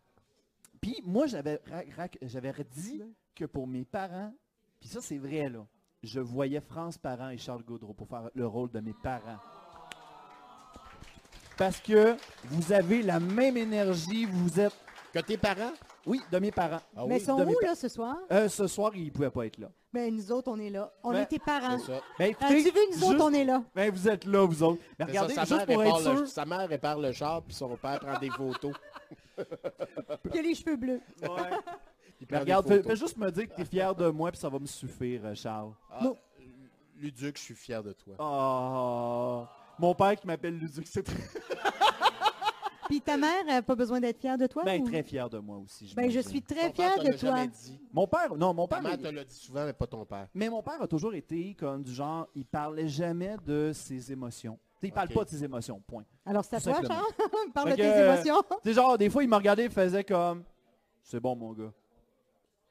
Speaker 2: Puis moi, j'avais ra- ra- j'avais dit que pour mes parents, puis ça c'est vrai là, je voyais France Parent et Charles Gaudreau pour faire le rôle de mes parents. Parce que vous avez la même énergie, vous êtes...
Speaker 4: Que tes parents?
Speaker 2: Oui, de mes parents.
Speaker 4: Ah
Speaker 3: Mais
Speaker 4: oui,
Speaker 3: ils sont
Speaker 2: de mes
Speaker 3: où,
Speaker 2: pa-
Speaker 3: là, ce soir?
Speaker 2: Euh, ce soir, ils ne pouvaient pas être là.
Speaker 3: Ben, nous autres, on est là. On
Speaker 2: Ben,
Speaker 3: est tes parents.
Speaker 4: C'est ça.
Speaker 2: Ben,
Speaker 3: As-tu
Speaker 2: écoutez,
Speaker 3: vu, nous
Speaker 2: juste-
Speaker 3: autres, on est là.
Speaker 2: Ben, vous êtes là, vous autres. Ben,
Speaker 4: C'est
Speaker 2: regardez,
Speaker 4: ça, sa,
Speaker 2: juste
Speaker 4: mère
Speaker 2: pour être
Speaker 4: répare
Speaker 2: sûr.
Speaker 4: le, sa mère répare le char, puis son père prend des photos.
Speaker 3: Il a les cheveux bleus.
Speaker 2: Ouais.
Speaker 4: Il
Speaker 2: Ben,
Speaker 4: prend des
Speaker 2: regarde, fais,
Speaker 4: photos.
Speaker 2: fais juste me dire que t'es fier de moi, puis ça va me suffire, euh, Charles.
Speaker 4: Ah,
Speaker 3: Non.
Speaker 4: Luduc, je suis fier de toi.
Speaker 2: Oh, mon père qui m'appelle Luduc, c'est très...
Speaker 3: Puis ta mère n'a pas besoin d'être fière de toi?
Speaker 2: Ben,
Speaker 3: ou-
Speaker 2: très fier de moi aussi.
Speaker 3: Oh. Ben, je
Speaker 2: j'imagine.
Speaker 3: suis très
Speaker 4: Ton père
Speaker 3: fière
Speaker 4: te
Speaker 3: de
Speaker 4: l'a jamais
Speaker 3: toi.
Speaker 4: dit.
Speaker 2: Mon père, non, mon
Speaker 4: Ta
Speaker 2: père...
Speaker 4: mère
Speaker 2: mais-
Speaker 4: te l'a dit souvent, mais pas ton père.
Speaker 2: Mais mon père a toujours été comme du genre, il parlait jamais de ses émotions. T'sais, il parle
Speaker 4: Ok.
Speaker 2: pas de ses émotions, point.
Speaker 3: Alors, c'est à
Speaker 2: Tout
Speaker 3: toi,
Speaker 2: simplement.
Speaker 3: Charles. [LAUGHS] Parle
Speaker 2: Fait
Speaker 3: de tes
Speaker 2: que-
Speaker 3: émotions.
Speaker 2: C'est genre, des fois, il me regardait, il faisait comme, c'est bon, mon gars.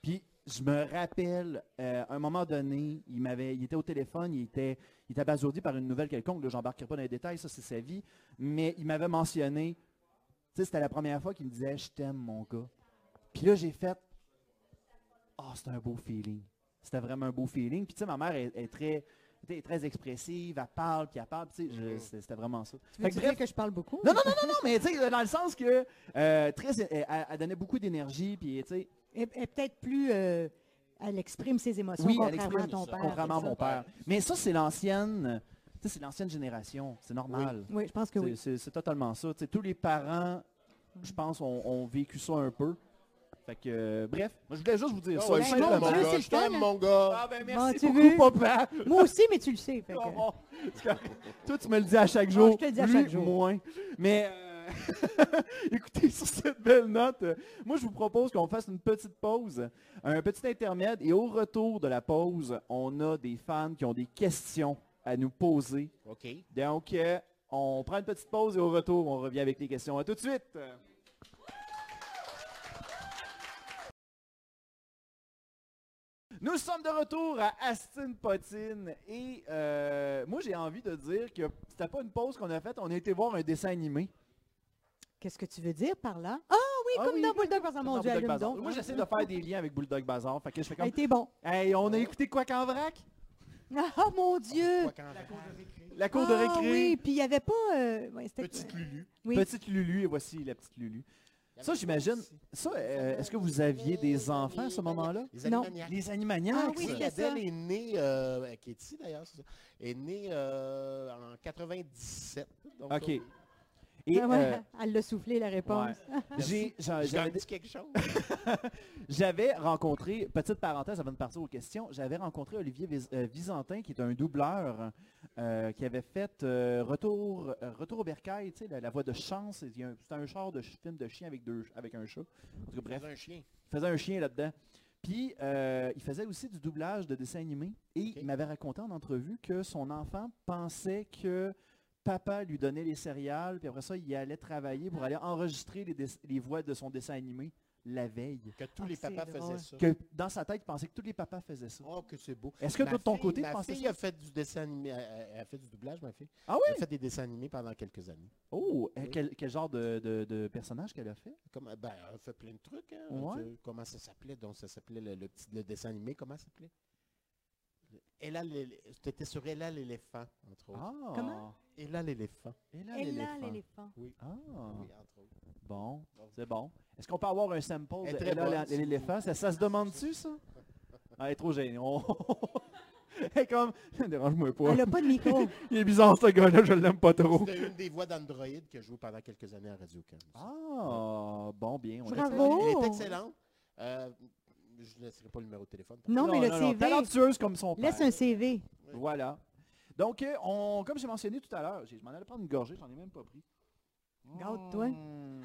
Speaker 2: Puis, je me rappelle, euh, à un moment donné, il m'avait, il était au téléphone, il était, il était abasourdi par une nouvelle quelconque. Là, j'embarquerai pas dans les détails, ça, c'est sa vie. Mais il m'avait mentionné, tu sais, c'était la première fois qu'il me disait, je t'aime, mon gars. Puis là, j'ai fait, oh, c'était un beau feeling. C'était vraiment un beau feeling. Puis, tu sais, ma mère est, est très, tu sais, est très expressive, elle parle, puis elle parle, puis tu sais, je- c'était c'était vraiment ça.
Speaker 3: Mm. Tu
Speaker 2: Fait
Speaker 3: veux
Speaker 2: que
Speaker 3: dire
Speaker 2: bref,
Speaker 3: que je parle beaucoup?
Speaker 2: non, non, non, non, non, mais tu sais, dans le sens que euh, très, euh, elle, elle donnait beaucoup d'énergie, puis tu sais,
Speaker 3: Elle elle est peut-être plus... euh, elle exprime ses émotions,
Speaker 2: oui, elle
Speaker 3: contrairement
Speaker 2: exprime
Speaker 3: à ton père.
Speaker 2: contrairement à
Speaker 3: c'est ça.
Speaker 2: mon père. Mais ça, c'est l'ancienne, tu sais, c'est l'ancienne génération, c'est normal.
Speaker 3: Oui, je pense que oui.
Speaker 2: C'est- C'est c'est totalement ça. Tu sais, tous les parents, je pense, ont, ont vécu ça un peu. Fait que, euh, bref, moi, je voulais juste vous dire
Speaker 4: Ah
Speaker 2: ça.
Speaker 4: ouais,
Speaker 3: ben,
Speaker 4: je t'aime,
Speaker 2: simplement.
Speaker 4: mon
Speaker 3: Dieu,
Speaker 4: gars,
Speaker 3: c'est
Speaker 4: je
Speaker 3: le fun,
Speaker 4: t'aime,
Speaker 3: hein.
Speaker 4: mon gars.
Speaker 2: Ah, ben, merci
Speaker 3: tu
Speaker 2: beaucoup, papa.
Speaker 3: Moi aussi, mais tu le sais. fait que-
Speaker 2: Bon, bon, c'est correct. Toi, tu me le dis à chaque jour.
Speaker 3: Non, je te le dis à
Speaker 2: lui,
Speaker 3: chaque jour.
Speaker 2: moins. Mais euh, [LAUGHS] écoutez, sur cette belle note, euh, moi, je vous propose qu'on fasse une petite pause, un petit intermède. Et au retour de la pause, on a des fans qui ont des questions à nous poser.
Speaker 4: OK.
Speaker 2: Donc, euh, on prend une petite pause et au retour, on revient avec les questions. À tout de suite. Nous sommes de retour à Astin Potine et euh, moi j'ai envie de dire que c'était pas une pause qu'on a faite, on a été voir un dessin animé.
Speaker 3: Qu'est-ce que tu veux dire par là? Ah oui,
Speaker 2: Ah
Speaker 3: comme
Speaker 2: oui,
Speaker 3: dans Bulldog Bazaar, mon
Speaker 2: Non,
Speaker 3: Dieu,
Speaker 2: Bulldog
Speaker 3: allume
Speaker 2: Bazar.
Speaker 3: donc.
Speaker 2: Moi j'essaie de faire des liens avec Bulldog Bazar, fait que je fais
Speaker 3: Hey,
Speaker 2: comme
Speaker 3: t'es bon.
Speaker 2: Hey, on a écouté quoi qu'en vrac
Speaker 3: Ah mon Dieu!
Speaker 4: Quoi qu'en
Speaker 2: La cour de
Speaker 3: Ah
Speaker 2: récré.
Speaker 3: oui, puis il n'y avait pas... euh, ouais, c'était-
Speaker 4: Petite Lulu.
Speaker 3: oui.
Speaker 2: Petite Lulu et voici la petite Lulu. Ça j'imagine, ça euh, est-ce que vous aviez des enfants à ce moment-là
Speaker 4: Les
Speaker 3: Non.
Speaker 4: animaniacs.
Speaker 2: Les animaniacs.
Speaker 3: Ah oui,
Speaker 2: ça.
Speaker 3: c'est ça.
Speaker 4: Adèle est née, euh, qui est ici d'ailleurs, c'est ça, est née euh, en 97. donc,
Speaker 2: OK.
Speaker 4: euh,
Speaker 2: Et
Speaker 3: Ah ouais,
Speaker 2: euh,
Speaker 3: [LAUGHS] Elle l'a soufflé, la réponse.
Speaker 2: j'ai- j'a-
Speaker 4: je t'en
Speaker 2: j'avais-
Speaker 4: dis quelque chose.
Speaker 2: j'avais rencontré, petite parenthèse avant de partir aux questions, j'avais rencontré Olivier Vis- euh, Visantin, qui est un doubleur euh, qui avait fait euh, Retour, euh, Retour au bercail, tu sais, la, la voix de chance. il y a un- C'était un genre de ch- film de chien avec, deux, avec un chat. En tout cas, bref,
Speaker 4: Dans un chien.
Speaker 2: il faisait un chien là-dedans. Puis, euh, il faisait aussi du doublage de dessins animés. Et
Speaker 4: Ok.
Speaker 2: il m'avait raconté en entrevue que son enfant pensait que papa lui donnait les céréales, puis après ça, il allait travailler pour aller enregistrer les, dess- les voix de son dessin animé la veille.
Speaker 4: Que tous
Speaker 3: Ah,
Speaker 4: les
Speaker 3: c'est
Speaker 4: papas
Speaker 3: drôle.
Speaker 4: faisaient ça.
Speaker 2: Que dans sa tête, il pensait que tous les papas faisaient ça.
Speaker 4: Oh, que c'est beau.
Speaker 2: Est-ce que
Speaker 4: Ma
Speaker 2: toi, de ton
Speaker 4: fille-
Speaker 2: côté, tu
Speaker 4: ma
Speaker 2: pensais
Speaker 4: fille
Speaker 2: ça?
Speaker 4: a fait du dessin animé, elle, elle a fait du doublage, ma fille.
Speaker 2: Ah
Speaker 4: Elle
Speaker 2: oui?
Speaker 4: a fait des dessins animés pendant quelques années.
Speaker 2: Oh, euh,
Speaker 4: Oui.
Speaker 2: quel, quel genre de, de- de personnage qu'elle a fait?
Speaker 4: Comme, ben, elle a fait plein de trucs. hein.
Speaker 2: Ouais.
Speaker 4: Tu- Comment ça s'appelait Donc, ça s'appelait le, le petit le dessin animé, comment ça s'appelait Ella, l'élé- c'était sur Ella l'éléphant, entre autres.
Speaker 2: Ah!
Speaker 3: Comment?
Speaker 4: Ella l'éléphant.
Speaker 2: Et là,
Speaker 3: Elle a
Speaker 2: l'éléphant.
Speaker 3: l'éléphant.
Speaker 2: Ah!
Speaker 4: Oui, entre autres.
Speaker 2: Bon, c'est bon. Est-ce qu'on peut avoir un sample
Speaker 4: Elle est
Speaker 2: de
Speaker 4: très
Speaker 2: Ella,
Speaker 4: bonne,
Speaker 2: la-
Speaker 4: si vous
Speaker 2: l'éléphant?
Speaker 4: voulez.
Speaker 2: Ça, ça se demande-tu, ça? Ah, elle est trop gênée. On- [LAUGHS] Elle est comme... [LAUGHS] Dérange-moi pas.
Speaker 3: Elle n'a pas de micro.
Speaker 2: Il est bizarre, ce gars-là. Je l'aime pas trop.
Speaker 4: C'était une des voix d'Android que je joué pendant quelques années à Radio-Can.
Speaker 2: Ah! Bon, bien. On
Speaker 3: Ah, Bravo.
Speaker 4: Elle est excellente. Euh, je ne laisserai pas le numéro de téléphone.
Speaker 3: Non, mais le CV.
Speaker 2: Talentueuse comme son père.
Speaker 3: Laisse un CV.
Speaker 2: Voilà. Donc, euh, on, comme j'ai mentionné tout à l'heure, j'ai- je m'en allais prendre une gorgée, j'en ai même pas pris.
Speaker 3: Garde-toi.
Speaker 2: Mmh.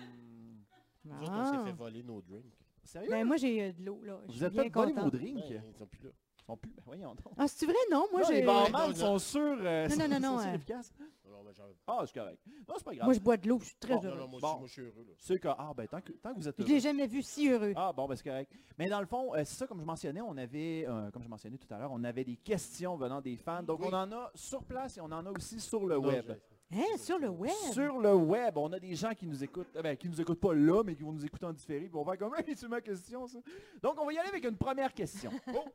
Speaker 4: Nous autres, on
Speaker 3: Ah.
Speaker 4: s'est fait voler nos drinks.
Speaker 2: Sérieux?
Speaker 3: Ben, moi, j'ai euh, de l'eau, là. Je
Speaker 2: Vous
Speaker 3: suis
Speaker 2: êtes
Speaker 3: bien
Speaker 2: fait voler
Speaker 3: contente.
Speaker 2: vos drinks?
Speaker 4: Ouais, ils sont plus là.
Speaker 2: Ils sont plus... ben voyons donc.
Speaker 3: Ah, c'est vrai? Non, moi,
Speaker 2: Non,
Speaker 3: j'ai-
Speaker 2: les barman
Speaker 4: Non,
Speaker 2: sont sûrs... euh,
Speaker 3: Non, non, non,
Speaker 2: sont-
Speaker 3: non,
Speaker 2: sont
Speaker 3: euh,
Speaker 2: efficaces.
Speaker 4: Non, ben, j'en veux pas.
Speaker 2: Ah, c'est correct. Non, c'est pas grave.
Speaker 3: moi, je bois de l'eau, je suis très
Speaker 2: Bon,
Speaker 4: Non,
Speaker 3: heureuse.
Speaker 4: non, moi,
Speaker 2: Bon.
Speaker 4: je, moi, je suis heureux. Là.
Speaker 2: C'est cor- ah, ben, tant, que, tant que vous êtes
Speaker 3: Je l'ai
Speaker 2: heureux.
Speaker 3: jamais vu si heureux.
Speaker 2: Ah bon, ben c'est correct. Mais dans le fond, euh, c'est ça, comme je mentionnais, on avait, euh, comme je mentionnais tout à l'heure, on avait des questions venant des fans. Donc
Speaker 4: Oui.
Speaker 2: on en a sur place et on en a aussi sur le
Speaker 4: Non,
Speaker 2: web.
Speaker 4: j'ai-
Speaker 3: Hein, sur le web?
Speaker 2: Sur le web, on a des gens qui nous écoutent, euh, ben, qui nous écoutent pas là, mais qui vont nous écouter en différé. Puis on va faire comme, [LAUGHS] Hey, c'est ma question, ça. Donc on va y aller avec une première
Speaker 3: [LAUGHS]
Speaker 2: question. Oh,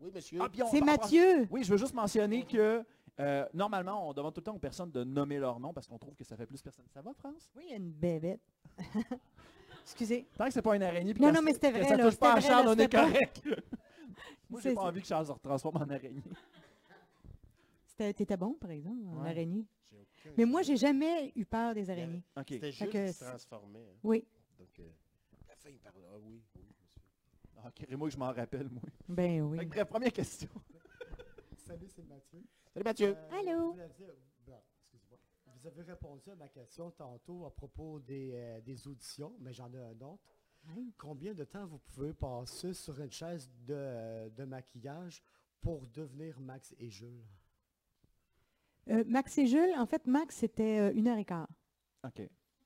Speaker 4: Oui, monsieur.
Speaker 2: ah, puis on-
Speaker 3: C'est
Speaker 2: on va-
Speaker 3: Mathieu.
Speaker 2: Oui, je veux juste mentionner que euh, normalement, on demande tout le temps aux personnes de nommer leur nom parce qu'on trouve que ça fait plus personne. Ça va, France?
Speaker 3: Oui, il y a une bébête. [LAUGHS] Excusez.
Speaker 2: Tant que c'est pas une araignée. puis
Speaker 3: Non,
Speaker 2: que
Speaker 3: non,
Speaker 2: ça-
Speaker 3: mais c'était
Speaker 2: que
Speaker 3: vrai,
Speaker 2: Ça
Speaker 3: là,
Speaker 2: touche pas à
Speaker 3: c'était vrai,
Speaker 2: Charles,
Speaker 3: là,
Speaker 2: on est
Speaker 3: c'était pas- [LAUGHS]
Speaker 2: correct. [LAUGHS] Moi, j'ai
Speaker 3: C'est-
Speaker 2: pas envie que Charles se transforme en araignée.
Speaker 4: [LAUGHS]
Speaker 3: C'était- T'étais bon, par exemple, en
Speaker 2: Ouais.
Speaker 3: araignée.
Speaker 4: J'ai aucun
Speaker 3: Mais moi,
Speaker 4: idée.
Speaker 3: j'ai jamais eu peur des araignées.
Speaker 2: OK.
Speaker 4: C'était
Speaker 3: Fait
Speaker 4: Jules
Speaker 3: que
Speaker 4: qui se
Speaker 3: c'est-
Speaker 4: transformait. hein.
Speaker 3: Oui.
Speaker 4: Donc, euh, à la fin, il parlait. Ah oui, oui, monsieur.
Speaker 2: OK, moi, Ah, je m'en rappelle, moi.
Speaker 3: Ben oui.
Speaker 2: Fait que bref, première question.
Speaker 1: Salut, c'est Mathieu.
Speaker 4: Salut, Mathieu.
Speaker 1: Euh,
Speaker 3: Allô?
Speaker 1: vous aviez- bon, ben, excusez-moi. Vous avez répondu à ma question tantôt à propos des, euh, des auditions, mais j'en ai un autre.
Speaker 3: Oui.
Speaker 1: Combien de temps vous pouvez passer sur une chaise de, euh, de maquillage pour devenir Max et Jules?
Speaker 3: Euh, Max et Jules, en fait, Max, c'était euh, une heure et quart.
Speaker 2: OK.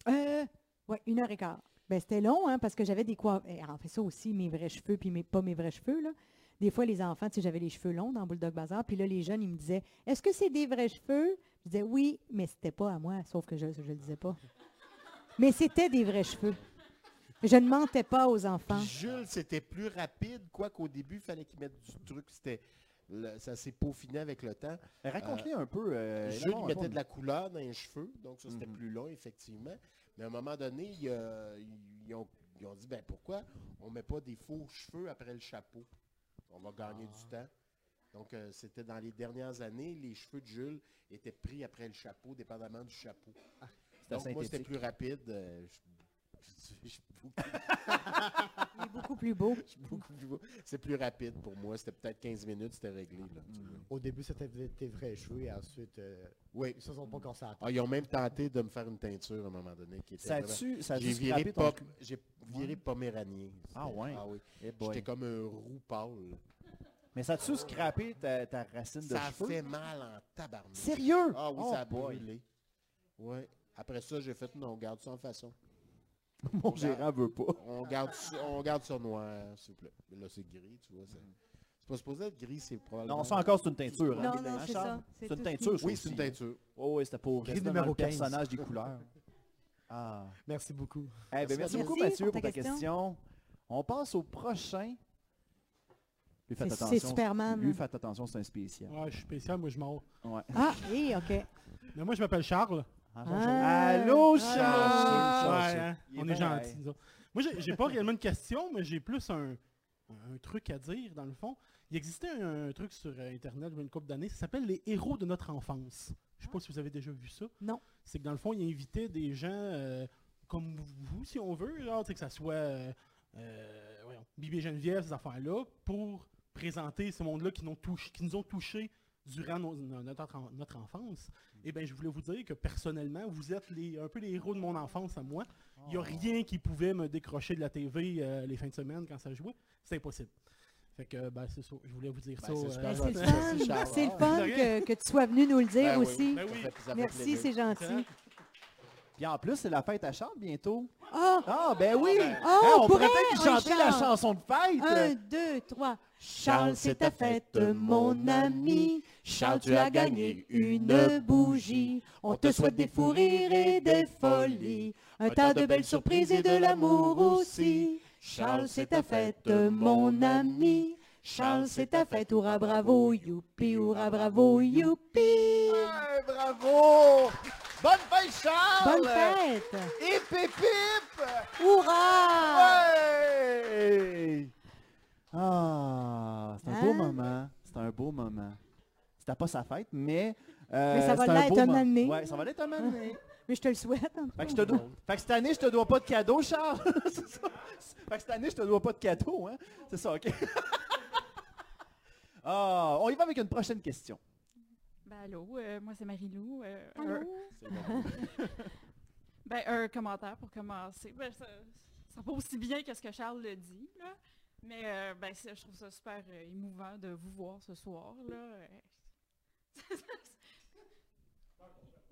Speaker 3: Euh, ouais, une heure et quart. Ben, c'était long, hein, parce que j'avais des coiffes. En fait, ça aussi, mes vrais cheveux, puis mes, pas mes vrais cheveux, là. Des fois, les enfants, tu sais, j'avais les cheveux longs dans Bulldog Bazar, puis là, les jeunes, ils me disaient Est-ce que c'est des vrais cheveux Je disais Oui, mais c'était pas à moi, sauf que je ne le disais pas. Mais c'était des vrais cheveux. Je ne mentais pas aux enfants.
Speaker 4: Puis Jules, c'était plus rapide, quoi qu'au début, il fallait qu'il mette du truc. C'était, le- ça s'est peaufiné avec le temps.
Speaker 2: Raconte-les un peu. euh,
Speaker 4: Jules,
Speaker 2: évidemment,
Speaker 4: il
Speaker 2: on-
Speaker 4: mettait de la couleur dans les cheveux, donc ça, c'était
Speaker 2: Mhm.
Speaker 4: plus long, effectivement. Mais à un moment donné, il, euh, ils, ont, ils ont dit, ben pourquoi on met pas des faux cheveux après le chapeau? On va gagner du
Speaker 2: Ah.
Speaker 4: temps. Donc, euh, c'était dans les dernières années, les cheveux de Jules étaient pris après le chapeau, dépendamment du chapeau.
Speaker 2: Ah, c'était
Speaker 4: Donc, moi, c'était
Speaker 2: synthétique.
Speaker 4: plus rapide. euh, [LAUGHS] je- je- je-
Speaker 3: Il est beaucoup plus beau.
Speaker 4: je- beaucoup plus- C'est plus rapide pour moi. C'était peut-être 15 minutes, c'était réglé. là.
Speaker 2: Hmm.
Speaker 1: Au début, c'était v- tes vrais cheveux et ensuite, euh,
Speaker 4: Oui.
Speaker 1: ils se sont pas encore ça.
Speaker 4: Ah, ils ont même tenté de me faire une teinture à un moment donné. Qui était
Speaker 2: Ça
Speaker 4: vraiment-
Speaker 2: a-tu... Ça a
Speaker 4: J'ai viré,
Speaker 2: ton...
Speaker 4: pop, j'ai viré poméranien.
Speaker 2: Ah ouais?
Speaker 4: Ah oui.
Speaker 2: Eh
Speaker 4: J'étais
Speaker 2: boy.
Speaker 4: comme un roux pâle.
Speaker 2: Mais ça a-tu scrappé ta, ta racine de
Speaker 4: Ça a
Speaker 2: cheveux?
Speaker 4: fait mal en tabarnak.
Speaker 2: Sérieux?
Speaker 4: Ah oui,
Speaker 2: Oh
Speaker 4: ça a
Speaker 2: boy.
Speaker 4: brûlé. Ouais. Après ça, j'ai fait, non, on garde ça en façon.
Speaker 2: Mon gérant veut pas.
Speaker 4: On garde, ça- on garde ça noir, s'il vous plaît. Mais Là, c'est gris, tu vois. ça- C'est pas supposé être gris, c'est probablement...
Speaker 2: Non, ça encore, c'est une teinture. hein,
Speaker 3: Non,
Speaker 2: évidemment,
Speaker 3: non, c'est
Speaker 2: Charles?
Speaker 3: ça.
Speaker 2: C'est
Speaker 3: tout
Speaker 2: une
Speaker 3: ce qui-
Speaker 2: teinture, ça
Speaker 4: Oui, c'est une
Speaker 2: aussi.
Speaker 4: teinture.
Speaker 2: Oh, oui, c'était pour
Speaker 1: Gris
Speaker 2: rester dans le
Speaker 1: numéro 15.
Speaker 2: personnage des couleurs. Ah.
Speaker 1: Merci beaucoup.
Speaker 2: Eh ben, merci,
Speaker 3: Merci
Speaker 2: beaucoup,
Speaker 3: pour
Speaker 2: Mathieu,
Speaker 3: ta
Speaker 2: pour ta question.
Speaker 3: question.
Speaker 2: On passe au prochain. Lui, faites
Speaker 3: C'est- c'est
Speaker 2: attention.
Speaker 3: Superman.
Speaker 2: Lui, faites attention, c'est un spécial.
Speaker 6: Ouais, Ah, je suis spécial, moi je m'en.
Speaker 2: Ouais.
Speaker 3: Ah, oui, OK.
Speaker 6: Mais moi je m'appelle Charles.
Speaker 2: Ah,
Speaker 3: Ah.
Speaker 2: Allô,
Speaker 3: Ah.
Speaker 2: Charles!
Speaker 6: Ouais, hein,
Speaker 2: Il est
Speaker 6: on
Speaker 2: bien
Speaker 6: est gentils.
Speaker 2: pareil.
Speaker 6: nous autres. Moi j'ai- j'ai pas réellement une question, mais j'ai plus un, un truc à dire dans le fond. Il existait un, un truc sur euh, Internet il y a une couple d'années, ça s'appelle les héros de notre enfance. Je sais pas si vous avez déjà vu ça.
Speaker 3: Non.
Speaker 6: C'est que dans le fond, il invitait des gens euh, comme vous, si on veut, genre, tu sais, que ça soit euh, euh, voyons, Bibi et Geneviève, ces affaires-là, pour présenter ce monde-là qui, n'ont touché- qui nous ont touchés durant nos- no- notre, en- notre enfance, eh ben, je voulais vous dire que personnellement, vous êtes les, un peu les héros de mon enfance à moi. Il n'y a rien qui pouvait me décrocher de la TV euh, les fins de semaine quand ça jouait. C'est impossible. Fait que, ben, c'est ça. Je voulais vous dire
Speaker 4: Ben,
Speaker 6: ça.
Speaker 4: c'est
Speaker 6: euh,
Speaker 4: super
Speaker 3: Ben,
Speaker 4: Ah,
Speaker 3: c'est le
Speaker 4: ouais, merci,
Speaker 3: fun,
Speaker 4: Charles.
Speaker 3: c'est le
Speaker 4: Ah,
Speaker 3: fun
Speaker 6: de
Speaker 3: que, que tu sois venu nous le dire
Speaker 4: Ben oui,
Speaker 3: aussi.
Speaker 4: ça
Speaker 6: Ben oui.
Speaker 4: fait- ça fait
Speaker 3: Merci,
Speaker 4: plaisir.
Speaker 3: c'est gentil.
Speaker 2: Puis en plus, c'est la fête à Charles bientôt.
Speaker 3: Ah,
Speaker 2: Ah, ben oui!
Speaker 3: oh,
Speaker 2: Hein, on pourrait
Speaker 3: pourrait
Speaker 2: peut-être
Speaker 3: on
Speaker 2: chanter la
Speaker 3: chante.
Speaker 2: chanson de fête.
Speaker 3: Un, deux, trois. Charles, c'est ta fête, mon ami. Charles, tu as gagné une bougie. On te souhaite des fous rires et des folies. Un tas de belles surprises et de l'amour aussi. Charles, c'est ta fête, mon ami. Charles, c'est ta fête. Hurrah, bravo, youpi, hurrah, bravo, youpi.
Speaker 2: Ouais, bravo! Bonne fête, Charles!
Speaker 3: Bonne fête.
Speaker 2: Hip, hip, hip!
Speaker 3: Hurrah.
Speaker 2: Ouais! Ah, c'est un beau
Speaker 3: Hein?
Speaker 2: moment. C'est un beau moment. C'était pas sa fête, mais... euh,
Speaker 3: Mais ça va
Speaker 2: c'est
Speaker 3: l'être
Speaker 2: beau
Speaker 3: un
Speaker 2: moment.
Speaker 3: moment donné.
Speaker 2: Ouais, ça va l'être un moment donné.
Speaker 3: [LAUGHS] Mais je te le souhaite.
Speaker 2: Fait que, je te dois- fait que cette année, je te dois pas de cadeau, Charles. [LAUGHS] C'est ça. Fait que cette année, je te dois pas de cadeau, hein. C'est ça, OK. [LAUGHS] Ah, on y va avec une prochaine question.
Speaker 7: Ben, allô, euh, moi c'est Marie-Lou. euh, un-
Speaker 2: C'est bon.
Speaker 7: ben, un commentaire pour commencer. Ben, ça, ça va pas aussi bien que ce que Charles le dit, là. Mais euh, ben, c'est- je trouve ça super euh, émouvant de vous voir ce soir, là. euh. [LAUGHS]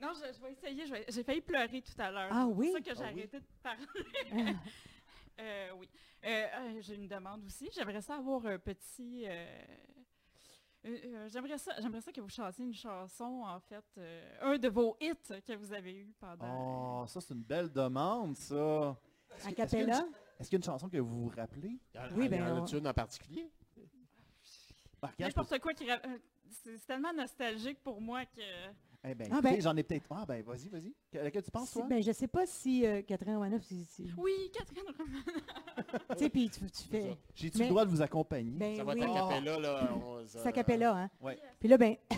Speaker 7: non, je, je vais essayer. je vais- J'ai failli pleurer tout à l'heure.
Speaker 3: Ah oui?
Speaker 7: C'est pour ça que j'ai
Speaker 4: Ah oui.
Speaker 7: arrêté de parler. [LAUGHS] Euh, oui. Euh, euh, j'ai une demande aussi. J'aimerais ça avoir un petit... euh, euh, euh, j'aimerais ça, j'aimerais ça que vous chantiez une chanson, en fait, euh, un de vos hits que vous avez eu pendant...
Speaker 2: Oh, ça, c'est une belle demande, ça.
Speaker 3: A
Speaker 2: Est-ce qu'il y a une-
Speaker 3: cappella.
Speaker 2: Est-ce qu'il y a une chanson que vous vous rappelez?
Speaker 4: Y en-
Speaker 3: Oui,
Speaker 4: y
Speaker 3: ben,
Speaker 4: en
Speaker 3: on-
Speaker 4: a-tu une en particulier?
Speaker 2: Par contre, je peux-
Speaker 7: N'importe quoi qui... ra- euh, C'est c'est tellement nostalgique pour moi que...
Speaker 2: Eh ben,
Speaker 3: Ah, ben-
Speaker 2: écoutez, j'en ai peut-être... Ah, ben, vas-y, vas-y. Que- Laquelle tu penses,
Speaker 3: Si-
Speaker 2: toi?
Speaker 3: ben, je sais pas si euh, Catherine Romanoff, si- si- tu
Speaker 7: Oui, Catherine Roman.
Speaker 3: sais, puis tu, tu fais...
Speaker 2: J'ai-tu
Speaker 3: mais-
Speaker 2: le droit de vous accompagner?
Speaker 3: Ben
Speaker 4: ça va
Speaker 3: oui,
Speaker 4: être à euh, Capella, là. on- ça-
Speaker 3: c'est a cappella, hein?
Speaker 2: Ouais.
Speaker 3: Puis là, ben... [LAUGHS]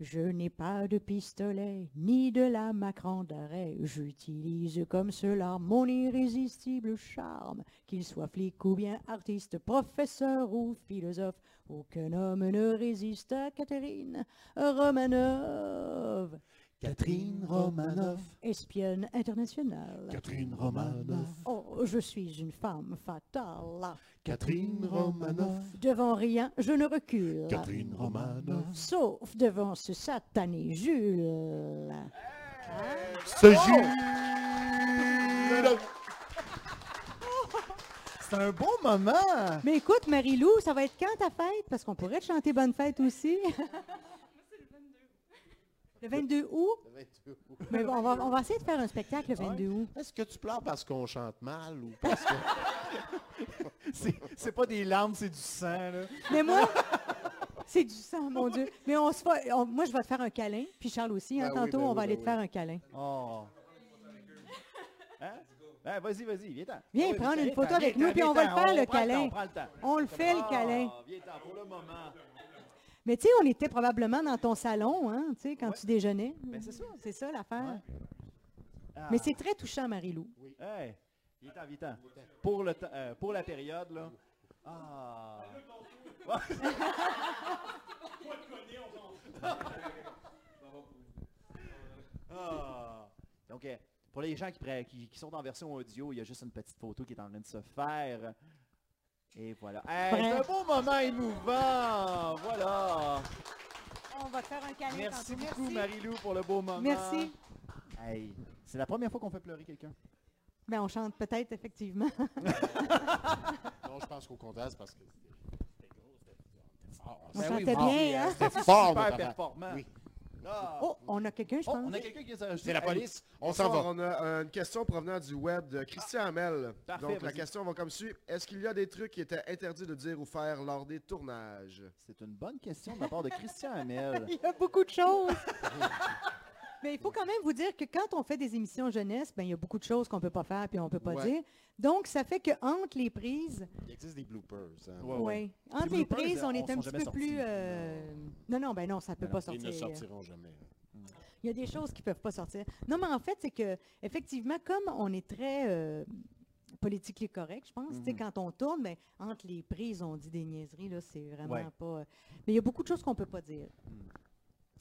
Speaker 3: Je n'ai pas de pistolet, ni de la macran d'arrêt. J'utilise comme cela mon irrésistible charme. Qu'il soit flic ou bien artiste, professeur ou philosophe, aucun homme ne résiste à Catherine Romanov,
Speaker 2: Catherine Romanoff.
Speaker 3: espionne internationale.
Speaker 2: Catherine Romanoff.
Speaker 3: Oh, je suis une femme fatale.
Speaker 2: Catherine Romanoff.
Speaker 3: Devant rien, je ne recule.
Speaker 2: Catherine Romanoff.
Speaker 3: Sauf devant ce satané Jules.
Speaker 2: Ce C'est un bon moment!
Speaker 3: Mais écoute, Marie-Lou, ça va être quand ta fête? Parce qu'on pourrait te chanter Bonne fête aussi. [LAUGHS] le 22 août.
Speaker 4: Ça va être-
Speaker 3: Mais bon, on, va, on va essayer de faire un spectacle le 22 août.
Speaker 4: Est-ce que tu pleures parce qu'on chante mal ou parce que...
Speaker 2: C'est c'est pas des larmes, c'est du sang, là.
Speaker 3: Mais moi, [LAUGHS] c'est du sang, mon Dieu. Mais on se fait- on- moi, je vais te faire un câlin. Puis Charles aussi, hein,
Speaker 4: Ben oui,
Speaker 3: tantôt,
Speaker 4: ben
Speaker 3: on
Speaker 4: oui,
Speaker 3: va
Speaker 4: ben
Speaker 3: aller
Speaker 4: oui.
Speaker 3: te faire un câlin.
Speaker 2: Oh. Hein? Ben, vas-y, vas-y, viens-t'en. Ah
Speaker 3: Viens
Speaker 2: Oui,
Speaker 3: prendre une
Speaker 2: viens-t'en,
Speaker 3: photo
Speaker 2: viens-t'en,
Speaker 3: avec nous, puis on va le
Speaker 2: viens-t'en,
Speaker 3: faire, le
Speaker 2: prend
Speaker 3: câlin.
Speaker 2: temps, on prend le temps.
Speaker 3: On le fait, le
Speaker 2: Ah,
Speaker 3: câlin.
Speaker 2: Viens-t'en pour le moment.
Speaker 3: Mais tu sais, on était probablement dans ton salon, hein, tu sais, quand
Speaker 2: Ouais.
Speaker 3: tu déjeunais.
Speaker 2: Ben, c'est ça.
Speaker 3: C'est ça l'affaire.
Speaker 2: Ah.
Speaker 3: Mais c'est très touchant, Marie-Lou.
Speaker 2: Hey, viens-t'en, viens-t'en. Pour, le temps- euh, pour la période, là. Ah. Ah. Donc, euh, pour les gens qui, pra- qui- qui sont en version audio, il y a juste une petite photo qui est en train de se faire. Et voilà. Hey, c'est un
Speaker 3: Bref.
Speaker 2: beau moment émouvant. Voilà.
Speaker 3: Ah, On va te faire un câlin.
Speaker 2: Merci
Speaker 3: tantôt.
Speaker 2: beaucoup, Marie-Lou, pour le beau moment.
Speaker 3: Merci.
Speaker 2: Hey, c'est la première fois qu'on fait pleurer quelqu'un.
Speaker 3: Ben, on chante peut-être, effectivement.
Speaker 2: Ah.
Speaker 4: Non, je pense qu'au contraire, c'est
Speaker 8: [LAUGHS]
Speaker 4: parce que... c'était gros, c'était fort.
Speaker 2: Ben
Speaker 3: On
Speaker 2: oui,
Speaker 3: chantait
Speaker 2: oui,
Speaker 3: bien, hein?
Speaker 4: C'était fort,
Speaker 2: Super
Speaker 4: notre affaire.
Speaker 2: performant.
Speaker 4: Oui.
Speaker 2: Ah.
Speaker 3: Oh, on a quelqu'un, je
Speaker 2: Oh,
Speaker 3: pense.
Speaker 2: on a quelqu'un qui vient de s'ajouter.
Speaker 4: C'est la
Speaker 2: Allez.
Speaker 4: police. On s'en va.
Speaker 8: Bonsoir, On a euh, une question provenant du web de Christian Hamel.
Speaker 2: Parfait,
Speaker 8: Donc la
Speaker 2: vas-y.
Speaker 8: question va comme suit. Est-ce qu'il y a des trucs qui étaient interdits de dire ou faire lors des tournages?
Speaker 2: C'est une bonne question de la part de Christian [LAUGHS] Hamel.
Speaker 3: [LAUGHS] Il y a beaucoup de choses. [LAUGHS] Mais il faut quand même vous dire que quand on fait des émissions jeunesse, ben, il y a beaucoup de choses qu'on ne peut pas faire puis on ne peut pas
Speaker 8: Ouais.
Speaker 3: dire. Donc, ça fait que entre les prises,
Speaker 4: Il existe des bloopers. hein.
Speaker 2: Ouais, ouais.
Speaker 3: ouais, entre
Speaker 2: Les
Speaker 3: les
Speaker 2: bloopers,
Speaker 3: prises,
Speaker 2: euh,
Speaker 3: on
Speaker 2: on
Speaker 3: est un
Speaker 2: sont
Speaker 3: petit
Speaker 2: jamais
Speaker 3: peu
Speaker 2: sortis.
Speaker 3: plus... euh, Non, non, ben non, ça ne peut pas
Speaker 4: Ils
Speaker 3: sortir.
Speaker 4: ne sortiront jamais.
Speaker 3: Il y a des choses qui ne peuvent pas sortir. Non, mais en fait, c'est que effectivement, comme on est très, euh, politiquement correct, je pense. Tu sais,
Speaker 2: Mhm.
Speaker 3: Quand on tourne, ben, entre les prises, on dit des niaiseries, là, c'est vraiment
Speaker 2: Ouais.
Speaker 3: pas... euh, Mais il y a beaucoup de choses qu'on peut pas dire.
Speaker 2: Mm.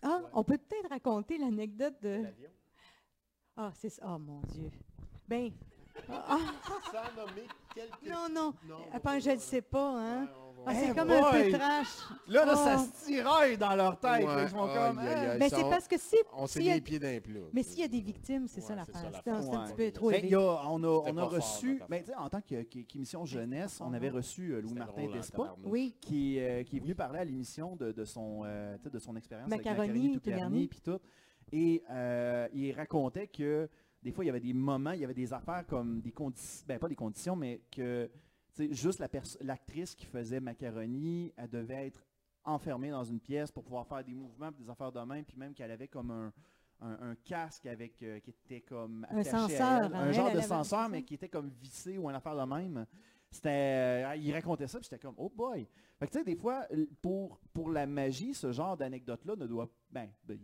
Speaker 3: Ah,
Speaker 4: Hmm. Ouais.
Speaker 3: on peut peut-être raconter l'anecdote de...
Speaker 4: L'avion.
Speaker 3: Ah, c'est ça. Oh, mon Dieu. Ben... ah,
Speaker 4: [LAUGHS] Sans nommer quelques...
Speaker 3: non, non.
Speaker 4: Non, on va
Speaker 3: Attends,
Speaker 4: pas
Speaker 3: je
Speaker 4: là,
Speaker 3: ne sais pas, hein.
Speaker 4: Ouais, on va-
Speaker 3: Ah, c'est
Speaker 2: Hey
Speaker 3: comme un peu
Speaker 2: boy!
Speaker 3: trash.
Speaker 2: Là, là, ça
Speaker 3: Oh.
Speaker 2: se tiraille dans leur tête.
Speaker 8: Ouais,
Speaker 2: là, ils sont
Speaker 8: aïe,
Speaker 2: comme,
Speaker 8: aïe,
Speaker 2: ah.
Speaker 8: aïe,
Speaker 3: Mais
Speaker 8: ça,
Speaker 3: Ben, c'est
Speaker 8: on-
Speaker 3: parce que si...
Speaker 8: On s'est
Speaker 3: s'il y a-
Speaker 8: mis les pieds d'un plat.
Speaker 3: Mais s'il y a des victimes, c'est
Speaker 4: Ouais,
Speaker 3: ça
Speaker 4: c'est ça,
Speaker 3: l'affaire.
Speaker 4: la
Speaker 3: C'est un, c'est un
Speaker 2: Ouais.
Speaker 3: petit peu trop
Speaker 2: Ben,
Speaker 3: élevé.
Speaker 2: il y a- on a,
Speaker 4: C'était
Speaker 2: on a
Speaker 4: pas fort,
Speaker 2: reçu,
Speaker 4: notre
Speaker 2: ben, tu sais, en tant que- que- qu'émission jeunesse, on avait reçu euh,
Speaker 4: C'était
Speaker 2: Louis-Martin
Speaker 4: drôle en
Speaker 2: Despa,
Speaker 4: tabarnouche.
Speaker 3: Oui,
Speaker 2: qui, euh, qui est venu parler à l'émission de, de son, euh, tu sais, de son expérience
Speaker 3: Macaroni,
Speaker 2: avec
Speaker 3: tout
Speaker 2: tout
Speaker 3: garni.
Speaker 2: puis tout. Et euh, il racontait que des fois, il y avait des moments, il y avait des affaires comme des conditions, ben pas des conditions, mais que tu sais, juste la perso- l'actrice qui faisait Macaroni, elle devait être enfermée dans une pièce pour pouvoir faire des mouvements, puis des affaires de même, puis même qu'elle avait comme un, un- un casque avec euh, qui était comme
Speaker 3: Un
Speaker 2: attaché à
Speaker 3: senseur,
Speaker 2: elle,
Speaker 3: hein,
Speaker 2: un
Speaker 3: elle,
Speaker 2: genre
Speaker 3: elle
Speaker 2: de
Speaker 3: avait un
Speaker 2: senseur,
Speaker 3: senseur.
Speaker 2: mais qui était comme vissé ou une affaire de même. C'était, euh, il racontait ça, puis j'étais comme, oh boy. Fait que tu sais, des fois, l- pour, pour la magie, ce genre d'anecdote-là ne doit, ben, ben,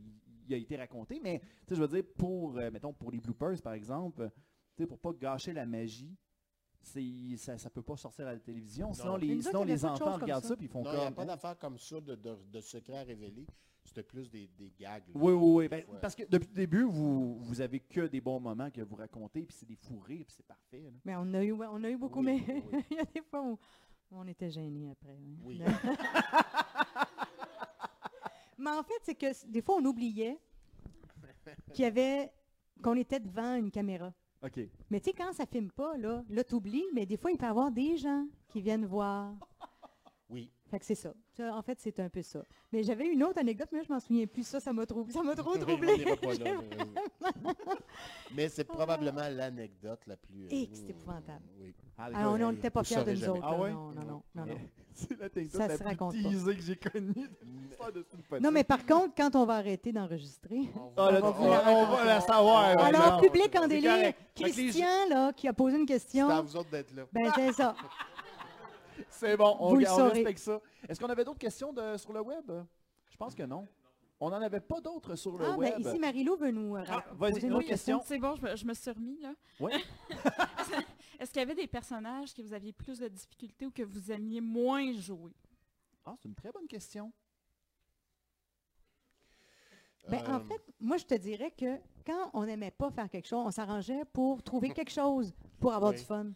Speaker 2: il a été raconté, mais tu sais, je veux dire, pour, euh, mettons, pour les bloopers, par exemple, tu sais, pour pas gâcher la magie, c'est- ça, ça peut pas sortir à la télévision. Sinon,
Speaker 4: Mais
Speaker 2: les,
Speaker 3: nous autres,
Speaker 2: sinon,
Speaker 3: il y avait
Speaker 2: les
Speaker 3: pas de choses
Speaker 2: enfants
Speaker 3: comme
Speaker 2: regardent
Speaker 3: ça.
Speaker 2: ça, puis ils font
Speaker 4: Non, il n'y a
Speaker 2: comme...
Speaker 4: pas
Speaker 2: hein?
Speaker 4: d'affaire comme ça de, de, de secret à révéler. C'était plus des, des gags. là.
Speaker 2: Oui, oui, oui. Ben,
Speaker 4: Ouais.
Speaker 2: Parce que depuis le début, vous, vous avez que des bons moments que vous racontez, puis c'est des fous rires, puis c'est parfait. là.
Speaker 3: mais on a eu, on a eu beaucoup,
Speaker 4: Oui,
Speaker 3: mais
Speaker 4: oui, oui.
Speaker 3: [LAUGHS] il y a des fois où on était gênés après. hein.
Speaker 4: [LAUGHS] Oui.
Speaker 3: Mais en fait, c'est que s- des fois, on oubliait qu'il y avait qu'on était devant une caméra.
Speaker 2: OK.
Speaker 3: Mais tu sais, quand ça filme pas, là, là, t'oublies, mais des fois, il peut y avoir des gens qui viennent voir.
Speaker 4: Oui.
Speaker 3: Fait que c'est ça. Ça, En fait, c'est un peu ça. Mais j'avais une autre anecdote, mais là, je m'en souviens plus. Ça, ça m'a trou- ça m'a trop
Speaker 4: On
Speaker 3: troublé.
Speaker 4: ira pas là, Mais c'est probablement l'anecdote la plus... euh,
Speaker 3: Et que Ah. Eh, c'est épouvantable.
Speaker 4: Oui.
Speaker 2: Ah, les
Speaker 3: Ah, on
Speaker 2: gars, [LAUGHS]
Speaker 3: on n'était pas
Speaker 4: Vous
Speaker 3: fiers de
Speaker 4: saurez
Speaker 3: nous
Speaker 4: jamais.
Speaker 3: autres.
Speaker 2: Ah
Speaker 3: là.
Speaker 2: ouais?
Speaker 3: Non, non, non, non, non.
Speaker 2: c'est l'anecdote
Speaker 3: Ça
Speaker 2: la
Speaker 3: se
Speaker 2: plus
Speaker 3: raconte pas.
Speaker 2: teasée que j'ai connue de l'histoire de Steve Potter.
Speaker 3: Non, mais par contre, quand on va arrêter d'enregistrer,
Speaker 4: On
Speaker 2: Ah, là,
Speaker 4: va-
Speaker 2: on,
Speaker 3: vous la
Speaker 2: on va la savoir. ouais,
Speaker 3: Alors,
Speaker 2: non.
Speaker 3: public en
Speaker 2: C'est
Speaker 3: délire,
Speaker 2: correct. Fait que les
Speaker 3: Christian, là, qui a posé une
Speaker 4: C'est à
Speaker 3: question,
Speaker 4: vous autres d'être là.
Speaker 3: ben c'est ça.
Speaker 2: Ah, C'est bon, on,
Speaker 3: Vous le
Speaker 2: on
Speaker 3: saurez.
Speaker 2: respecte ça. Est-ce qu'on avait d'autres questions de- sur le web? Je pense que non. On n'en avait pas d'autres sur le
Speaker 3: Ah,
Speaker 2: web.
Speaker 3: ben ici, Marie-Lou veut nous euh,
Speaker 2: Ah,
Speaker 3: ra-
Speaker 2: vas-y,
Speaker 3: poser
Speaker 2: une
Speaker 3: une
Speaker 2: autre
Speaker 3: autre
Speaker 2: question.
Speaker 7: C'est bon, je, me- je me suis remis, là.
Speaker 2: Ouais.
Speaker 7: [LAUGHS] Est-ce qu'il y avait des personnages que vous aviez plus de difficultés ou que vous aimiez moins jouer?
Speaker 2: Ah, c'est une très bonne question.
Speaker 3: Ben, en
Speaker 4: Euh,
Speaker 3: fait, moi, je te dirais que quand on n'aimait pas faire quelque chose, on s'arrangeait pour trouver quelque chose pour avoir
Speaker 4: Oui.
Speaker 3: du fun.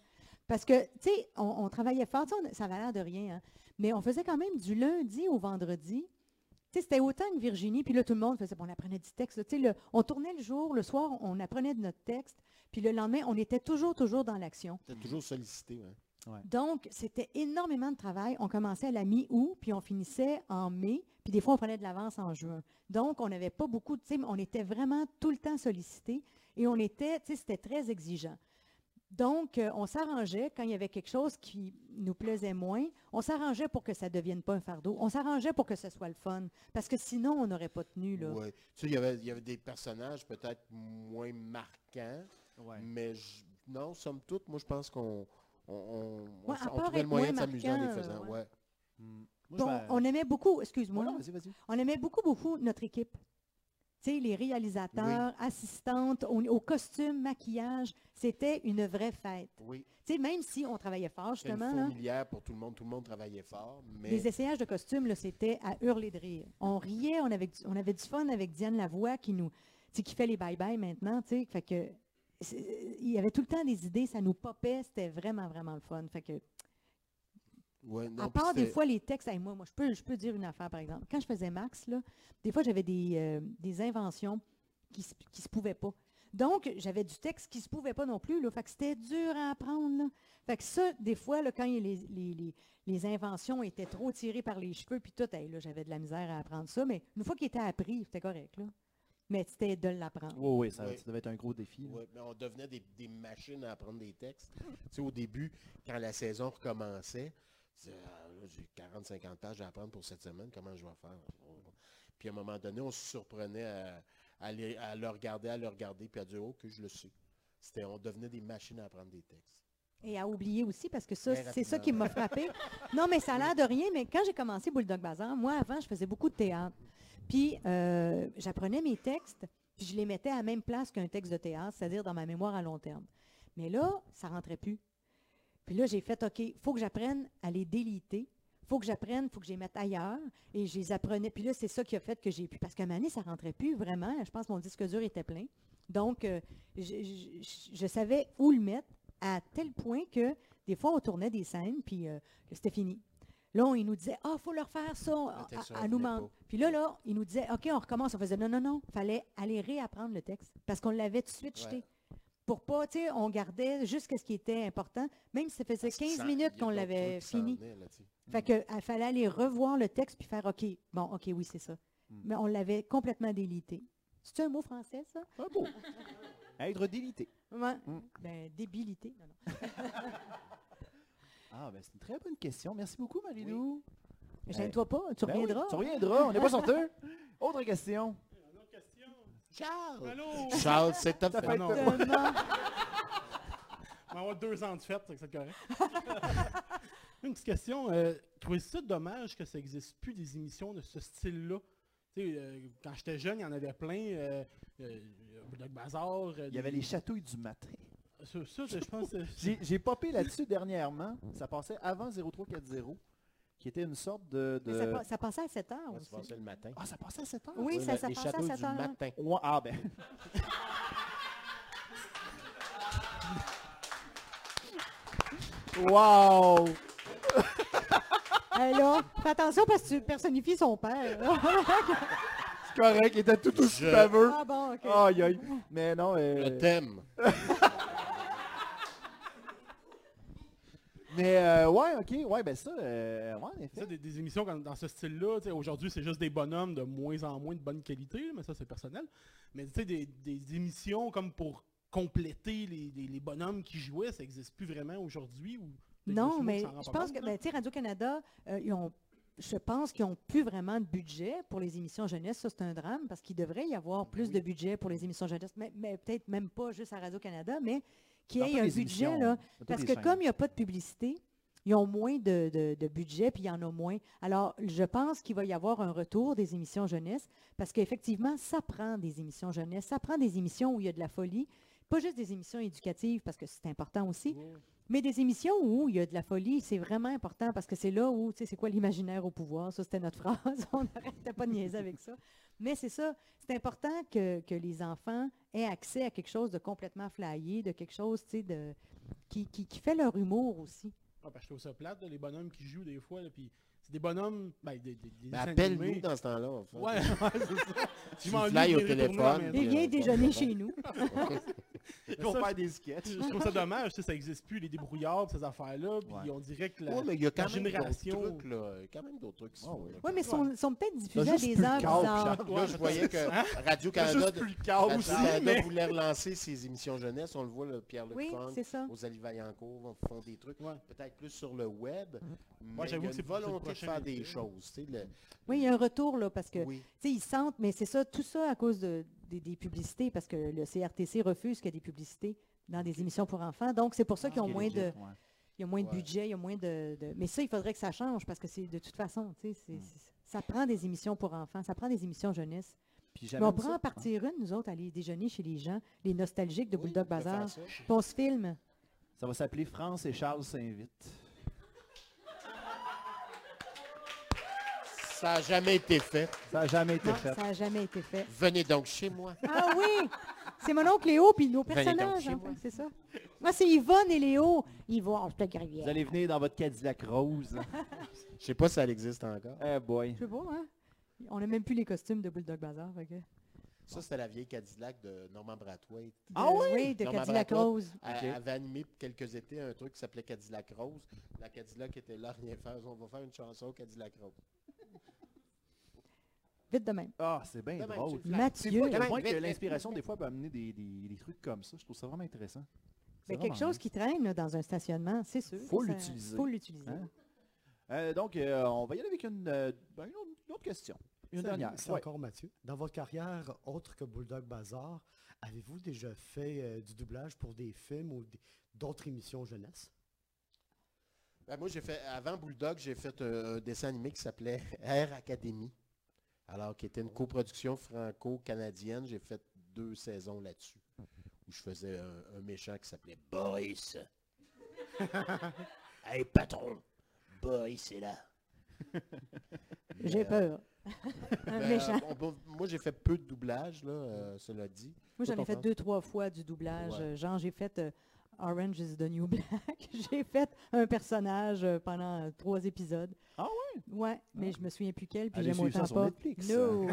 Speaker 3: Parce que, tu sais, on, on travaillait fort, tu sais, on- ça avait l'air de rien, hein, mais on faisait quand même du lundi au vendredi. Tu sais, c'était autant que Virginie, puis là, tout le monde faisait, bon, on apprenait du texte. là, Tu sais, le- on tournait le jour, le soir, on apprenait de notre texte, puis le lendemain, on était toujours, toujours dans l'action.
Speaker 4: T'es toujours sollicité. Hein?
Speaker 3: Donc, c'était énormément de travail. On commençait à la mi-août, puis on finissait en mai, puis des fois, on prenait de l'avance en juin. Donc, on n'avait pas beaucoup de... tu sais, On était vraiment tout le temps sollicités et on était, tu sais, c'était très exigeant. Donc, euh, on s'arrangeait quand il y avait quelque chose qui nous plaisait moins. On s'arrangeait pour que ça ne devienne pas un fardeau. On s'arrangeait pour que ce soit le fun. Parce que sinon, on n'aurait pas tenu, là.
Speaker 4: Ouais. Tu sais, il y avait- il y avait des personnages peut-être moins marquants, mais je- non, somme toute, moi, je pense qu'on on, on, on
Speaker 3: Ouais,
Speaker 4: s-
Speaker 3: à
Speaker 4: on
Speaker 3: part
Speaker 4: trouvait
Speaker 3: être
Speaker 4: le moyen
Speaker 3: moins
Speaker 4: de s'amuser en les
Speaker 3: marquant,
Speaker 4: faisant.
Speaker 3: euh,
Speaker 4: ouais.
Speaker 2: Hmm. Moi, je
Speaker 3: Bon,
Speaker 2: vais-
Speaker 3: on aimait beaucoup, excuse-moi,
Speaker 2: Ouais, non, vas-y, vas-y.
Speaker 3: On aimait beaucoup, beaucoup notre équipe. Tu sais, les réalisateurs, assistantes, au, au costume, maquillage, c'était une vraie fête.
Speaker 4: Oui,
Speaker 3: Tu sais, même si on travaillait fort,
Speaker 4: c'était une
Speaker 3: justement, là,
Speaker 4: fourmilière pour tout le monde. Tout le monde travaillait fort, mais
Speaker 3: les essayages de costumes, là, c'était à hurler de rire. On riait, on avait, du- on avait du fun avec Diane Lavoie qui nous, tu sais, qui fait les bye-bye maintenant, tu sais, fait que c'est- il y avait tout le temps des idées, ça nous popait, c'était vraiment, vraiment le fun. Fait que
Speaker 4: ouais, non,
Speaker 3: à
Speaker 4: puis
Speaker 3: part des
Speaker 4: c'était-
Speaker 3: fois les textes, hey, moi, moi je, peux, je peux dire une affaire, par exemple. Quand je faisais Max, là, des fois, j'avais des, euh, des inventions qui se, qui se pouvaient pas. Donc, j'avais du texte qui se pouvait pas non plus. Là, fait que c'était dur à apprendre. là. Fait que ça, des fois, là, quand il y a les, les- les- les inventions étaient trop tirées par les cheveux, puis tout, hey, là, j'avais de la misère à apprendre ça. Mais une fois qu'il était appris, c'était correct. Là. Mais c'était de l'apprendre.
Speaker 2: Oui, oui, ça,
Speaker 4: Oui.
Speaker 2: ça devait être un gros défi. là.
Speaker 4: Ouais, mais on devenait des, des machines à apprendre des textes. [LAUGHS] tu sais, au début, quand la saison recommençait, tu disais, Ah, là, j'ai 40-50 pages à apprendre pour cette semaine, comment je vais faire? On- Puis à un moment donné, on se surprenait à, à les- à le regarder, à le regarder, puis à dire, oh, que je le sais. C'était, on devenait des machines à apprendre des textes.
Speaker 3: Et à oublier aussi, parce que ça,
Speaker 4: Très
Speaker 3: c'est ça
Speaker 4: rapidement.
Speaker 3: qui m'a frappé. Non, mais ça a l'air de rien, mais quand j'ai commencé Bulldog Bazar, moi, avant, je faisais beaucoup de théâtre. Puis, euh, j'apprenais mes textes, puis je les mettais à la même place qu'un texte de théâtre, c'est-à-dire dans ma mémoire à long terme. Mais là, ça rentrait plus. Puis là, j'ai fait, OK, faut que j'apprenne à les déliter. faut que j'apprenne, faut que je les mette ailleurs. Et je les apprenais. Puis là, c'est ça qui a fait que j'ai pu. Parce qu'à ma année, ça rentrait plus vraiment. Je pense que mon disque dur était plein. Donc, euh, je, je- je- je savais où le mettre à tel point que des fois, on tournait des scènes, puis euh, c'était fini. Là, on- ils nous disaient, ah, il faut leur faire ça, on-
Speaker 6: Ah, t'es
Speaker 3: à-
Speaker 6: sûr,
Speaker 3: à,
Speaker 6: venez
Speaker 3: nous
Speaker 6: pas.
Speaker 3: manque. Puis là, là, ils nous disaient, OK, on recommence. On faisait, non, non, non, fallait aller réapprendre le texte. Parce qu'on l'avait tout de suite
Speaker 6: Ouais.
Speaker 3: jeté. Pour pas, tu sais, on gardait jusqu'à ce qui était important, même si ça faisait 15 minutes qu'on l'avait fini. [LAUGHS] Fait que, il fallait aller revoir le texte puis faire OK, bon, OK, oui, c'est ça.
Speaker 2: Mm.
Speaker 3: Mais on l'avait complètement délité. C'est un mot français, ça?
Speaker 2: Ah [LAUGHS] bon. À être délité.
Speaker 3: Ouais.
Speaker 2: Mm.
Speaker 3: Ben, débilité. Non, non.
Speaker 2: Ah, ben c'est une très bonne question. Merci beaucoup, Marilou.
Speaker 3: Gêne-toi pas, tu
Speaker 2: Ben oui,
Speaker 3: reviendras.
Speaker 2: tu reviendras, on n'est pas sorteux. Autre question.
Speaker 6: Charles!
Speaker 8: Allô?
Speaker 6: [LAUGHS] Charles, c'est ta
Speaker 8: Ah
Speaker 6: fête.
Speaker 8: non, on
Speaker 2: [LAUGHS]
Speaker 8: va
Speaker 3: Exactement.
Speaker 8: avoir deux ans de fête, c'est que c'est correct. [LAUGHS] Une petite question. Euh, Trouvez-vous ça dommage que ça n'existe plus des émissions de ce style-là? Tu sais, euh, quand j'étais jeune, il y en avait plein. Euh, euh, Bulldog Bazar. euh,
Speaker 2: Il y avait
Speaker 8: des-
Speaker 2: les chatouilles du matin.
Speaker 8: Ça, ça, je pense. que c'est- [LAUGHS]
Speaker 2: J'ai j'ai popé là-dessus dernièrement. Ça passait avant 0340, qui était une sorte de... de-
Speaker 3: Mais ça, pa- ça passait à 7 heures
Speaker 6: On
Speaker 3: aussi.
Speaker 6: se passait le matin.
Speaker 2: Ah, ça passait à 7 heures?
Speaker 3: Oui, ça,
Speaker 6: le-
Speaker 3: ça
Speaker 6: les
Speaker 3: passait à
Speaker 6: châteaux
Speaker 3: 7 heures.
Speaker 6: du matin.
Speaker 2: Ouais, ah
Speaker 3: [LAUGHS]
Speaker 2: ben. wow!
Speaker 3: Hey, là, fais attention parce que tu personnifies son père.
Speaker 2: [LAUGHS] C'est correct, il était tout aussi
Speaker 6: Je-
Speaker 2: baveux.
Speaker 3: ah bon, OK.
Speaker 2: Aïe aïe. Mais non, euh,
Speaker 6: Le thème.
Speaker 2: mais euh, ouais, ok, ouais, ben ça, euh, ouais, en effet.
Speaker 8: Ça, des, des émissions comme dans ce style-là, tu sais, aujourd'hui, c'est juste des bonhommes de moins en moins de bonne qualité, mais ça, c'est personnel. Mais tu sais, des, des émissions comme pour compléter les, les- les bonhommes qui jouaient, ça n'existe plus vraiment aujourd'hui. ou- je
Speaker 3: Non,
Speaker 8: me
Speaker 3: mais
Speaker 8: suis
Speaker 3: je
Speaker 8: rendu pas
Speaker 3: pense
Speaker 8: compte,
Speaker 3: que
Speaker 8: là.
Speaker 3: ben, tu sais, Radio-Canada, euh, ils ont- je pense qu'ils n'ont plus vraiment de budget pour les émissions jeunesse. Ça, c'est un drame parce qu'il devrait y avoir plus de budget pour les émissions jeunesse, mais, mais peut-être même pas juste à Radio-Canada, mais qu'il
Speaker 2: Dans
Speaker 3: y ait
Speaker 2: toutes
Speaker 3: un
Speaker 2: les
Speaker 3: budget.
Speaker 2: émissions,
Speaker 3: Là,
Speaker 2: dans toutes
Speaker 3: parce
Speaker 2: les
Speaker 3: que
Speaker 2: chaînes.
Speaker 3: comme il n'y a pas de publicité, ils ont moins de, de- de budget, puis il y en a moins. Alors, je pense qu'il va y avoir un retour des émissions jeunesse, parce qu'effectivement, ça prend des émissions jeunesse, ça prend des émissions où il y a de la folie, pas juste des émissions éducatives, parce que c'est important aussi, mais des émissions où il y a de la folie, c'est vraiment important parce que c'est là où, tu sais, c'est quoi l'imaginaire au pouvoir? Ça, c'était notre [LAUGHS] phrase. On n'arrêtait pas de niaiser avec ça. Mais c'est ça. C'est important que, que les enfants aient accès à quelque chose de complètement flyé, de quelque chose, tu sais, de, qui, qui, qui fait leur humour aussi.
Speaker 8: Ah, ben, je trouve ça plate, là, les bonhommes qui jouent des fois, là, puis c'est des bonhommes, ben, des, des, des
Speaker 6: Mais
Speaker 8: dessins
Speaker 6: appelle-nous
Speaker 8: animés.
Speaker 6: dans ce temps-là. enfin.
Speaker 8: Ouais, [LAUGHS] ouais, c'est ça.
Speaker 6: Tu
Speaker 8: m'ennuie,
Speaker 6: fly au
Speaker 8: je vais retourner à la
Speaker 6: téléphone.
Speaker 8: maison.
Speaker 3: Et
Speaker 6: euh,
Speaker 3: viens
Speaker 6: bon,
Speaker 3: déjeuner
Speaker 6: c'est
Speaker 3: chez nous.
Speaker 2: Ils vont
Speaker 8: Ça,
Speaker 2: faire des sketchs.
Speaker 8: Je trouve [LAUGHS] ça dommage, tu sais, ça n'existe plus, les débrouillards, ces affaires-là, puis
Speaker 2: Ouais.
Speaker 8: on dirait que la...
Speaker 6: Ouais, mais il y a
Speaker 8: la
Speaker 6: quand même
Speaker 8: génération-
Speaker 6: d'autres trucs, là. Il y a quand même d'autres trucs qui se
Speaker 2: Ah
Speaker 6: font,
Speaker 2: oui.
Speaker 6: là.
Speaker 3: Oui, mais ils sont, sont peut-être
Speaker 2: T'as
Speaker 3: diffusés à
Speaker 2: juste plus
Speaker 3: des heures
Speaker 2: le
Speaker 3: bizarres.
Speaker 2: câble,
Speaker 6: Là, je voyais que Radio-Canada
Speaker 8: plus le câble Ah, aussi,
Speaker 6: Radio-Canada
Speaker 8: mais...
Speaker 6: voulait relancer ses émissions jeunesse. On le voit, le Pierre
Speaker 3: Oui,
Speaker 6: Lefranc,
Speaker 3: c'est ça.
Speaker 6: Rosalie Vaillancourt font des trucs
Speaker 8: Ouais.
Speaker 6: peut-être plus sur le web.
Speaker 8: Moi,
Speaker 6: Moi,
Speaker 8: j'avoue
Speaker 6: j'avoue
Speaker 8: que c'est-
Speaker 6: c'est
Speaker 8: c'est le
Speaker 6: volonté de
Speaker 8: prochain
Speaker 6: faire des
Speaker 8: invité.
Speaker 6: choses. tu sais, le-
Speaker 3: Oui, il y a un retour, là, parce que
Speaker 6: Oui.
Speaker 3: Tu sais, ils sentent, mais c'est ça, tout ça à cause de- des, des publicités, parce que le CRTC refuse qu'il y ait des publicités dans des émissions pour enfants. Donc, c'est pour
Speaker 2: Ah,
Speaker 3: ça qu'ils ont moins de, il y a moins de
Speaker 6: Ouais.
Speaker 3: budget, il y a moins de, de- Mais ça, il faudrait que ça change, parce que c'est de toute façon, tu sais, c'est- c'est- ça prend des émissions pour enfants, ça prend des émissions jeunesse.
Speaker 2: Puis
Speaker 3: Mais
Speaker 2: j'amène
Speaker 3: on prend
Speaker 2: ça,
Speaker 3: à partir une, nous autres, à aller déjeuner chez les gens, les nostalgiques de
Speaker 6: Oui,
Speaker 3: Bulldog
Speaker 6: de faire
Speaker 3: Bazar,
Speaker 6: ça.
Speaker 3: puis on se filme.
Speaker 2: hein. Ça va s'appeler France et Charles s'invite.
Speaker 6: Ça n'a jamais été fait.
Speaker 2: Ça n'a jamais été
Speaker 3: Non,
Speaker 2: fait.
Speaker 3: Ah, ça n'a jamais été fait.
Speaker 6: Venez donc chez moi.
Speaker 3: Ah oui! C'est mon oncle Léo, puis nos
Speaker 6: Ben, il est donc
Speaker 3: personnages,
Speaker 6: chez
Speaker 3: en
Speaker 6: moi.
Speaker 3: fait, c'est ça. Moi, c'est Yvonne et Léo. Yvonne, oh, je te grillais.
Speaker 2: Vous allez venir dans votre Cadillac rose. hein.
Speaker 3: [LAUGHS]
Speaker 6: Je sais pas si elle existe encore.
Speaker 2: Eh boy.
Speaker 3: Je sais pas, hein? On n'a même plus les costumes de Bulldog Bazar. fait que-
Speaker 6: Ça, c'était la vieille Cadillac de Norman Brathwaite.
Speaker 2: Ah
Speaker 3: De-
Speaker 2: oui?
Speaker 3: de
Speaker 6: Norman
Speaker 3: Cadillac
Speaker 6: Brathwaite.
Speaker 3: Rose.
Speaker 6: Elle
Speaker 2: Ok.
Speaker 6: elle avait animé quelques étés un truc qui s'appelait Cadillac Rose. La Cadillac était là, [LAUGHS] rien faire. On va faire une chanson Cadillac Rose.
Speaker 3: Vite de même.
Speaker 2: Ah, c'est bien
Speaker 6: Demain,
Speaker 2: drôle.
Speaker 6: tu le flattes.
Speaker 2: C'est fou à
Speaker 3: Mathieu,
Speaker 2: quel
Speaker 6: Demain,
Speaker 2: point
Speaker 6: vite,
Speaker 2: que
Speaker 6: vite.
Speaker 2: l'inspiration, des fois, peut amener des, des- des trucs comme ça. Je trouve ça vraiment intéressant. C'est
Speaker 3: ben, quelque
Speaker 2: vraiment
Speaker 3: chose qui traîne là, dans un stationnement, c'est sûr.
Speaker 2: hein. Faut
Speaker 3: Ça,
Speaker 2: l'utiliser.
Speaker 3: Faut l'utiliser.
Speaker 2: Hein? Euh, donc, euh, on va y aller avec une, euh, ben, une autre, une autre question. Une
Speaker 1: Salut,
Speaker 2: dernière.
Speaker 1: C'est
Speaker 2: Ouais.
Speaker 1: encore Mathieu. Dans votre carrière autre que Bulldog Bazar, avez-vous déjà fait euh, du doublage pour des films ou des- d'autres émissions jeunesse?
Speaker 6: Ben, moi, j'ai fait, avant Bulldog, j'ai fait euh, un dessin animé qui s'appelait Air Academy. Alors, qui était une coproduction franco-canadienne. J'ai fait deux saisons là-dessus. Où je faisais un, un méchant qui s'appelait Boris.
Speaker 4: Hey, patron! Boy, c'est là. Mais,
Speaker 3: J'ai
Speaker 4: euh,
Speaker 3: peur.
Speaker 2: [LAUGHS]
Speaker 4: ben,
Speaker 3: méchant.
Speaker 4: on peut- moi, j'ai fait peu de doublage, là, euh, cela dit.
Speaker 3: Moi, j'en ai
Speaker 4: Toi,
Speaker 3: fait
Speaker 4: t'en
Speaker 3: deux, trois fois du doublage.
Speaker 4: Ouais.
Speaker 3: Euh, Genre, j'ai fait euh, Orange is the New Black. [LAUGHS] j'ai fait un personnage euh, pendant euh, trois épisodes.
Speaker 2: Ah
Speaker 3: ouais? Ouais, mais je me souviens plus quel, puis
Speaker 2: Allez
Speaker 3: j'aime
Speaker 2: suivre ça
Speaker 3: autant
Speaker 2: sur
Speaker 3: pas.
Speaker 2: Netflix. [LAUGHS]
Speaker 3: No.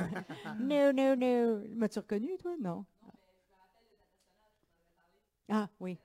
Speaker 3: no, no, no. M'as-tu reconnu, toi? Non. Ah, oui.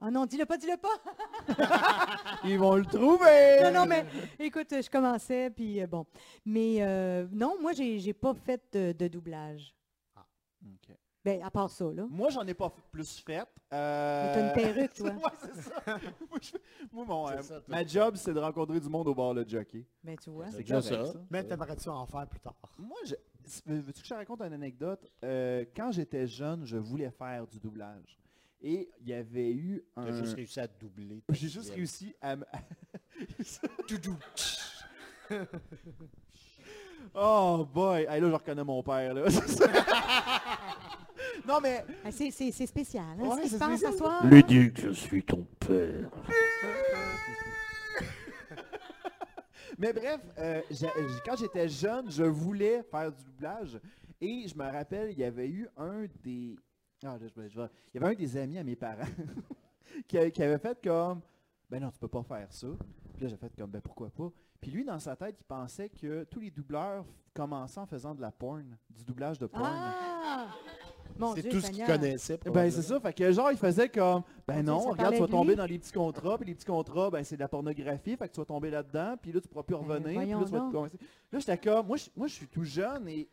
Speaker 3: Ah non, dis-le pas, dis-le pas!
Speaker 2: Ils vont le trouver!
Speaker 3: non, non,
Speaker 2: [LAUGHS]
Speaker 3: mais écoute, je commençais, puis euh, bon. Mais euh, non, moi, j'ai j'ai pas fait de, de doublage.
Speaker 2: Ah, Ok.
Speaker 3: Ben, à part ça, là.
Speaker 2: Moi, j'en ai pas f- plus fait. Euh...
Speaker 3: Mais T'as
Speaker 2: [LAUGHS]
Speaker 3: une perruque, toi.
Speaker 2: Ouais, c'est ça. Moi, je fais- Moi, mon,
Speaker 4: C'est
Speaker 2: euh,
Speaker 4: ça, toi.
Speaker 2: ma job, c'est de rencontrer du monde au bord le jockey.
Speaker 3: Ben, tu vois.
Speaker 4: C'est
Speaker 2: C'est
Speaker 4: déjà
Speaker 2: correct,
Speaker 4: ça.
Speaker 2: ça.
Speaker 1: Mais t'aimerais-tu en faire plus tard?
Speaker 2: Moi, je... s- veux- veux-tu que je te raconte une anecdote? Euh, quand j'étais jeune, je voulais faire du doublage. Et il y avait eu
Speaker 4: T'as
Speaker 2: un...
Speaker 4: juste réussi à doubler.
Speaker 2: [LAUGHS]
Speaker 4: ta
Speaker 2: J'ai juste
Speaker 4: gueule.
Speaker 2: réussi à... [LAUGHS] me- oh boy! Hey, là, je reconnais mon père, là. [LAUGHS] non, mais...
Speaker 3: Ah, c'est- C'est c'est spécial. Hein,
Speaker 2: Ouais,
Speaker 3: ce qui se
Speaker 2: c'est
Speaker 3: passe
Speaker 2: spécial.
Speaker 3: à soir.
Speaker 5: Le duc, je suis ton père.
Speaker 2: Mais bref, euh, j'a- j- quand j'étais jeune, je voulais faire du doublage. Et je me rappelle, il y avait eu un des... Ah, là, je vais- je vais- Il y avait un des amis à mes parents [LAUGHS] qui, a- qui avait fait comme... Ben non, tu peux pas faire ça. Puis là, j'ai fait comme, ben pourquoi pas. Puis lui, dans sa tête, il pensait que tous les doubleurs f- commençaient en faisant de la porn, du doublage de porn.
Speaker 3: Ah! Mon
Speaker 4: C'est
Speaker 3: Dieu,
Speaker 4: tout ce qu'il
Speaker 3: Seigneur.
Speaker 4: connaissait.
Speaker 2: Ben c'est ça, fait que genre il faisait comme ben
Speaker 3: Mon Dieu,
Speaker 2: non,
Speaker 3: ça
Speaker 2: regarde, tu vas
Speaker 3: parlait de
Speaker 2: tomber
Speaker 3: lui.
Speaker 2: dans les petits contrats, puis les petits contrats, ben c'est de la pornographie, fait que tu vas tomber là-dedans, puis là tu pourras plus
Speaker 3: Ben,
Speaker 2: revenir, puis là
Speaker 3: voyons
Speaker 2: tu vas te
Speaker 3: donc.
Speaker 2: commencer. Là j'étais comme moi je, moi je suis tout jeune et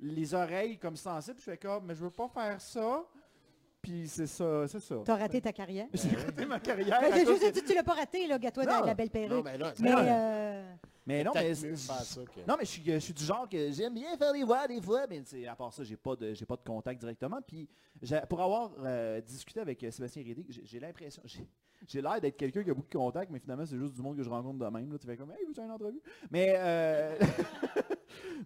Speaker 2: les oreilles comme sensibles, je fais comme mais je veux pas faire ça. Puis c'est ça, c'est ça.
Speaker 3: T'as raté ta carrière.
Speaker 2: J'ai raté ma carrière.
Speaker 3: Ben,
Speaker 2: à
Speaker 3: j'ai
Speaker 2: cause
Speaker 3: juste dit, tu l'as pas raté, là, gâte-toi de la-
Speaker 2: Non.
Speaker 3: la belle
Speaker 4: Non,
Speaker 3: perruque.
Speaker 4: mais là,
Speaker 3: Mais,
Speaker 4: c'est
Speaker 3: euh,
Speaker 2: Mais non, mais
Speaker 4: peut-être mieux faire ça que...
Speaker 2: Non, mais je suis, euh, je suis du genre que j'aime bien faire des voix des fois, mais tu sais, à part ça, j'ai pas de, j'ai pas de contact directement. Puis j'ai- pour avoir euh, discuté avec euh, Sébastien Rédé, j'ai, j'ai l'impression, [LAUGHS] j'ai, j'ai l'air d'être quelqu'un qui a beaucoup de contacts, mais finalement c'est juste du monde que je rencontre de même. là. Tu fais comme, hey, veux-tu une entrevue Mais euh, [LAUGHS]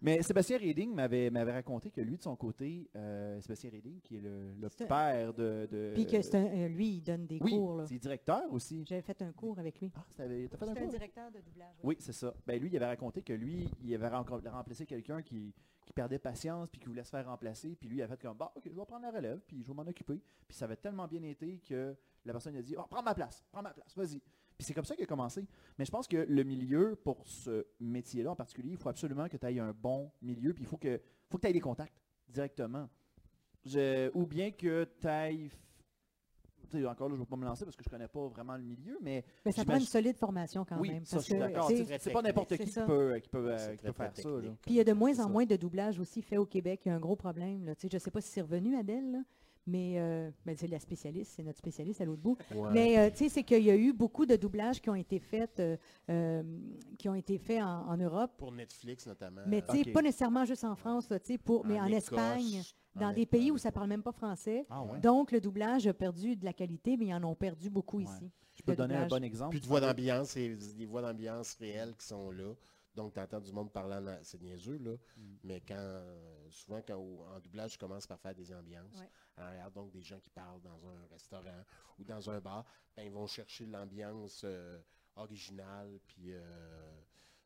Speaker 2: mais Sébastien Reding m'avait, m'avait raconté que lui de son côté, euh, Sébastien Reding, qui est le, le
Speaker 3: C'est un-
Speaker 2: père de, de-
Speaker 3: puis que c'est un- euh, lui, il donne des
Speaker 2: oui,
Speaker 3: cours. là.
Speaker 2: c'est directeur aussi.
Speaker 3: J'avais fait un cours avec lui.
Speaker 2: Ah, c'était- t'as fait un
Speaker 3: C'est un
Speaker 2: cours?
Speaker 3: directeur de doublage.
Speaker 2: Oui, c'est ça. Ben, lui, il avait raconté que lui, il avait renco- remplacé quelqu'un qui, qui perdait patience, puis qui voulait se faire remplacer, puis lui, il a fait comme, bah, ok, je vais prendre la relève, puis je vais m'en occuper. Puis ça avait tellement bien été que la personne a dit, oh, prends ma place, prends ma place, vas-y. Puis c'est comme ça qu'il a commencé. Mais je pense que le milieu, pour ce métier-là en particulier, il faut absolument que tu ailles un bon milieu, puis il faut que, faut que tu ailles des contacts directement. Je- ou bien que tu ailles... encore là, je ne vais pas me lancer parce que je connais pas vraiment le milieu, mais
Speaker 3: Mais ça prend une
Speaker 2: J'imagine-
Speaker 3: solide formation quand
Speaker 2: oui,
Speaker 3: même.
Speaker 2: ça, je
Speaker 3: parce
Speaker 2: suis
Speaker 3: que,
Speaker 2: d'accord.
Speaker 3: tu sais,
Speaker 2: C'est-
Speaker 4: très
Speaker 2: C'est pas n'importe qui
Speaker 3: technique.
Speaker 2: qui
Speaker 3: C'est ça.
Speaker 2: peut, euh, qui peut, euh,
Speaker 4: C'est
Speaker 2: qui peut
Speaker 4: très,
Speaker 2: faire
Speaker 4: très
Speaker 2: ça. là.
Speaker 4: technique.
Speaker 3: Puis il y a de moins
Speaker 2: C'est
Speaker 3: en
Speaker 2: ça.
Speaker 3: moins de doublage aussi fait au Québec. Il y a un gros problème. Là. Tu sais, Je ne sais pas si c'est revenu, Adèle, là, mais euh, ben, c'est la spécialiste, c'est notre spécialiste à l'autre bout.
Speaker 4: Ouais.
Speaker 3: Mais euh, tu sais, c'est qu'il y a eu beaucoup de doublages qui ont été faits, euh, euh, qui ont été faits en, en Europe.
Speaker 4: Pour Netflix, notamment. euh,
Speaker 3: Mais tu sais,
Speaker 2: Euh, ok.
Speaker 3: pas nécessairement juste en France, là, tu sais, pour, mais en
Speaker 4: Écosse,
Speaker 3: Espagne,
Speaker 4: en
Speaker 3: dans des
Speaker 4: Ép-
Speaker 3: pays où ça ne parle même pas français.
Speaker 2: Ah ouais.
Speaker 3: Donc, le doublage a perdu de la qualité, mais ils en ont perdu beaucoup
Speaker 2: Ouais.
Speaker 3: ici.
Speaker 2: Je peux
Speaker 3: le
Speaker 2: donner un
Speaker 3: doublage.
Speaker 2: bon exemple.
Speaker 4: Plus de voix d'ambiance, c'est des voix d'ambiance réelles qui sont là. Donc, tu entends du monde parler, en- c'est niaiseux, là. Mais quand, euh, souvent, quand au- en doublage, je commence par faire des ambiances.
Speaker 3: Ouais.
Speaker 4: En arrière, donc, des gens qui parlent dans un restaurant ou dans un bar, ben, ils vont chercher l'ambiance euh, originale, puis... euh,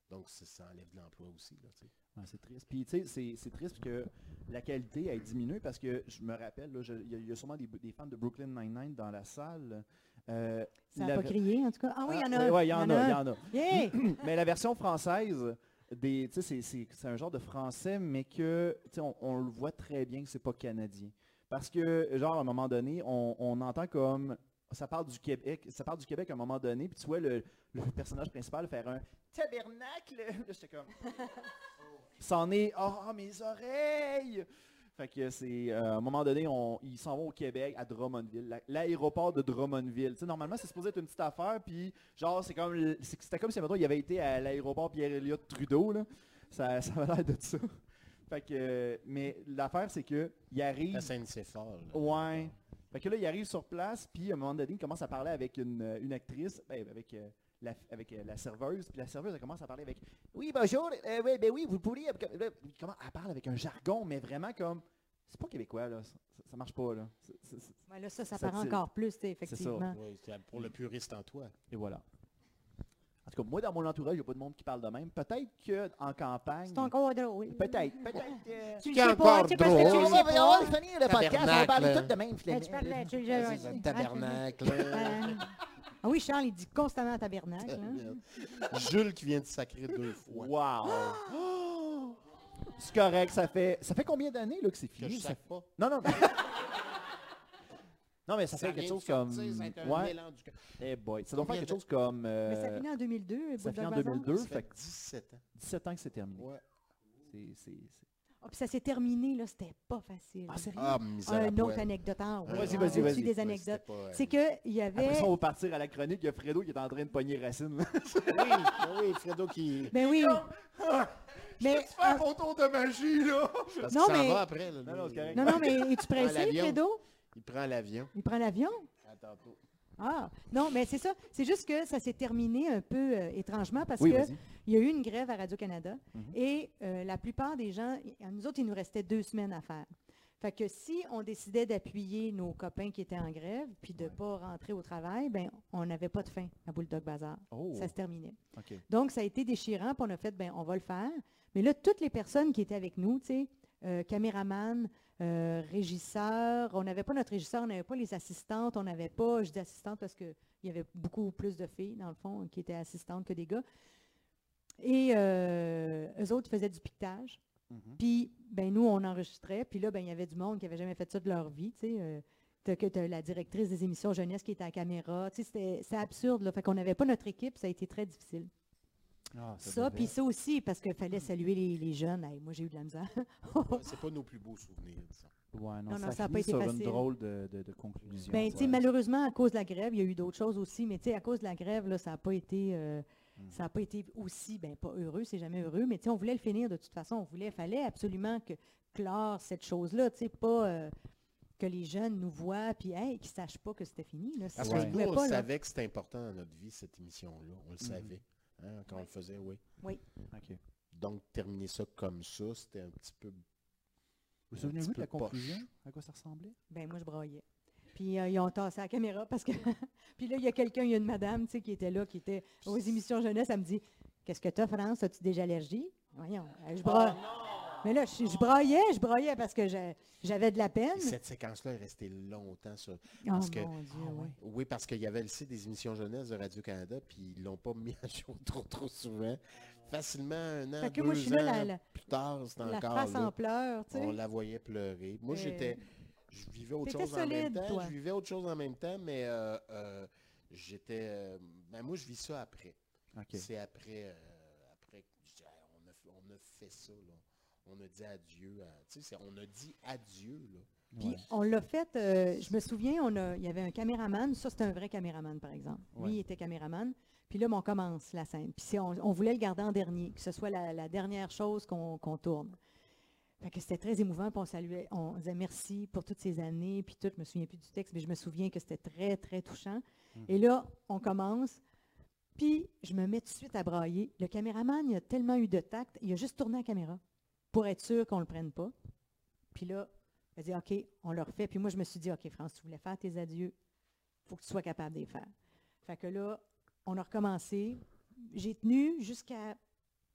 Speaker 4: donc, ça, ça enlève de l'emploi aussi, là, tu sais.
Speaker 2: Ouais, c'est triste. Puis tu sais, c'est- c'est triste que la qualité elle diminue parce que je me rappelle, là, je- il y, a- il y a sûrement des, des fans de Brooklyn Nine-Nine dans la salle. Euh,
Speaker 3: Ça n'a
Speaker 2: la
Speaker 3: pas
Speaker 2: ve-
Speaker 3: crié, en tout cas. Ah oui, il y en a.
Speaker 2: Ah,
Speaker 3: un,
Speaker 2: ouais, il y en a, il y
Speaker 3: un.
Speaker 2: en a. [CLEARS THROAT]
Speaker 3: Yeah!
Speaker 2: Mais la version française, des, tu sais, c'est, c'est- c'est un genre de français, mais que tu sais, on, on le voit très bien que c'est pas canadien. Parce que, genre, à un moment donné, on, on entend comme ça parle du Québec, ça parle du Québec à un moment donné, puis tu vois le, le personnage principal faire un tabernacle. Là, j'étais comme. [LAUGHS] C'en est. Oh, mes oreilles! Fait que c'est. euh, à un moment donné, on- ils s'en vont au Québec, à Drummondville, la- l'aéroport de Drummondville. Tu sais, normalement, c'est supposé être une petite affaire, puis genre, c'est comme. le- c'est- C'était comme si, mettons, il avait été à l'aéroport Pierre-Éliott Trudeau, là. Ça, [LAUGHS] ça avait l'air de ça. Fait que. euh, Mais l'affaire, c'est que. Il arrive.
Speaker 4: La scène, c'est fort, là.
Speaker 2: Ouais. Fait que là, il arrive sur place, puis à un moment donné, il commence à parler avec une, euh, une actrice, ben, avec, euh, la, avec euh, la serveuse, puis la serveuse, elle commence à parler avec « Oui, bonjour, euh, ouais, ben oui, vous pourriez... euh, euh, Comment Elle parle avec un jargon, mais vraiment comme C'est pas québécois, là. Ça, ça marche pas, là. C'est- c'est- c'est-
Speaker 3: Ouais, là, ça, ça
Speaker 2: Ça
Speaker 3: part
Speaker 2: tire.
Speaker 3: encore plus, tu sais,
Speaker 2: ça.
Speaker 3: effectivement.
Speaker 6: Oui, c'est pour le puriste en toi.
Speaker 2: Et voilà. En tout cas, moi, dans mon entourage, il n'y a pas de monde qui parle de même. Peut-être qu'en campagne...
Speaker 3: C'est encore drôle.
Speaker 2: Peut-être, peut-être. euh,
Speaker 3: [LAUGHS] Tu
Speaker 9: C'est
Speaker 3: le sais pas,
Speaker 9: encore
Speaker 3: tu sais, parce que tu
Speaker 9: drôle.
Speaker 3: le
Speaker 2: On
Speaker 3: sais
Speaker 2: va on va
Speaker 3: pas.
Speaker 2: finir le podcast, on va parler
Speaker 9: Tabernacle.
Speaker 2: tout de même,
Speaker 3: Ben, tu
Speaker 2: finalement.
Speaker 3: parlais, tu le sais, ouais,
Speaker 6: Vas-y,
Speaker 3: ouais. [LAUGHS]
Speaker 6: le
Speaker 4: hein.
Speaker 6: tabernacle.
Speaker 3: Euh, Ah oui, Charles, il dit constamment tabernacle. hein.
Speaker 6: Euh, Jules qui vient de sacrer deux fois.
Speaker 2: Wow! [GASPS] C'est correct, ça fait, ça fait combien d'années là, que c'est
Speaker 6: Que
Speaker 2: fini?
Speaker 6: je
Speaker 2: ça?
Speaker 6: sacre pas.
Speaker 2: Non, non. non, mais ça, fait quelque
Speaker 6: vient de
Speaker 2: chose comme...
Speaker 6: sortir, ça a été un
Speaker 2: Ouais,
Speaker 6: élan du cœur.
Speaker 2: eh boy. Ça doit faire
Speaker 6: Combien
Speaker 2: quelque
Speaker 6: de-
Speaker 2: chose comme...
Speaker 3: Mais ça
Speaker 2: euh,
Speaker 3: finit en 2002,
Speaker 2: ça
Speaker 3: Bulldog
Speaker 2: finit en
Speaker 3: Bazar.
Speaker 2: 2002,
Speaker 6: Ça
Speaker 2: fait
Speaker 6: fait
Speaker 2: que
Speaker 6: 17 ans.
Speaker 2: 17 ans que c'est terminé.
Speaker 6: Ouais.
Speaker 2: C'est- c'est- c'est-
Speaker 3: Ah, puis ça s'est terminé, là, c'était pas facile.
Speaker 2: Ah, sérieux?
Speaker 6: Ah,
Speaker 3: Ah,
Speaker 6: misère.
Speaker 3: une autre anecdote. Ah, ouais,
Speaker 2: Vas-y,
Speaker 3: ah,
Speaker 2: vas-y,
Speaker 3: c'est-tu
Speaker 2: vas-y.
Speaker 3: des anecdotes.
Speaker 6: euh,
Speaker 3: C'est qu'il y
Speaker 2: Après
Speaker 3: avait...
Speaker 2: ça, on va partir à la chronique. Il y a Fredo qui est en train de pogner Racine. là.
Speaker 6: Oui, ben oui, Fredo qui.
Speaker 3: Ben oui. mais, ah,
Speaker 4: Mon tour de magie, là!
Speaker 6: Parce
Speaker 3: Non,
Speaker 6: qu'il s'en
Speaker 3: mais-
Speaker 6: va après. là,
Speaker 2: Non, non, c'est
Speaker 6: lui.
Speaker 2: correct.
Speaker 3: non, non, mais es-tu pressé,
Speaker 6: l'avion.
Speaker 3: Fredo?
Speaker 6: Il prend l'avion.
Speaker 3: Il prend l'avion?
Speaker 6: À tantôt.
Speaker 3: Ah, non, mais c'est ça. C'est juste que ça s'est terminé un peu euh, étrangement parce
Speaker 2: Oui,
Speaker 3: que
Speaker 2: vas-y.
Speaker 3: Il y a eu une grève à Radio-Canada
Speaker 2: Mhm.
Speaker 3: et euh, la plupart des gens, y- à nous autres, il nous restait deux semaines à faire. Fait que si on décidait d'appuyer nos copains qui étaient en grève puis de ne
Speaker 2: Ouais.
Speaker 3: pas rentrer au travail, ben on n'avait pas de fin à Bulldog Bazar.
Speaker 2: Oh,
Speaker 3: Ça se terminait.
Speaker 2: OK.
Speaker 3: Donc, ça a été déchirant, puis on a fait, ben on va le faire. Mais là, toutes les personnes qui étaient avec nous, tu sais, euh, caméraman, euh, régisseur, on n'avait pas notre régisseur, on n'avait pas les assistantes, on n'avait pas, je dis assistante parce qu'il y avait beaucoup plus de filles, dans le fond, qui étaient assistantes que des gars. Et euh, eux autres faisaient du piquetage.
Speaker 2: Mhm.
Speaker 3: Puis, ben nous, on enregistrait. Puis là, ben il y avait du monde qui n'avait jamais fait ça de leur vie, tu sais. euh, t'as que t'as la directrice des émissions jeunesse qui était à la caméra. Tu sais, c'était- c'est absurde, là. Fait qu'on n'avait pas notre équipe, ça a été très difficile.
Speaker 2: Ah, ça
Speaker 3: Ça,
Speaker 2: devait-
Speaker 3: puis ça aussi, parce qu'il fallait saluer les, les jeunes. Hey, moi, j'ai eu de la misère.
Speaker 6: [LAUGHS] Ouais, C'est pas nos plus beaux souvenirs. ça.
Speaker 2: Ouais, non,
Speaker 3: Non, non,
Speaker 2: ça
Speaker 3: ça a
Speaker 2: finit
Speaker 3: pas été
Speaker 2: sur
Speaker 3: facile.
Speaker 2: une drôle de, de- de conclusion.
Speaker 3: Ben, tu sais,
Speaker 2: ouais.
Speaker 3: malheureusement, à cause de la grève, il y a eu d'autres choses aussi, mais tu sais, à cause de la grève, là, ça n'a pas été... euh, Ça n'a pas été aussi, ben pas heureux, c'est jamais heureux, mais tu sais, on voulait le finir de toute façon. On voulait, fallait absolument que clore cette chose-là, tu sais, pas euh, que les jeunes nous voient puis hey, qu'ils sachent pas que c'était fini. Là,
Speaker 6: Parce
Speaker 3: Ça,
Speaker 6: que
Speaker 3: se
Speaker 6: nous,
Speaker 3: pouvait
Speaker 6: on
Speaker 3: pas, là.
Speaker 6: savait que c'était important dans notre vie, cette émission-là. On le savait. hein, quand on le faisait, oui.
Speaker 2: OK.
Speaker 6: Donc, terminer ça comme ça, c'était un petit peu.
Speaker 2: Vous
Speaker 6: un petit
Speaker 2: souvenez-vous de
Speaker 6: peu
Speaker 2: la
Speaker 6: poche.
Speaker 2: conclusion? À quoi ça ressemblait?
Speaker 3: Ben moi, je broyais. Puis euh, ils ont tassé la caméra parce que... [LAUGHS] puis là, il y a quelqu'un, il y a une madame, tu sais, qui était là, qui était aux émissions jeunesse, elle me dit « Qu'est-ce que t'as, France? As-tu déjà allergie? » Voyons, euh, je broyais. Mais là, je, je broyais, je broyais parce que j'a- j'avais de la peine.
Speaker 6: Et cette séquence-là est restée longtemps sur.
Speaker 3: Oh
Speaker 6: parce que- Ah
Speaker 3: mon Dieu, ouais.
Speaker 6: Oui, parce qu'il y avait le site des émissions jeunesse de Radio-Canada, puis ils l'ont pas mis à jour [LAUGHS] trop, trop souvent. Facilement un an,
Speaker 3: Fait que
Speaker 6: deux
Speaker 3: moi, je suis là,
Speaker 6: ans
Speaker 3: la, la-
Speaker 6: plus tard, c'est
Speaker 3: la
Speaker 6: encore
Speaker 3: face
Speaker 6: là.
Speaker 3: en pleurs, tu sais.
Speaker 6: On la voyait pleurer. Moi,
Speaker 3: Euh,
Speaker 6: j'étais... Je vivais autre
Speaker 3: t'étais
Speaker 6: chose en même
Speaker 3: solide,
Speaker 6: temps.
Speaker 3: toi.
Speaker 6: Je vivais autre chose en même temps, mais euh, euh, j'étais... euh, ben, moi, je vis ça après.
Speaker 2: OK.
Speaker 6: C'est après, euh, après que je dis, Ah, on, a, f- on a fait ça, là. On a dit adieu. à- tu sais, c'est- on a dit adieu, là.
Speaker 3: Puis on l'a fait, euh, je me souviens, on a- il y avait un caméraman, ça c'était un vrai caméraman par exemple.
Speaker 2: Ouais.
Speaker 3: Lui, il était caméraman. Puis là, ben, on commence la scène. Puis c'est- on, on voulait le garder en dernier, que ce soit la, la dernière chose qu'on qu'on tourne. Fait que c'était très émouvant, puis on saluait, on disait merci pour toutes ces années, puis tout, je me souviens plus du texte, mais je me souviens que c'était très, très touchant. Et là, on commence, puis je me mets tout de suite à brailler. Le caméraman, il a tellement eu de tact, il a juste tourné la caméra pour être sûr qu'on le prenne pas. Puis là, elle dit, OK, on le refait. Puis moi, je me suis dit, OK, France, tu voulais faire tes adieux. faut que tu sois capable de les faire. Fait que là, on a recommencé. J'ai tenu jusqu'à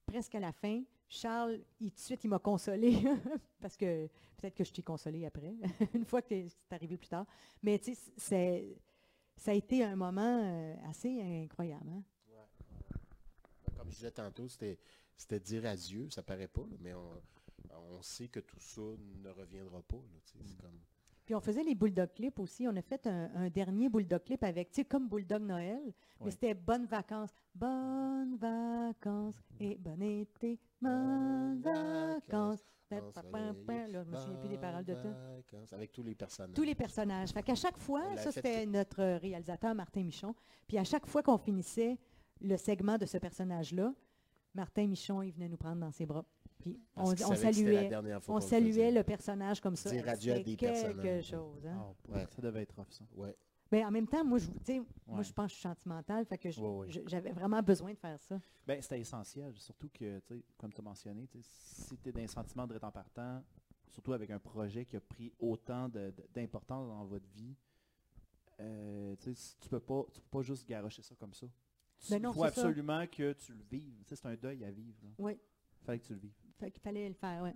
Speaker 3: presque à la fin. Charles, il, tout de suite, il m'a consolé. [LAUGHS] parce que peut-être que je t'ai consolé après, [LAUGHS] une fois que t'es- c'est arrivé plus tard. Mais tu sais, c'est- ça a été un moment euh, assez incroyable. hein.
Speaker 6: Ben, Comme je disais tantôt, c'était c'était dire adieu. Ça paraît pas, là, mais on, on sait que tout ça ne reviendra pas, là, tu sais, C'est comme...
Speaker 3: Puis on faisait les bulldog clips aussi. On a fait un, un dernier bulldog clip avec, tu sais, comme bulldog Noël, mais
Speaker 2: Ouais.
Speaker 3: c'était bonnes vacances. Bonnes vacances et bon été. Bonnes vacances. Pa, pa, pa, pa. Là, je me souviens plus des paroles de tout.
Speaker 6: Vacances, Avec tous les personnages.
Speaker 3: Tous les personnages. Fait qu'à chaque
Speaker 6: On
Speaker 3: fois,
Speaker 6: l'a
Speaker 3: ça
Speaker 6: fait
Speaker 3: c'était notre euh, réalisateur Martin Michon. Puis à chaque fois qu'on finissait le segment de ce personnage-là, Martin Michon, il venait nous prendre dans ses bras. Puis on,
Speaker 6: Parce qu'ils
Speaker 3: on
Speaker 6: savaient que c'était la
Speaker 3: saluait,
Speaker 6: dernière fois
Speaker 3: on
Speaker 6: qu'on le
Speaker 3: saluait
Speaker 6: faisait.
Speaker 3: le personnage comme ça.
Speaker 6: Dire adieu à
Speaker 3: C'était
Speaker 6: des
Speaker 3: quelque
Speaker 6: personnages.
Speaker 3: chose. hein.
Speaker 2: Ah, ouais,
Speaker 6: Ouais.
Speaker 2: Ça devait être off, ça.
Speaker 6: Ouais.
Speaker 3: Mais en même temps, moi, je, tu sais, moi,
Speaker 2: Ouais.
Speaker 3: je pense que je suis sentimentale, fait que je-
Speaker 2: Ouais, ouais.
Speaker 3: je- j'avais vraiment besoin de faire ça.
Speaker 2: Ben, c'était essentiel, surtout que, tu sais, comme tu as mentionné, tu sais, si tu es d'un sentiment de en partant, surtout avec un projet qui a pris autant de- de- d'importance dans votre vie, euh, tu sais, si tu peux pas, tu peux pas juste garocher ça comme ça. Tu-
Speaker 3: Ben
Speaker 2: Il
Speaker 3: non,
Speaker 2: faut
Speaker 3: c'est ça.
Speaker 2: absolument que tu le vives. Tu sais, c'est un deuil à vivre. là.
Speaker 3: Oui.
Speaker 2: Fallait que tu le vives.
Speaker 3: Fait qu'il fallait le faire, ouais.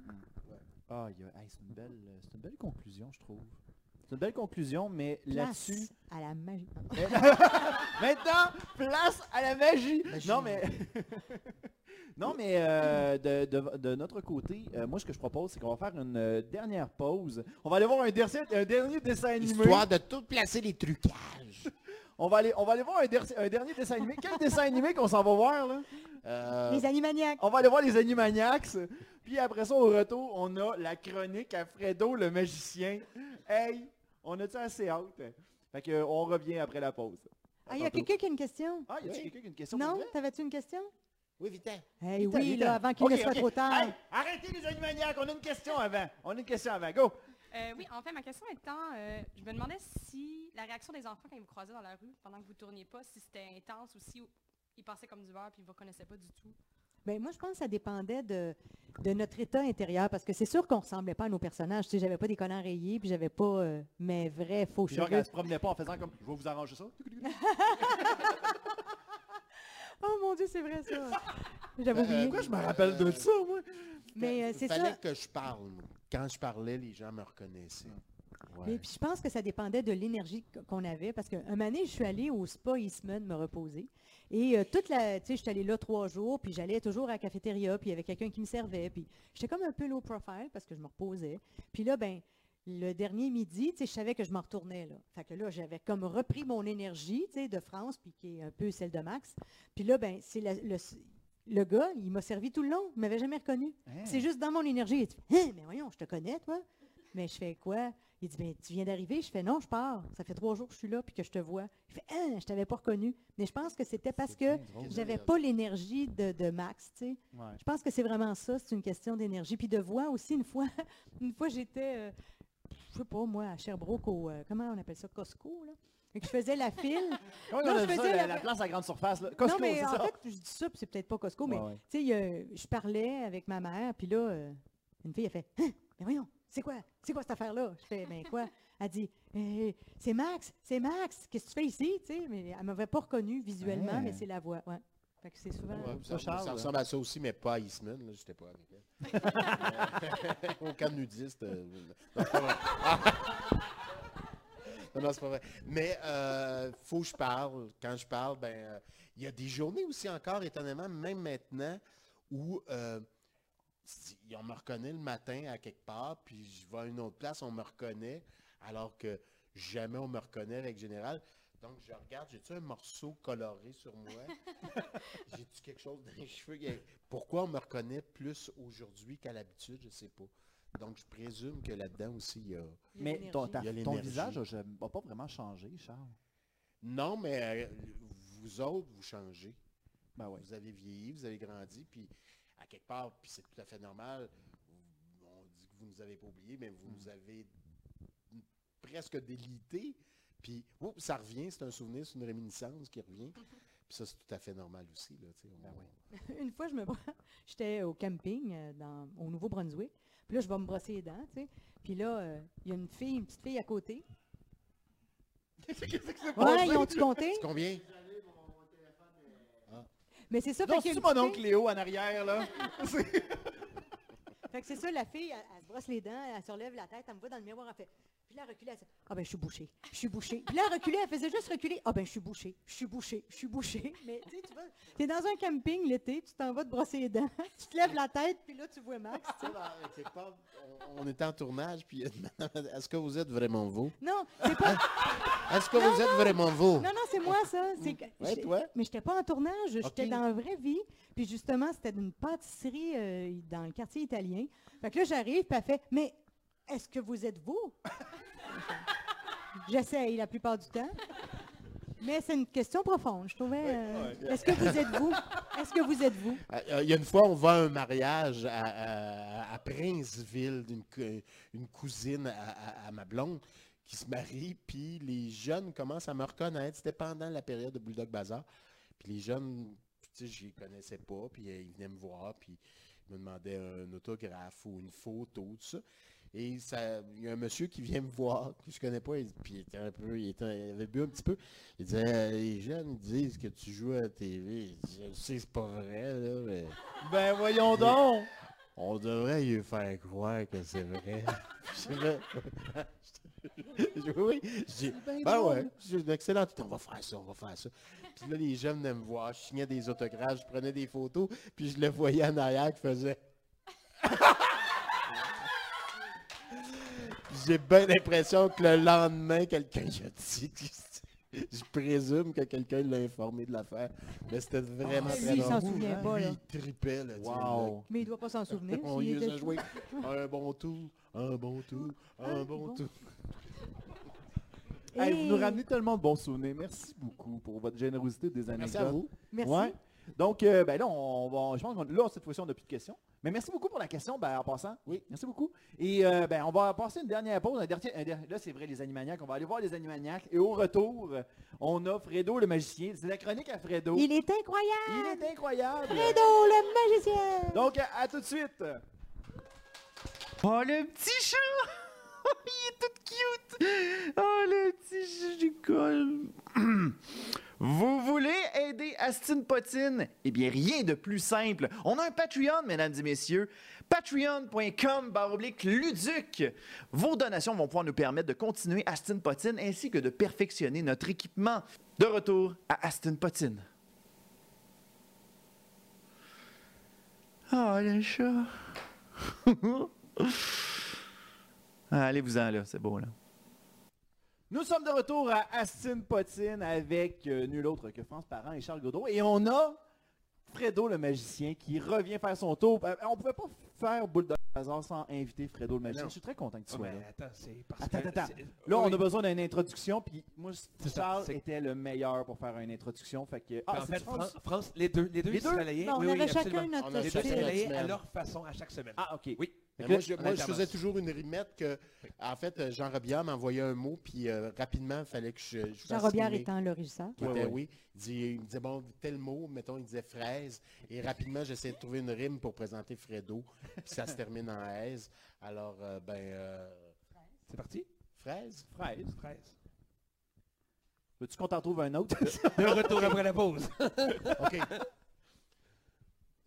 Speaker 2: Ah, il y a- hey, c'est une belle, euh, c'est une belle conclusion, je trouve. C'est une belle conclusion, mais là-dessus.
Speaker 3: Place à la magie.
Speaker 2: Mais- Maintenant, place à la magie. Non mais, [LAUGHS] non mais euh, de, de- de notre côté, euh, moi ce que je propose, c'est qu'on va faire une euh, dernière pause. On va aller voir un dernier, un dernier dessin animé.
Speaker 6: Histoire de tout placer les trucages.
Speaker 2: [LAUGHS] On va aller, on va aller voir un, der- un dernier dessin animé. Quel dessin animé qu'on s'en va voir là
Speaker 6: Euh,
Speaker 3: [LAUGHS] Les animaniacs.
Speaker 2: On va aller voir les Animaniacs. Puis après ça, au retour, on a la chronique à Fredo le magicien. Hey, on a-tu assez haute? Fait que, euh, on revient après la pause.
Speaker 3: Ah, il y a
Speaker 2: tantôt.
Speaker 3: quelqu'un qui a une question?
Speaker 2: Ah, y a-tu
Speaker 6: Oui.
Speaker 2: quelqu'un qui a une question? pour
Speaker 3: Non?
Speaker 2: vrai?
Speaker 3: T'avais-tu une question?
Speaker 6: oui, vite. hein.
Speaker 3: Eh
Speaker 2: Vite,
Speaker 3: oui,
Speaker 2: vite.
Speaker 3: là, avant qu'il
Speaker 2: Ok,
Speaker 3: ne soit
Speaker 2: ok.
Speaker 3: trop tard.
Speaker 2: Hey, arrêtez les animaniacs, on a une question avant. On a une question avant, go.
Speaker 3: Oh,
Speaker 7: Euh, oui, en fait, ma question étant, euh, je me demandais si la réaction des enfants quand ils vous croisaient dans la rue, pendant que vous tourniez pas, si c'était intense ou si ils passaient comme du beurre puis ils vous reconnaissaient pas du tout.
Speaker 3: Ben, moi, je pense que ça dépendait de, de notre état intérieur, parce que c'est sûr qu'on ne ressemblait pas à nos personnages. Tu sais, j'avais pas des connards rayés, puis j'avais pas euh, mes vrais faux
Speaker 2: Puis genre, elle
Speaker 3: cheveux.
Speaker 2: se promenait pas en faisant comme, je vais vous arranger
Speaker 3: [LAUGHS]
Speaker 2: ça.
Speaker 3: Oh mon Dieu, c'est
Speaker 2: [LAUGHS]
Speaker 3: vrai ça! J'avais
Speaker 6: Euh,
Speaker 3: oublié.
Speaker 6: quoi,
Speaker 2: Je me rappelle de ça, moi.
Speaker 3: Mais euh, c'est
Speaker 6: fallait
Speaker 3: ça.
Speaker 6: que je parle. Quand je parlais, les gens me reconnaissaient. Ouais.
Speaker 3: Mais puis je pense que ça dépendait de l'énergie qu- qu'on avait, parce qu'un moment donné, je suis allée au spa Eastman me reposer. Et euh, toute la, tu sais, j'étais allée là trois jours, puis j'allais toujours à la cafétéria, puis il y avait quelqu'un qui me servait, puis j'étais comme un peu low profile parce que je me reposais. Puis là, ben, le dernier midi, tu sais, je savais que je m'en retournais là. Fait que là, j'avais comme repris mon énergie, tu sais, de France, puis qui est un peu celle de Max. Puis là, ben, c'est la- le, le gars, il m'a servi tout le long, il m'avait jamais reconnu.
Speaker 2: Hein?
Speaker 3: C'est juste dans mon énergie. Il dit, Hein, mais voyons, je te connais, toi. Mais je fais quoi? Il dit, ben, tu viens d'arriver? Je fais, non, je pars. Ça fait trois jours que je suis là puis que je te vois. Il fait, hein, je t'avais pas reconnu. Mais je pense que c'était parce que j'avais pas l'énergie de, de Max, tu sais.
Speaker 2: Ouais.
Speaker 3: Je pense que c'est vraiment ça, c'est une question d'énergie. Puis de voix aussi, une fois, [LAUGHS] une fois j'étais, euh, je sais pas, moi, à Sherbrooke, au, euh, comment on appelle ça, Costco, là. Et que je faisais la file.
Speaker 2: Comment
Speaker 3: Non,
Speaker 2: on
Speaker 3: je
Speaker 2: appelle ça,
Speaker 3: faisais
Speaker 2: la,
Speaker 3: la-
Speaker 2: la place à grande surface, là? [LAUGHS] Costco,
Speaker 3: non, mais
Speaker 2: c'est
Speaker 3: en
Speaker 2: ça?
Speaker 3: fait, je dis ça, puis c'est peut-être pas Costco, mais
Speaker 2: Ouais, ouais.
Speaker 3: tu sais, il y a- je parlais avec ma mère, puis là, euh, une fille a fait Hein? Mais voyons, c'est quoi? C'est quoi cette affaire-là? Je fais Ben quoi? Elle dit Eh, C'est Max, c'est Max, qu'est-ce que tu fais ici? Tu sais, mais elle ne m'avait pas reconnue visuellement,
Speaker 2: Hein.
Speaker 3: mais c'est la voix. Ouais. Fait que c'est souvent.
Speaker 6: Ouais,
Speaker 2: ça,
Speaker 6: ça,
Speaker 2: Charles.
Speaker 6: ça ressemble à ça aussi, mais pas à Eastman. Là, j'étais pas avec elle. Euh, Aucun nudiste. euh, non, c'est pas vrai. Ah! non, non, c'est pas vrai. Mais euh, faut que je parle. Quand je parle, ben, euh, il y a des journées aussi encore, étonnamment, même maintenant, où euh, si- on me reconnaît le matin à quelque part, puis je vais à une autre place, on me reconnaît, alors que jamais on me reconnaît, règle générale. Donc, je regarde, j'ai-tu un morceau coloré sur moi? J'ai-tu quelque chose dans les [LAUGHS] cheveux? qui est- Pourquoi on me reconnaît plus aujourd'hui qu'à l'habitude? Je ne sais pas. Donc, je présume que là-dedans aussi, il y a...
Speaker 3: Il y a
Speaker 2: Mais
Speaker 3: l'énergie.
Speaker 2: ton, ta-
Speaker 6: Il y a
Speaker 2: ton
Speaker 6: l'énergie.
Speaker 2: visage n'a pas vraiment changé, Charles.
Speaker 6: Non, mais euh, vous autres, vous changez.
Speaker 2: Ben ouais.
Speaker 6: Vous avez vieilli, vous avez grandi, puis à quelque part, puis c'est tout à fait normal, vous- on dit que vous nous avez pas oubliés, mais vous nous avez presque délité, puis oups, ça revient, c'est un souvenir, c'est une réminiscence qui revient. Puis ça, c'est tout à fait normal aussi. Là, tu sais, on-
Speaker 3: [LAUGHS] une fois, je me bro- [LAUGHS] j'étais au camping euh, dans, au Nouveau-Brunswick. Puis là, je vais me brosser les dents, tu sais. Puis là, euh, il y a une fille, une petite fille à côté. Ouais, ils ont-tu compté?
Speaker 6: Tu Combien?
Speaker 3: Mais c'est ça, fait
Speaker 2: Non,
Speaker 3: qu'il y a
Speaker 2: c'est
Speaker 3: une
Speaker 2: mon
Speaker 3: petite
Speaker 2: oncle Léo en arrière, là.
Speaker 3: Fait que c'est ça, la fille, elle, elle se brosse les dents, elle se relève la tête, elle me voit dans le miroir, elle fait. Puis là, elle reculait, elle fait Ah ben, je suis bouchée, je suis bouchée. Puis là, elle reculait, elle faisait juste reculer. Ah ben, je suis bouchée, je suis bouchée, je suis bouchée. Mais tu sais, tu vas. T'es dans un camping l'été, tu t'en vas te brosser les dents, [LAUGHS] tu te lèves la tête, puis là, tu vois Max.
Speaker 6: Tu sais, dans- quelque part, on, on était en tournage, puis [LAUGHS] il y a une- est-ce que vous êtes vraiment vous?
Speaker 3: Non, c'est pas.
Speaker 6: Est-ce que vous êtes vraiment vous?
Speaker 3: Non, non, c'est moi, ça. C'est que-
Speaker 6: Ouais,
Speaker 3: j'étais-
Speaker 6: toi?
Speaker 3: Mais j'étais pas en tournage, j'étais
Speaker 6: Ok.
Speaker 3: dans la vraie vie. Puis justement, c'était d'une pâtisserie euh, dans le quartier italien. Fait que là, j'arrive, puis elle fait Mais est-ce que vous êtes vous [LAUGHS] J'essaye la plupart du temps. Mais c'est une question profonde, je trouvais. euh, Est-ce que vous êtes vous Est-ce que vous êtes vous
Speaker 6: Euh, euh, Il y a une fois, on va à un mariage à, à- à Princeville d'une cou- une cousine à, à- à ma blonde qui se marie, puis les jeunes commencent à me reconnaître. C'était pendant la période de Bulldog Bazar. Puis les jeunes, tu sais, je les connaissais pas, puis euh, ils venaient me voir, puis me demandais un autographe ou une photo, tout ça. Et ça, il y a un monsieur qui vient me voir, que je connais pas, il, puis il était un peu, il, était- il avait bu un petit peu. Il disait, euh, les jeunes disent que tu joues à la TV. Je dis, Je sais, c'est pas vrai, là, mais
Speaker 2: Ben voyons donc!
Speaker 6: on devrait lui faire croire que c'est vrai. [LAUGHS] Je fais- [LAUGHS] Je dis, oui, oui. Je dis, ben ouais, c'est un excellent. On va faire ça, on va faire ça. Puis là, les jeunes venaient me voir, je signais des autographes, je prenais des photos, puis je le voyais en arrière qui faisait... [LAUGHS] J'ai bien l'impression que le lendemain, quelqu'un lui a dit... Je présume que quelqu'un l'a informé de l'affaire, mais c'était vraiment
Speaker 3: Ah,
Speaker 6: très
Speaker 3: lui, il s'en
Speaker 6: ben drôle.
Speaker 3: souvient pas,
Speaker 6: Lui,
Speaker 3: là.
Speaker 6: il tripait, là. tu sais, le
Speaker 2: Wow!
Speaker 3: Mais il ne doit pas s'en souvenir.
Speaker 6: on
Speaker 3: s'il
Speaker 6: y
Speaker 3: était-
Speaker 6: a joué un bon tour, un bon tour, un bon
Speaker 3: bon.
Speaker 6: tour.
Speaker 2: Hey, vous nous
Speaker 3: Hey,
Speaker 2: ramenez tellement de bons souvenirs. Merci beaucoup pour votre générosité des anecdotes.
Speaker 6: Merci à vous.
Speaker 3: Merci.
Speaker 2: Ouais. Donc, euh, ben là, on va, je pense que là, cette fois-ci, on n'a plus de questions. Mais merci beaucoup pour la question, ben, en passant. Oui. Merci beaucoup. Et euh, ben, on va passer une dernière pause. un dernier- un der- là, c'est vrai, les animaniacs. On va aller voir les animaniacs. Et au retour, euh, on a Fredo le magicien. C'est la chronique à Fredo.
Speaker 3: Il est incroyable,
Speaker 2: Il est incroyable.
Speaker 3: Fredo, le magicien.
Speaker 2: Donc, à, à tout de suite.
Speaker 10: Oh, le petit chat! [LAUGHS] Il est tout cute! Oh, le petit chat du col! [CLEARS THROAT] Vous voulez aider Astine Potine? Eh bien, rien de plus simple. On a un Patreon, mesdames et messieurs. Patreon.com baroblique luduc. Vos donations vont pouvoir nous permettre de continuer Astine Potine ainsi que de perfectionner notre équipement. De retour à Astine Potine. Oh, le chat! [LAUGHS] Ah, Allez-vous-en, là. C'est beau, là.
Speaker 2: Nous sommes de retour à Astine Potine avec euh, nul autre que France Parent et Charles Godreau. Et on a Fredo le magicien qui revient faire son tour. Euh, On pouvait pas faire boule de hasard sans inviter Fredo le magicien.
Speaker 8: non.
Speaker 2: Je suis très content que tu
Speaker 8: Ah,
Speaker 2: sois
Speaker 8: mais
Speaker 2: là.
Speaker 8: attends, c'est parce
Speaker 2: Attends,
Speaker 8: que-
Speaker 2: attends.
Speaker 8: c'est-
Speaker 2: Là, on
Speaker 8: oui.
Speaker 2: a besoin d'une introduction, puis moi,
Speaker 8: C'est ça,
Speaker 2: Charles
Speaker 8: c'est-
Speaker 2: était le meilleur pour faire une introduction, fait que... Ah,
Speaker 8: en
Speaker 2: c'est
Speaker 8: fait,
Speaker 2: France?
Speaker 8: France, France, les deux, les deux,
Speaker 2: Les
Speaker 8: ils se
Speaker 2: deux?
Speaker 8: relayaient.
Speaker 3: Non, on
Speaker 8: Oui, oui,
Speaker 3: avait
Speaker 8: absolument.
Speaker 3: chacun
Speaker 6: On
Speaker 3: notre
Speaker 6: a
Speaker 8: Les deux
Speaker 6: chacun
Speaker 8: se
Speaker 6: notre
Speaker 8: relayaient à
Speaker 6: semaine.
Speaker 8: leur façon à chaque semaine.
Speaker 2: Ah, OK.
Speaker 8: Oui.
Speaker 6: Mais
Speaker 2: Fait que là,
Speaker 6: moi, je,
Speaker 8: on
Speaker 6: moi, je
Speaker 8: alternance.
Speaker 6: faisais toujours une rimette que, en fait, euh, Jean Robillard m'envoyait un mot, puis euh, rapidement, il fallait que je, je fasse
Speaker 3: Jean Robillard
Speaker 6: rimer.
Speaker 3: étant le Ah, régisseur.
Speaker 6: Qui
Speaker 2: Ouais,
Speaker 6: était-
Speaker 2: ouais.
Speaker 6: oui, il, dit- il me disait, bon, tel mot, mettons, il disait fraise, et rapidement, j'essayais de trouver une rime pour présenter Fredo, puis ça se termine en aise. Alors, euh, ben, euh,
Speaker 8: C'est parti?
Speaker 6: fraise?
Speaker 2: Fraise.
Speaker 8: Fraise.
Speaker 2: Veux-tu qu'on t'en trouve un
Speaker 8: [LAUGHS]
Speaker 2: autre?
Speaker 8: De retour après la pause.
Speaker 6: OK.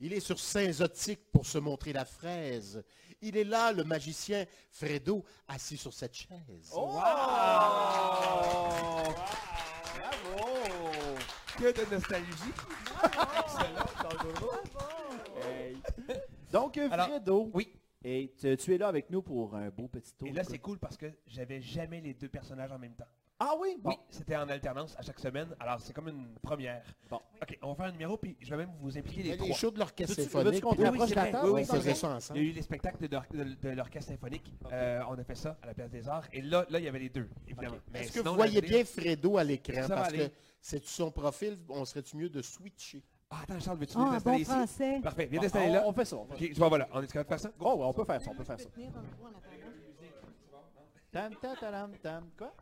Speaker 6: Il est sur Saint-Zotique pour se montrer la fraise. Il est là, le magicien Fredo, assis sur cette chaise.
Speaker 8: Oh,
Speaker 2: Bravo!
Speaker 8: Que de nostalgie.
Speaker 2: Hey. Donc, euh,
Speaker 8: Alors,
Speaker 2: Fredo,
Speaker 8: oui.
Speaker 2: et tu, tu es là avec nous pour un beau petit tour.
Speaker 10: Et là, c'est cool parce que j'avais jamais les deux personnages en même temps.
Speaker 2: Ah oui? Bon.
Speaker 10: Oui, c'était en alternance à chaque semaine. Alors, c'est comme une première.
Speaker 2: Bon.
Speaker 10: OK, on va faire un numéro, puis je vais même vous impliquer les
Speaker 6: Mais les
Speaker 10: trois.
Speaker 6: shows de l'orchestre
Speaker 2: Veux-tu-
Speaker 6: symphonique,
Speaker 2: veux-tu qu'on te
Speaker 6: puis-
Speaker 10: Oui, oui,
Speaker 2: rapproche
Speaker 10: c'est
Speaker 2: la
Speaker 10: vrai.
Speaker 2: table?
Speaker 10: Oui, oui,
Speaker 6: on
Speaker 10: c'est
Speaker 6: faisait
Speaker 10: vrai.
Speaker 6: ça
Speaker 10: Il y a
Speaker 6: ensemble.
Speaker 10: eu les spectacles de, l'or- de- de l'Orchestre symphonique. Euh, on a fait ça à la place des arts. Et là, là il y avait les deux, évidemment. Mais
Speaker 6: Est-ce que
Speaker 10: sinon,
Speaker 6: vous voyez
Speaker 10: la-
Speaker 6: bien Fredo à l'écran?
Speaker 10: Ça va
Speaker 6: Parce
Speaker 10: aller.
Speaker 6: que c'est son profil, on serait-tu mieux de switcher?
Speaker 10: Ah, attends, Charles, veux-tu nous
Speaker 3: Ah, un
Speaker 10: installer
Speaker 3: bon
Speaker 10: ici?
Speaker 3: français.
Speaker 10: Parfait, viens
Speaker 2: Bon,
Speaker 10: t'installer
Speaker 2: Ah, on-
Speaker 10: là.
Speaker 2: On fait ça. on fait ça.
Speaker 10: OK, je vois, voilà. On est capable de faire ça?
Speaker 2: Oh, ouais, on peut faire ça, on peut faire ça.
Speaker 3: Tenir dans le coin en attendant.
Speaker 2: Tam, ta, ta, lam, tam. Quoi?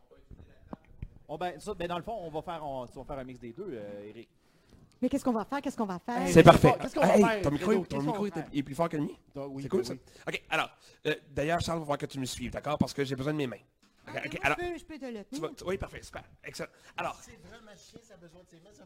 Speaker 2: Oh, ben, ça, ben, dans le fond, on va faire, on, tu vas faire un mix des deux, euh, Eric.
Speaker 3: Mais qu'est-ce qu'on va faire? Qu'est-ce qu'on va faire?
Speaker 2: Hey,
Speaker 8: C'est parfait.
Speaker 2: qu'est-ce qu'on va
Speaker 8: Hey,
Speaker 2: faire,
Speaker 8: ton micro,
Speaker 2: Fredo?
Speaker 8: ton
Speaker 2: Qu'est-ce
Speaker 8: micro
Speaker 2: qu'on
Speaker 8: est,
Speaker 2: va faire?
Speaker 8: est plus fort que le mien.
Speaker 6: Ah oui,
Speaker 8: C'est
Speaker 6: ben
Speaker 8: cool
Speaker 6: oui.
Speaker 8: ça. OK, alors, euh, d'ailleurs, Charles, il va falloir que tu me suives, d'accord? Parce que j'ai besoin de mes mains. OK,
Speaker 3: Ah,
Speaker 8: OK,
Speaker 3: moi,
Speaker 8: alors,
Speaker 3: je, peux, je peux te le
Speaker 8: tu
Speaker 3: tenir.
Speaker 8: vas- tu- oui, parfait, super. Excellent. Alors,
Speaker 6: C'est vraiment chier, ça a besoin de ses mains, ça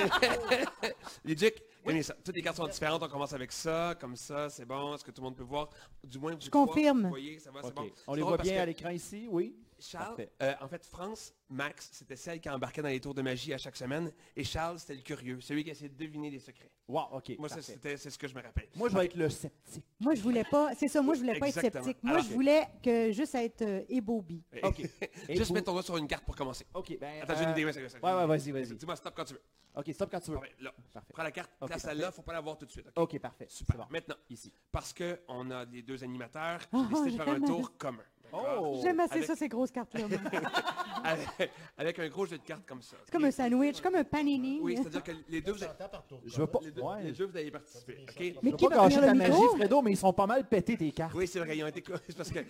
Speaker 8: [LAUGHS] les ducs, aimez ça. toutes les cartes sont différentes. On commence avec ça, comme ça, c'est bon. Est-ce que tout le monde peut voir? Du moins, je
Speaker 3: confirme.
Speaker 8: Vous voyez, ça va, c'est
Speaker 2: Ok.
Speaker 8: bon.
Speaker 2: On
Speaker 8: C'est
Speaker 2: les
Speaker 8: drôle
Speaker 2: voit
Speaker 8: parce
Speaker 2: bien
Speaker 8: que
Speaker 2: à l'écran ici, oui?
Speaker 8: Charles,
Speaker 2: Parfait.
Speaker 8: euh, en fait, France, Max, c'était celle qui embarquait dans les tours de magie à chaque semaine. Et Charles, c'était le curieux, celui qui essayait de deviner les secrets.
Speaker 2: Wow, OK.
Speaker 8: Moi, ça,
Speaker 2: parfait.
Speaker 8: c'était- c'est ce que je me rappelle.
Speaker 2: Moi, je vais être le sceptique.
Speaker 3: Moi, je voulais pas. C'est ça, moi, je voulais pas
Speaker 8: Exactement.
Speaker 3: être sceptique. Moi,
Speaker 8: Alors-
Speaker 3: je voulais que juste être euh, ébobie.
Speaker 2: OK. Et
Speaker 8: Juste
Speaker 2: vous-
Speaker 8: mets ton doigt sur une carte pour commencer.
Speaker 2: OK, ben...
Speaker 8: Attends, j'ai une
Speaker 2: euh,
Speaker 8: idée. ouais, c'est- c'est-
Speaker 2: Ouais, Ah ouais, vas-y, vas-y.
Speaker 8: Dis-moi stop quand tu veux.
Speaker 2: OK, stop quand tu veux.
Speaker 8: Parfait, là.
Speaker 2: Parfait.
Speaker 8: Prends la carte,
Speaker 2: Ok,
Speaker 8: place-la là, faut pas la voir tout de suite. ok?
Speaker 2: OK, parfait.
Speaker 8: Super.
Speaker 2: C'est bon. Ah,
Speaker 8: Maintenant,
Speaker 2: Ici.
Speaker 8: parce qu'on a les deux animateurs qui
Speaker 3: Oh,
Speaker 8: décident de
Speaker 3: j'ai
Speaker 8: faire
Speaker 2: [LAUGHS]
Speaker 8: un
Speaker 3: tellement
Speaker 8: tour commun. Oh!
Speaker 3: J'aime assez
Speaker 8: Avec-
Speaker 3: ça, ces grosses cartes-là. moi.
Speaker 8: avec, avec un gros jeu de cartes comme ça.
Speaker 3: C'est comme un sandwich, comme un panini.
Speaker 8: Oui, c'est-à-dire que les deux, vous avez,
Speaker 2: Je veux pas.
Speaker 8: les deux,
Speaker 2: ouais.
Speaker 8: les deux, vous avez participé. OK?
Speaker 3: Mais
Speaker 2: Je
Speaker 3: qui
Speaker 2: veux
Speaker 3: va
Speaker 2: pas gâcher
Speaker 3: tenir
Speaker 2: ta
Speaker 3: le
Speaker 2: magie,
Speaker 3: micro?
Speaker 2: Fredo, mais ils sont pas mal pétés tes cartes.
Speaker 8: Oui, c'est vrai, ils ont été co- [LAUGHS] c'est parce que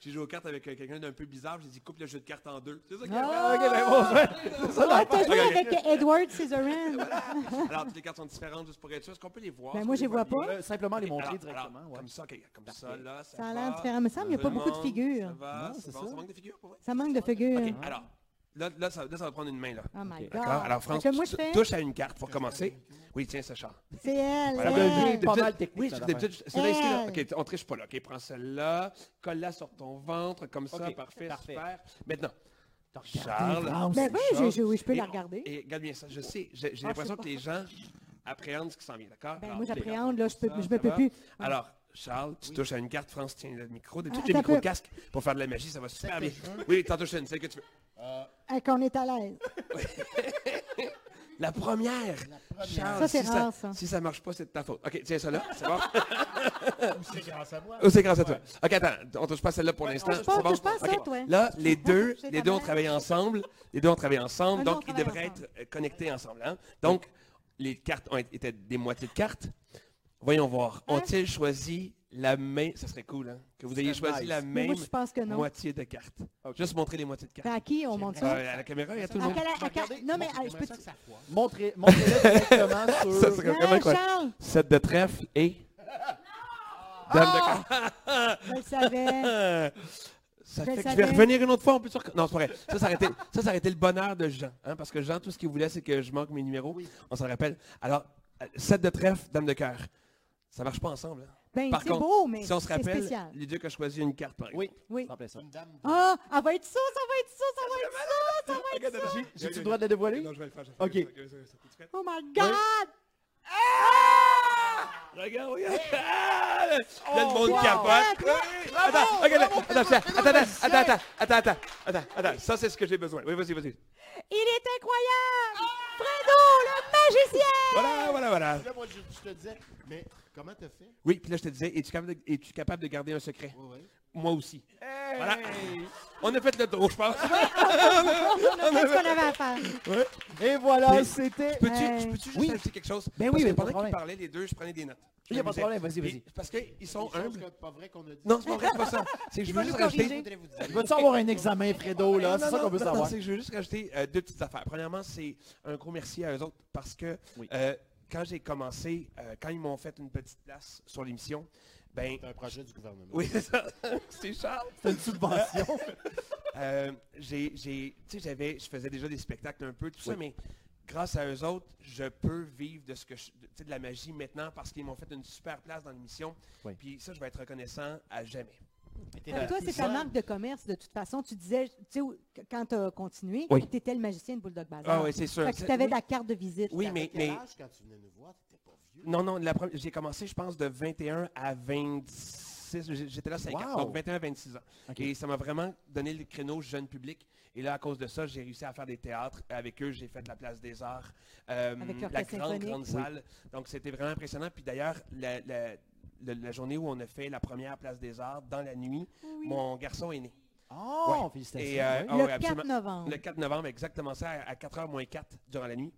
Speaker 8: j'ai joué aux cartes avec euh, quelqu'un d'un peu bizarre, j'ai dit coupe le jeu de cartes en deux. C'est ça qu'il a
Speaker 2: Ah,
Speaker 8: fait.
Speaker 2: ok, ben bon,
Speaker 3: [LAUGHS]
Speaker 8: C'est ça,
Speaker 3: Ah,
Speaker 8: l'affaire.
Speaker 3: t'as joué
Speaker 8: Ok, ok.
Speaker 3: avec Edward Scissorhands.
Speaker 8: hein? Alors, toutes les cartes sont différentes, juste pour être sûr. Est-ce qu'on peut les voir?
Speaker 3: Ben,
Speaker 8: Est-ce
Speaker 3: moi,
Speaker 8: qu'on
Speaker 3: je les
Speaker 8: peut
Speaker 3: vois pas.
Speaker 2: Euh, simplement les
Speaker 8: Ok,
Speaker 2: montrer
Speaker 8: alors-
Speaker 2: directement.
Speaker 8: alors,
Speaker 2: ouais.
Speaker 8: Comme ça, ok, comme ça, là, ça
Speaker 3: Ça a l'air
Speaker 8: va.
Speaker 3: différent. Il me semble qu'il n'y a pas
Speaker 8: Tout le
Speaker 3: beaucoup de
Speaker 8: monde,
Speaker 3: figures.
Speaker 8: Ça va,
Speaker 2: Non,
Speaker 8: c'est
Speaker 2: c'est
Speaker 8: bon.
Speaker 2: ça.
Speaker 8: Ça manque de figures pour vrai?
Speaker 3: Ça manque de figures.
Speaker 8: Ok, alors, là, là, ça, là, ça va prendre une main, là.
Speaker 3: Oh my God.
Speaker 8: D'accord? Alors, France,
Speaker 3: Fait que moi,
Speaker 8: tu
Speaker 3: je
Speaker 8: t-
Speaker 3: fais...
Speaker 8: touches à une carte pour commencer. Oui, tiens, ça chante.
Speaker 3: C'est elle.
Speaker 8: Voilà,
Speaker 3: elle.
Speaker 2: devient
Speaker 8: d'habitude-
Speaker 2: pas mal technique,
Speaker 8: Oui,
Speaker 2: cette
Speaker 8: d'habitude, celle-là ici, là.
Speaker 3: Elle.
Speaker 8: OK, on triche pas là. OK, prends celle-là, colle-la sur ton ventre, comme ça,
Speaker 2: OK,
Speaker 8: parfait,
Speaker 2: parfait.
Speaker 8: super. Maintenant,
Speaker 2: ben. Regardez,
Speaker 8: Charles,
Speaker 2: France,
Speaker 3: Ben oui, je,
Speaker 8: Charles.
Speaker 3: je- oui, je peux
Speaker 8: Et
Speaker 3: la
Speaker 8: on-
Speaker 3: regarder.
Speaker 8: Et regarde bien ça, je sais, j'ai j'ai
Speaker 3: Ah,
Speaker 8: l'impression
Speaker 3: c'est
Speaker 8: que les gens appréhendent ce qui s'en vient, d'accord?
Speaker 3: Ben,
Speaker 8: Alors,
Speaker 3: moi,
Speaker 8: les gars,
Speaker 3: j'appréhende, là, je peux,
Speaker 8: ça,
Speaker 3: je me
Speaker 8: ça
Speaker 3: peux
Speaker 8: va?
Speaker 3: plus.
Speaker 8: Alors, Charles, tu touches à une carte, France tiens le micro, de
Speaker 3: Ah,
Speaker 8: toutes les
Speaker 3: attends un peu.
Speaker 8: micro-casques pour faire de la magie, ça va super bien. Oui, t'en touches une, celle que tu veux.
Speaker 3: Ah, qu'on est à l'aise.
Speaker 8: La première! Charles,
Speaker 3: Ça, c'est
Speaker 8: si,
Speaker 3: rare,
Speaker 8: ça,
Speaker 3: ça.
Speaker 8: si ça marche pas, c'est de ta faute. OK, tiens ça là,
Speaker 3: [LAUGHS]
Speaker 8: c'est bon.
Speaker 11: C'est grâce à moi.
Speaker 8: Oh, c'est grâce à toi. OK, attends, on touche pas à celle-là pour l'instant.
Speaker 3: touche pas,
Speaker 8: c'est
Speaker 3: on touche pas à ça,
Speaker 8: OK.
Speaker 3: toi. hein.
Speaker 8: Là, les deux,
Speaker 3: J'ai
Speaker 8: les
Speaker 3: ta
Speaker 8: deux ont
Speaker 3: main.
Speaker 8: travaillé ensemble. Les deux ont travaillé ensemble,
Speaker 3: Ah non,
Speaker 8: donc
Speaker 3: on
Speaker 8: ils
Speaker 3: travaille
Speaker 8: devraient
Speaker 3: ensemble.
Speaker 8: être euh, connectés ensemble. hein. Donc, les cartes ont été- étaient des moitiés de cartes. Voyons voir.
Speaker 3: Hein?
Speaker 8: Ont-ils choisi la même... Ça serait cool, hein, que vous ayez
Speaker 2: serait
Speaker 8: choisi
Speaker 2: nice.
Speaker 8: la
Speaker 3: Mais
Speaker 8: même
Speaker 3: moi, je pense que non.
Speaker 8: moitié de cartes. Juste montrer les moitiés de
Speaker 3: Ben,
Speaker 8: cartes.
Speaker 3: à qui on monte
Speaker 8: Euh,
Speaker 3: ça?
Speaker 8: à la caméra et à tout le
Speaker 3: À
Speaker 8: monde.
Speaker 3: quelle- à quelle-
Speaker 12: Regardez,
Speaker 3: Non, mais
Speaker 12: moi,
Speaker 3: ah, je
Speaker 12: j'aimerais
Speaker 3: peux...
Speaker 12: ça que ça foire.
Speaker 2: Montrez, montrez-le directement [LAUGHS] sur...
Speaker 8: Ça serait vraiment
Speaker 3: Ah,
Speaker 8: quoi?
Speaker 3: Charles,
Speaker 8: 7 de trèfle et...
Speaker 3: Ah!
Speaker 8: Dame de cartes.
Speaker 3: je le
Speaker 8: [LAUGHS]
Speaker 3: savais.
Speaker 8: Ah!
Speaker 3: Je
Speaker 8: Ça fait
Speaker 3: le
Speaker 8: que je vais
Speaker 3: savais.
Speaker 8: revenir une autre fois, on peut se rec- Non, c'est pas vrai. Ça, ça aurait été, ça, ça aurait été le bonheur de Jean. hein, parce que Jean, tout ce qu'il voulait, c'est que je manque mes numéros. On s'en rappelle. Alors, 7 de trèfle, dame de cœur. Ça marche pas ensemble. hein.
Speaker 3: Ben,
Speaker 8: Par
Speaker 3: c'est
Speaker 8: contre,
Speaker 3: beau, mais
Speaker 8: si on se
Speaker 3: c'est
Speaker 8: rappelle,
Speaker 3: spécial.
Speaker 8: les deux que choisi une carte, par exemple.
Speaker 2: Oui.
Speaker 3: Oui.
Speaker 2: S'il te plaît, ça.
Speaker 3: Ah, ça va être ça, ça va être ça, ça va être ça, ça va être ça.
Speaker 8: J'ai-
Speaker 2: J'ai-tu le droit de la dévoiler?
Speaker 8: je vais le faire. je vais
Speaker 2: Ok.
Speaker 8: le faire, je vais le faire, je vais le faire.
Speaker 3: Oh my God!
Speaker 8: Regarde, regarde. Ah! Là, le monde
Speaker 3: wow.
Speaker 8: capote. Oui. Attends, regarde, attends, attends, attends, attends, attends, attends, attends, attends, attends. Ça, c'est ce que j'ai besoin. Oui, vas-y, vas-y.
Speaker 3: Il est incroyable! Fredo, le
Speaker 8: [LAUGHS]
Speaker 3: magicien!
Speaker 8: Voilà, voilà, voilà.
Speaker 4: Là, moi, je, je te disais, mais comment t'as fait?
Speaker 8: Oui, puis là, je te disais, es-tu capable de, es-tu capable de garder un secret?
Speaker 4: Oui, oui.
Speaker 8: Moi aussi. Voilà. On a fait le tour,
Speaker 2: [LAUGHS]
Speaker 8: je pense.
Speaker 3: On a fait ce qu'on avait à faire.
Speaker 2: Et voilà,
Speaker 8: Mais-
Speaker 2: c'était...
Speaker 8: Peux-tu
Speaker 3: Hey.
Speaker 8: peux-tu juste
Speaker 2: Euh, Oui.
Speaker 8: ajouter quelque chose?
Speaker 2: Ben oui,
Speaker 8: Parce que
Speaker 2: mais pas de
Speaker 8: pendant qu'ils
Speaker 2: problème.
Speaker 8: parlaient, les deux, je prenais des notes. Je
Speaker 2: Il n'y a pas de
Speaker 8: m'amusais.
Speaker 2: problème, vas-y, vas-y.
Speaker 8: Puis- Parce qu'ils sont
Speaker 4: Des choses
Speaker 8: humbles.
Speaker 4: que- pas vrai qu'on a dit.
Speaker 8: Non, c'est pas vrai, c'est
Speaker 2: [LAUGHS]
Speaker 8: pas ça. C'est que je
Speaker 3: Ils
Speaker 8: veux
Speaker 3: vont nous
Speaker 8: juste
Speaker 3: corriger.
Speaker 4: Je
Speaker 8: rajouter...
Speaker 4: voudrais vous dire.
Speaker 2: Vas-tu avoir un examen, Fredo, Oh là? C'est
Speaker 8: Non,
Speaker 2: ça
Speaker 8: non,
Speaker 2: qu'on veut
Speaker 8: non,
Speaker 2: savoir.
Speaker 8: C'est que je veux juste rajouter euh, deux petites affaires. Premièrement, c'est un gros merci à eux autres parce que
Speaker 2: Oui.
Speaker 8: euh, quand j'ai commencé, euh, quand ils m'ont fait une petite place sur l'émission, ben...
Speaker 4: C'est un projet du gouvernement.
Speaker 8: [LAUGHS] Oui, c'est ça. c'est Charles.
Speaker 2: C'est une subvention. [LAUGHS]
Speaker 8: Euh, j'ai, j'ai- tu sais, j'avais, je faisais déjà des spectacles un peu, tout ça, mais grâce à eux autres, je peux vivre de ce que je- de, tu sais, de la magie maintenant parce qu'ils m'ont fait une super place dans l'émission.
Speaker 2: Oui.
Speaker 8: Puis ça, je vais être reconnaissant à jamais.
Speaker 3: Fait que Toi, c'est ta marque de commerce, de toute façon. Tu disais, tu sais, où- quand tu as continué,
Speaker 8: Oui.
Speaker 3: tu étais le magicien de Bulldog Bazar.
Speaker 8: Ah oui, c'est sûr.
Speaker 3: Fait que tu avais la carte de visite.
Speaker 8: Oui,
Speaker 3: là.
Speaker 8: mais,
Speaker 4: Quel
Speaker 8: mais
Speaker 4: âge Ah, quand tu venais nous voir, t'étais pas vieux?
Speaker 8: non, non, la première- j'ai commencé, je pense, de 21 à 26. J'ai- J'étais là 5 ans,
Speaker 2: Wow!
Speaker 8: donc 21 à 26 ans.
Speaker 2: Ok.
Speaker 8: Et ça m'a vraiment donné le créneau jeune public. Et là, à cause de ça, j'ai réussi à faire des théâtres. Avec eux, j'ai fait la Place des Arts, euh,
Speaker 3: Avec l'orchestre
Speaker 8: la grande,
Speaker 3: symphonique.
Speaker 8: grande
Speaker 3: Oui.
Speaker 8: salle. Donc, c'était vraiment impressionnant. Puis d'ailleurs, la, la- la- la journée où on a fait la première Place des Arts, dans la nuit, mon garçon est né.
Speaker 2: Oh, félicitations.
Speaker 8: Et, euh,
Speaker 2: oui.
Speaker 8: ah
Speaker 3: Le
Speaker 8: ouais,
Speaker 3: 4
Speaker 8: absolument.
Speaker 3: novembre.
Speaker 8: Le 4 novembre, exactement ça, à 4h moins 4 durant la nuit.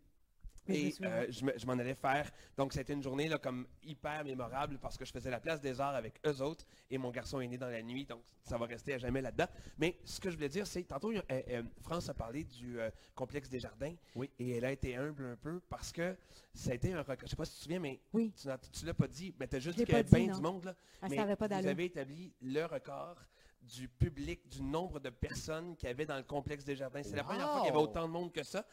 Speaker 3: Oui, je me
Speaker 8: Et
Speaker 3: souviens.
Speaker 8: euh, je me- je m'en allais faire. Donc, c'était une journée là, comme hyper mémorable parce que je faisais la place des arts avec eux autres et mon garçon est né dans la nuit, donc ça va rester à jamais là-dedans. Mais ce que je voulais dire, c'est, tantôt, il y a- euh, euh, France a parlé du euh, complexe des jardins
Speaker 2: Oui.
Speaker 8: et elle a été humble un peu parce que ça a été un record. Je sais pas si tu te souviens, mais
Speaker 3: Oui.
Speaker 8: tu n'as- tu l'as pas dit, mais tu as juste
Speaker 3: Je l'ai
Speaker 8: dit qu'il y
Speaker 3: pas
Speaker 8: avait
Speaker 3: dit,
Speaker 8: bien
Speaker 3: non.
Speaker 8: du monde. Là,
Speaker 3: Ah,
Speaker 8: mais
Speaker 3: ça n'avait pas
Speaker 8: vous
Speaker 3: d'allure.
Speaker 8: avez établi le record du public, du nombre de personnes qu'il y avait dans le complexe des jardins. C'est la première fois qu'il y avait
Speaker 2: Wow!
Speaker 8: autant de monde que ça.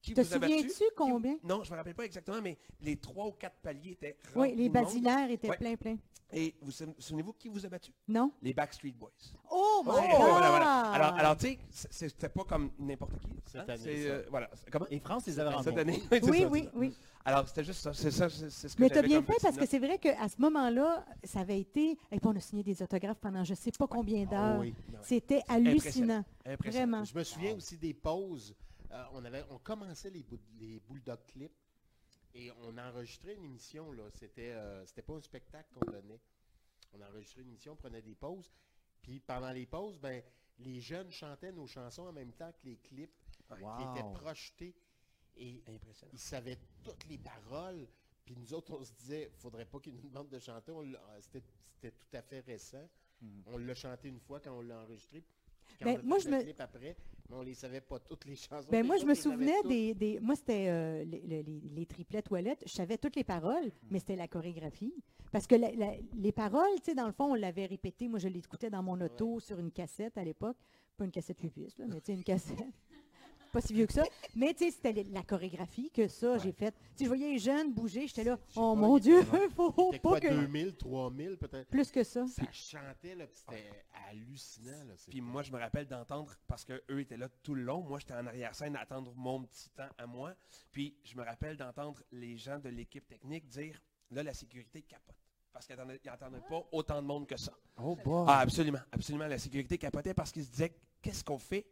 Speaker 8: Qui
Speaker 3: Te
Speaker 8: vous a battu?
Speaker 3: souviens-tu combien?
Speaker 8: Non, je me rappelle pas exactement, mais les trois ou quatre paliers étaient
Speaker 3: Oui,
Speaker 8: remplis
Speaker 3: les
Speaker 8: de monde.
Speaker 3: basilaires étaient
Speaker 8: Ouais.
Speaker 3: plein, plein.
Speaker 8: Et vous sou- souvenez-vous qui vous a battu?
Speaker 3: Non?
Speaker 8: Les Backstreet Boys.
Speaker 3: Oh my
Speaker 8: Ouais,
Speaker 3: God!
Speaker 8: voilà, voilà. Alors, alors tu sais, c'est- c'était pas comme n'importe qui.
Speaker 4: Cette
Speaker 8: hein?
Speaker 4: année,
Speaker 8: C'est,
Speaker 4: ça.
Speaker 8: euh, voilà. C'est- Comment?
Speaker 2: Et France les avait
Speaker 8: Cette
Speaker 2: rencontrés.
Speaker 8: année. [LAUGHS] c'est ça,
Speaker 3: oui,
Speaker 8: c'est
Speaker 3: oui,
Speaker 8: ça.
Speaker 3: oui.
Speaker 8: Alors, c'était juste ça. C'est ça, c'est c'est ce que
Speaker 3: Mais t'as
Speaker 8: j'avais
Speaker 3: bien
Speaker 8: comme
Speaker 3: fait
Speaker 8: petite
Speaker 3: parce
Speaker 8: note.
Speaker 3: que c'est vrai qu'à ce moment-là, ça avait été... Et puis on a signé des autographes pendant je ne sais pas combien
Speaker 6: Ah,
Speaker 8: Ah
Speaker 3: d'heures.
Speaker 4: oui.
Speaker 8: ben
Speaker 3: C'était hallucinant.
Speaker 8: Impressionnant.
Speaker 3: Vraiment.
Speaker 4: Je me souviens aussi des pauses. Euh, on, avait, on commençait les, bou- les Bulldog Clips et on enregistrait une émission. là. C'était euh, c'était pas un spectacle qu'on donnait. On enregistrait une émission, on prenait des pauses.
Speaker 6: Puis pendant les pauses, ben, les jeunes chantaient nos chansons en même temps que les clips qui étaient projetés. Et
Speaker 8: Impressionnant.
Speaker 6: ils savaient toutes les paroles. Puis nous autres, on se disait, faudrait pas qu'ils nous demandent de chanter. On l'a- ah, C'était c'était tout à fait récent. On l'a chanté une fois quand on l'a enregistré. Puis Quand
Speaker 3: Ben,
Speaker 6: on a
Speaker 3: moi,
Speaker 6: fait
Speaker 3: je
Speaker 6: le
Speaker 3: me-
Speaker 6: clip après, mais on les savait pas toutes les [LAUGHS] chansons.
Speaker 3: Ben
Speaker 6: Les
Speaker 3: moi, je
Speaker 6: autres,
Speaker 3: me
Speaker 6: ils savaient
Speaker 3: souvenais
Speaker 6: toutes.
Speaker 3: des, des- Moi, c'était euh, les, les- les- les triplets toilettes. Je savais toutes les
Speaker 8: Mm.
Speaker 3: paroles, mais c'était la chorégraphie. Parce que la- la- les paroles, tu sais, dans le fond, on l'avait répété. Moi, je l'écoutais dans mon auto sur une cassette à l'époque. Pas une cassette 8 pistes, là, mais tu sais, une cassette. [LAUGHS] Pas si vieux que ça. Mais tu sais, c'était les- la chorégraphie que ça, j'ai faite. Tu sais, je voyais les jeunes bouger. J'étais là, oh
Speaker 6: pas,
Speaker 3: mon
Speaker 6: il-
Speaker 3: Dieu,
Speaker 6: non.
Speaker 3: [LAUGHS] faut
Speaker 6: C'était
Speaker 3: pas
Speaker 6: quoi,
Speaker 3: que.
Speaker 6: 2000, 3000 peut-être?
Speaker 3: Plus que ça.
Speaker 6: Ça chantait, là, puis c'était hallucinant. Là,
Speaker 8: Puis moi, je me rappelle d'entendre, parce que eux étaient là tout le long, moi j'étais en arrière-scène à attendre mon petit temps à moi. Puis je me rappelle d'entendre les gens de l'équipe technique dire, là la sécurité capote. Parce qu'ils n'entendaient pas autant de monde que ça.
Speaker 2: Oh boy.
Speaker 8: Ah, absolument, absolument. La sécurité capotait parce qu'ils se disaient, qu'est-ce qu'on fait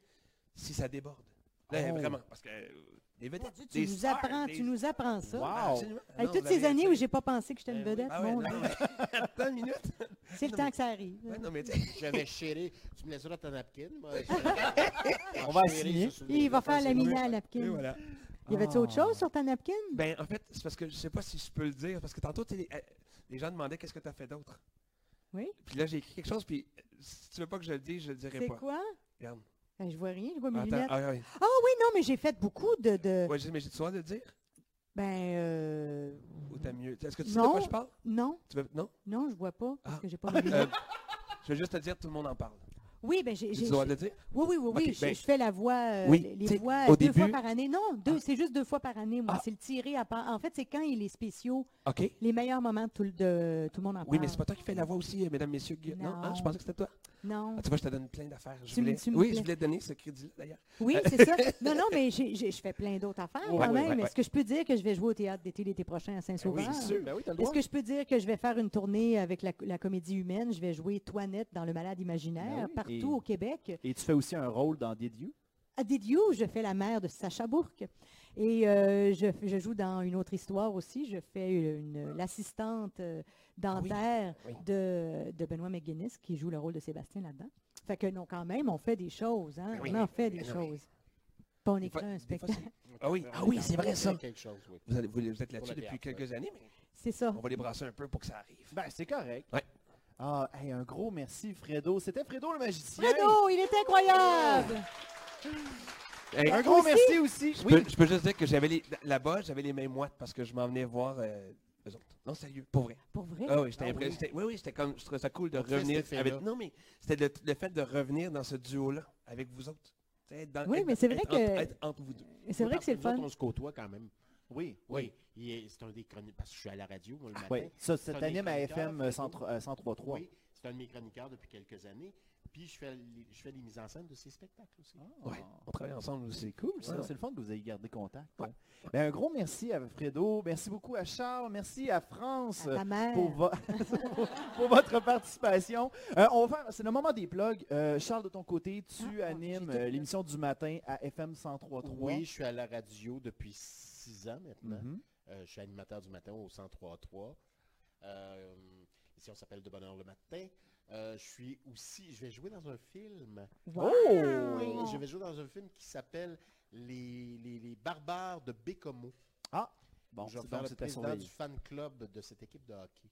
Speaker 8: si ça déborde? Là,
Speaker 2: Oh.
Speaker 8: vraiment, parce que euh, des vedettes,
Speaker 3: Tu
Speaker 8: des
Speaker 3: nous,
Speaker 8: stars,
Speaker 3: apprends,
Speaker 8: des-
Speaker 3: tu nous apprends ça.
Speaker 8: Ah, absolument.
Speaker 3: Avec
Speaker 8: Non,
Speaker 3: toutes
Speaker 8: vous
Speaker 3: ces
Speaker 8: avez-
Speaker 3: années où j'ai pas pensé que j'étais une
Speaker 6: Ben oui.
Speaker 3: vedette,
Speaker 8: Ah ouais,
Speaker 3: mon
Speaker 8: non,
Speaker 3: Dieu.
Speaker 8: mais- [LAUGHS] Attends une minute.
Speaker 3: [LAUGHS] c'est le
Speaker 8: non,
Speaker 3: temps
Speaker 8: mais-
Speaker 3: que ça arrive.
Speaker 8: Ouais, non, mais tu-
Speaker 6: [LAUGHS] J'avais chéré. Tu me laisseras ton napkin, moi. [LAUGHS]
Speaker 2: On va assigner.
Speaker 3: Il va faire la mina à
Speaker 8: Et
Speaker 3: napkin.
Speaker 8: voilà.
Speaker 3: Y avait-tu autre
Speaker 2: Ah.
Speaker 3: chose sur ta napkin?
Speaker 8: Ben, en fait, c'est parce que je sais pas si je peux le dire, parce que tantôt, tu sais, les, euh, les gens demandaient qu'est-ce que tu as fait d'autre.
Speaker 3: Oui.
Speaker 8: Puis là, j'ai écrit quelque chose, puis euh, si tu veux pas que je le dise, je le dirai
Speaker 3: C'est
Speaker 8: pas.
Speaker 3: quoi?
Speaker 8: Regarde.
Speaker 3: Ben, je vois rien, je vois mes
Speaker 8: Attends,
Speaker 3: lunettes.
Speaker 8: ah, ouais.
Speaker 3: Non, mais j'ai fait beaucoup de... de-
Speaker 8: Ouais, je sais, mais j'ai le droit de le dire?
Speaker 3: Ben, euh,
Speaker 8: Ou t'as mieux? Est-ce que tu sais de
Speaker 3: Non.
Speaker 8: quoi je parle?
Speaker 3: non,
Speaker 8: Tu veux... Non?
Speaker 3: non, je vois pas, parce
Speaker 8: Ah.
Speaker 3: que j'ai pas mes
Speaker 8: Euh,
Speaker 3: lunettes.
Speaker 8: je veux juste te dire, tout le monde en parle.
Speaker 3: Oui, ben, j'ai...
Speaker 8: J'ai
Speaker 3: j'ai-
Speaker 8: le droit de le dire?
Speaker 3: Oui, oui, oui, oui,
Speaker 8: Ok,
Speaker 3: je-
Speaker 8: ben-
Speaker 3: je fais la voix, euh,
Speaker 8: Oui,
Speaker 3: les-
Speaker 8: tu sais,
Speaker 3: les voix
Speaker 8: au
Speaker 3: deux fois
Speaker 8: début-
Speaker 3: par année. Non, deux, c'est juste deux fois par année, moi.
Speaker 8: Ah.
Speaker 3: C'est le tiré à part. En fait, c'est quand il est spéciaux,
Speaker 8: OK.
Speaker 3: les meilleurs moments de tout, le- de tout le monde en
Speaker 8: Oui, mais
Speaker 3: parle.
Speaker 8: c'est pas toi qui fais la voix aussi, euh, mesdames, messieurs. Guillaume. Non, hein,
Speaker 3: Ah. Non.
Speaker 8: je pensais que c'était toi.
Speaker 3: Non.
Speaker 8: Ah, tu vois, je te donne plein d'affaires. Je
Speaker 3: Tu me-
Speaker 8: voulais-
Speaker 3: tu me
Speaker 8: oui,
Speaker 3: plais.
Speaker 8: je voulais te donner ce crédit-là, d'ailleurs. [LAUGHS]
Speaker 3: Oui, c'est ça. Non, non, mais j'ai- j'ai- je fais plein d'autres affaires
Speaker 8: Ouais,
Speaker 3: quand
Speaker 8: ouais,
Speaker 3: même.
Speaker 8: ouais,
Speaker 3: Est-ce que je peux dire que je vais jouer au théâtre d'été l'été prochain à Saint-Sauveur?
Speaker 2: Ben oui, t'as le
Speaker 3: Est-ce
Speaker 2: droit.
Speaker 3: que je peux dire que je vais faire une tournée avec la, la comédie humaine? Je vais jouer Toinette dans Le Malade Imaginaire
Speaker 2: Ben oui,
Speaker 3: partout
Speaker 2: et-
Speaker 3: au Québec.
Speaker 2: Et tu fais aussi un rôle dans Did You?
Speaker 3: À Did You, je fais la mère de Sacha Bourque. Et euh, je, je joue dans une autre histoire aussi. Je fais euh, une- l'assistante euh, dentaire
Speaker 8: oui.
Speaker 3: De, de Benoît McGuinness qui joue le rôle de Sébastien là-dedans. Fait que non, quand même, on fait des choses. Hein?
Speaker 8: Ben oui,
Speaker 3: on en fait
Speaker 8: ben
Speaker 3: des
Speaker 8: non, mais-
Speaker 3: choses. Puis on
Speaker 8: Des fois-
Speaker 3: écrit un
Speaker 8: des fois,
Speaker 3: spectacle.
Speaker 8: c'est- Ah oui, ah oui c'est vrai ça.
Speaker 6: Quelque chose, oui.
Speaker 8: Vous, allez- vous- vous êtes là-dessus
Speaker 6: Pour le
Speaker 8: depuis
Speaker 6: théâtre,
Speaker 8: quelques années, mais
Speaker 3: C'est ça.
Speaker 8: on va les brasser un peu pour que ça arrive.
Speaker 2: Ben, c'est correct.
Speaker 8: Ouais.
Speaker 2: Ah, hey, un gros merci, Fredo. C'était Fredo le magicien.
Speaker 3: Fredo, il est incroyable!
Speaker 8: Ah Hey,
Speaker 2: Un gros
Speaker 3: Aussi?
Speaker 2: merci aussi.
Speaker 8: Je,
Speaker 2: Oui,
Speaker 8: peux, je peux juste dire que j'avais les- là-bas, j'avais les mêmes moites parce que je m'en venais voir euh, eux autres. Non, sérieux, pour vrai.
Speaker 3: Pour vrai?
Speaker 8: Ah oui, j'étais
Speaker 6: Ah oui.
Speaker 8: impressionné. Oui, oui, c'était comme, je trouvais ça cool de
Speaker 6: On te fait
Speaker 8: revenir
Speaker 6: cet effet-là.
Speaker 8: avec... Non, mais c'était le, le fait de revenir dans ce duo-là avec vous autres. Tu sais, être dans-
Speaker 3: Oui,
Speaker 8: être-
Speaker 3: mais c'est vrai
Speaker 8: être
Speaker 3: que-
Speaker 8: entre- être entre vous deux.
Speaker 3: Et C'est vrai que c'est le
Speaker 6: Nous autres,
Speaker 3: fun.
Speaker 6: on se côtoie quand même.
Speaker 2: oui.
Speaker 6: Oui. il est- C'est un des chroniqueurs, parce que je suis à la radio, moi, le matin.
Speaker 2: Oui, ça,
Speaker 6: C'est
Speaker 2: ça
Speaker 6: un
Speaker 2: t'anime à euh,
Speaker 6: écran
Speaker 2: FM
Speaker 6: de Fredo.
Speaker 2: 103.3.
Speaker 6: Oui, c'est un de mes chroniqueurs depuis quelques années. Puis je fais, les- je fais les mises en scène de ses spectacles aussi.
Speaker 2: Ah,
Speaker 8: Ouais, on travaille ensemble, c'est cool ça.
Speaker 2: Ouais, c'est le fun que vous ayez gardé contact.
Speaker 8: Ouais.
Speaker 2: hein. Ben, un gros merci à Fredo, merci beaucoup à Charles, merci à France euh,
Speaker 3: À
Speaker 8: euh,
Speaker 3: ta mère.
Speaker 2: pour, vo- [LAUGHS] pour votre participation. Euh, on va faire- c'est le moment des plugs. Euh, Charles, de ton côté, tu
Speaker 3: Ah, ah,
Speaker 2: animes
Speaker 3: j'ai tout
Speaker 2: euh,
Speaker 3: le-
Speaker 2: l'émission du matin à FM 103.3.
Speaker 6: Oui, je suis à la radio depuis six ans maintenant.
Speaker 2: Mhm.
Speaker 6: Euh, je suis animateur du matin au 103.3. Euh, ici, on s'appelle De Bonheur le matin. Euh, je suis aussi, je vais jouer dans un film.
Speaker 3: Oh.
Speaker 6: Oui, je vais jouer dans un film qui s'appelle les, les- les Barbares de Bécomo.
Speaker 2: Bon,
Speaker 6: je vais
Speaker 2: c'est-
Speaker 6: faire
Speaker 2: donc,
Speaker 6: le
Speaker 2: c'était
Speaker 6: président
Speaker 2: surveillé.
Speaker 6: du fan club de cette équipe de hockey.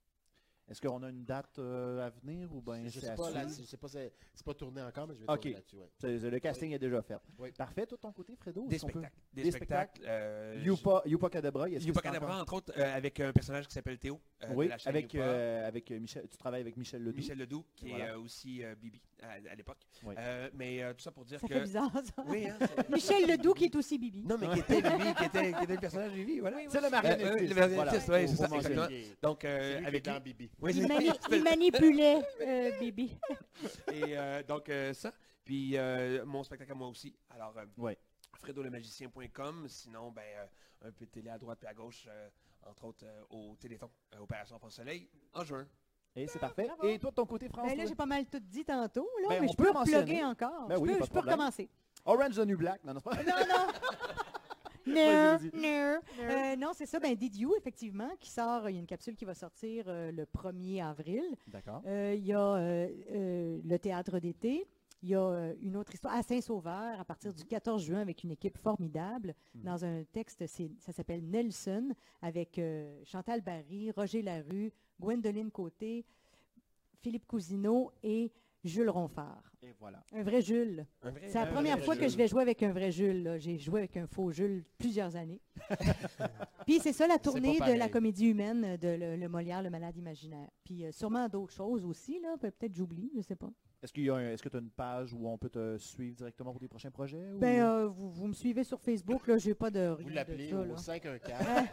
Speaker 2: Est-ce qu'on a une date euh, à venir ou ben
Speaker 6: je
Speaker 2: c'est
Speaker 6: sais
Speaker 2: à
Speaker 6: pas, là,
Speaker 2: suivre?
Speaker 6: je sais pas, c'est c'est pas tourné encore, mais je vais
Speaker 2: Ok.
Speaker 6: tourner là-dessus. ouais.
Speaker 2: C'est- Le casting est déjà fait.
Speaker 6: Oui.
Speaker 2: Parfait, toi de ton côté, Fredo?
Speaker 8: Des
Speaker 2: est-ce qu'on peut-
Speaker 8: spectacles. Des,
Speaker 2: Des
Speaker 8: spectacles. euh,
Speaker 2: Yupa, Yupa Kadabra, est-ce que
Speaker 8: Yupa
Speaker 2: c'est encore-
Speaker 8: Kadabra, entre autres, euh, avec un personnage qui s'appelle Théo. euh, de
Speaker 2: Oui,
Speaker 8: la chaîne
Speaker 2: avec,
Speaker 8: Youpa.
Speaker 2: euh, avec euh, Michel, tu travailles avec Michel Ledoux.
Speaker 8: Michel Ledoux, qui est
Speaker 2: Voilà.
Speaker 8: euh, aussi euh, Bibi à, à l'époque.
Speaker 2: Oui.
Speaker 8: Euh, mais euh, tout ça pour dire
Speaker 3: Ça
Speaker 8: que...
Speaker 3: fait bizarre, ça.
Speaker 8: Oui, hein, c'est-
Speaker 3: Michel Ledoux qui est aussi Bibi.
Speaker 8: Non, mais qui était Bibi, qui était, qui était le personnage de Bibi, voilà.
Speaker 2: C'est le
Speaker 8: Euh, euh,
Speaker 2: marionnettiste.
Speaker 8: le marionnettiste,
Speaker 2: Voilà.
Speaker 8: ouais, c'est
Speaker 2: Faut-
Speaker 8: ça,
Speaker 2: faut
Speaker 8: exactement.
Speaker 2: mentionner.
Speaker 8: Donc, euh,
Speaker 6: avec
Speaker 8: avec lui.
Speaker 6: dans Bibi.
Speaker 8: Oui,
Speaker 3: Il,
Speaker 8: c'est
Speaker 3: mani-
Speaker 8: ça.
Speaker 3: il manipulait euh, Bibi.
Speaker 8: Et euh, donc, euh, ça. Puis, euh, mon spectacle à moi aussi. Alors, euh,
Speaker 2: Ouais.
Speaker 8: fredolemagicien.com. Sinon, ben, euh, un peu de télé à droite puis à gauche, euh, entre autres euh, au Téléthon, euh, Opération France Soleil, en juin.
Speaker 2: Et c'est parfait.
Speaker 3: bravo.
Speaker 2: Et toi de ton côté, France?
Speaker 3: Ben là,
Speaker 2: toi?
Speaker 3: j'ai pas mal tout dit tantôt, là,
Speaker 2: Ben,
Speaker 3: mais
Speaker 2: on
Speaker 3: je
Speaker 2: peut
Speaker 3: peux
Speaker 2: mentionner.
Speaker 3: reploguer encore.
Speaker 2: Ben
Speaker 3: je
Speaker 2: oui,
Speaker 3: peux,
Speaker 2: pas de
Speaker 3: je peux
Speaker 2: problème.
Speaker 3: recommencer.
Speaker 2: Orange the New Black. Non, non, c'est pas-
Speaker 3: Non, non. Non,
Speaker 11: Vas-y,
Speaker 3: non. Euh, non, c'est ça. Ben, Did You, effectivement, qui sort. Il y a une capsule qui va sortir euh, le 1er avril.
Speaker 2: D'accord.
Speaker 3: Euh, Il y a euh, euh, le théâtre d'été. Il y a euh, une autre histoire à Saint-Sauveur à partir du 14 juin avec une équipe formidable
Speaker 2: Mhm.
Speaker 3: dans un texte, c'est- ça s'appelle Nelson, avec euh, Chantal Barry, Roger Larue, Gwendoline Côté, Philippe Cousineau et Jules Ronfard.
Speaker 2: Et voilà.
Speaker 3: Un vrai Jules. C'est la première fois que je vais jouer avec un vrai Jules. là. J'ai joué avec un faux Jules plusieurs années. Puis c'est ça la
Speaker 11: pas
Speaker 3: tournée de la
Speaker 11: pareil.
Speaker 3: comédie humaine euh, de le, le Molière, le malade imaginaire. Puis euh, sûrement d'autres choses aussi, là. Pe- Peut-être j'oublie, je sais pas.
Speaker 2: Est-ce qu'il y a un- est-ce que tu as une page où on peut te suivre directement pour tes prochains projets? ou-
Speaker 3: Ben, euh, vous, vous me suivez sur Facebook, là, j'ai pas de rien
Speaker 4: Vous
Speaker 3: de
Speaker 4: l'appelez
Speaker 3: ça,
Speaker 4: au
Speaker 3: là.
Speaker 4: 514.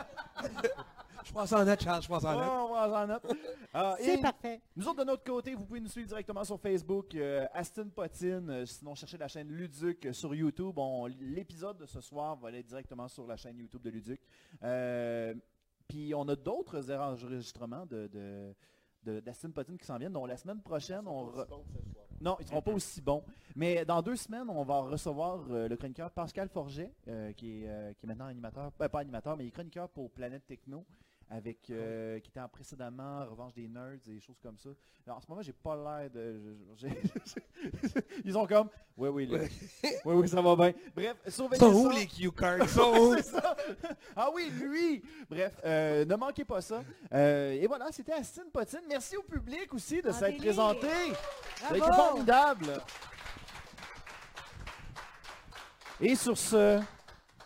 Speaker 8: Je pense en note, Charles, je pense en
Speaker 2: Ouais,
Speaker 8: note.
Speaker 2: Ah, on va en
Speaker 3: [LAUGHS]
Speaker 2: note. Ah,
Speaker 3: C'est
Speaker 2: et
Speaker 3: parfait.
Speaker 2: Nous autres, de notre côté, vous pouvez nous suivre directement sur Facebook, euh, Aston Potine. euh, sinon, cherchez la chaîne Luduc euh, sur YouTube. On- L'épisode de ce soir va aller directement sur la chaîne YouTube de Luduc. Euh, Puis on a d'autres enregistrements de... de de- d'Aston Potine qui s'en viennent. Donc la semaine prochaine, on... re- Non, ils ne seront pas aussi bons. Mais dans deux semaines, on va recevoir euh, le chroniqueur Pascal Forget, euh, qui, est, euh, qui est maintenant animateur, euh, pas animateur, mais il est chroniqueur pour Planète Techno, avec, euh, qui était en précédemment Revanche des Nerds et des choses comme ça. Alors, en ce moment, j'ai pas l'air de... je- je- Ils ont comme... Oui, oui, là. oui, oui, ça va bien. Bref, surveillez
Speaker 8: Sont où
Speaker 2: ça.
Speaker 8: les cue cards? Sont où? [LAUGHS]
Speaker 2: C'est ça. [LAUGHS] Ah oui, lui. Bref, euh, ne manquez pas ça. Euh, et voilà, c'était Astine Potine. Merci au public aussi de
Speaker 3: En
Speaker 2: s'être
Speaker 3: délire.
Speaker 2: présenté. Ça a été
Speaker 3: Bravo.
Speaker 2: formidable. Et sur ce,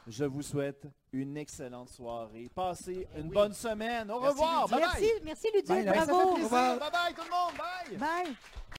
Speaker 2: je vous souhaite une excellente soirée. Passez une bonne semaine. Au revoir. Bye
Speaker 3: Ben Merci,
Speaker 2: bye.
Speaker 3: merci Luduc,
Speaker 2: Hey, ça fait
Speaker 3: bravo.
Speaker 2: plaisir. Bye bye tout le monde. Bye.
Speaker 3: Bye.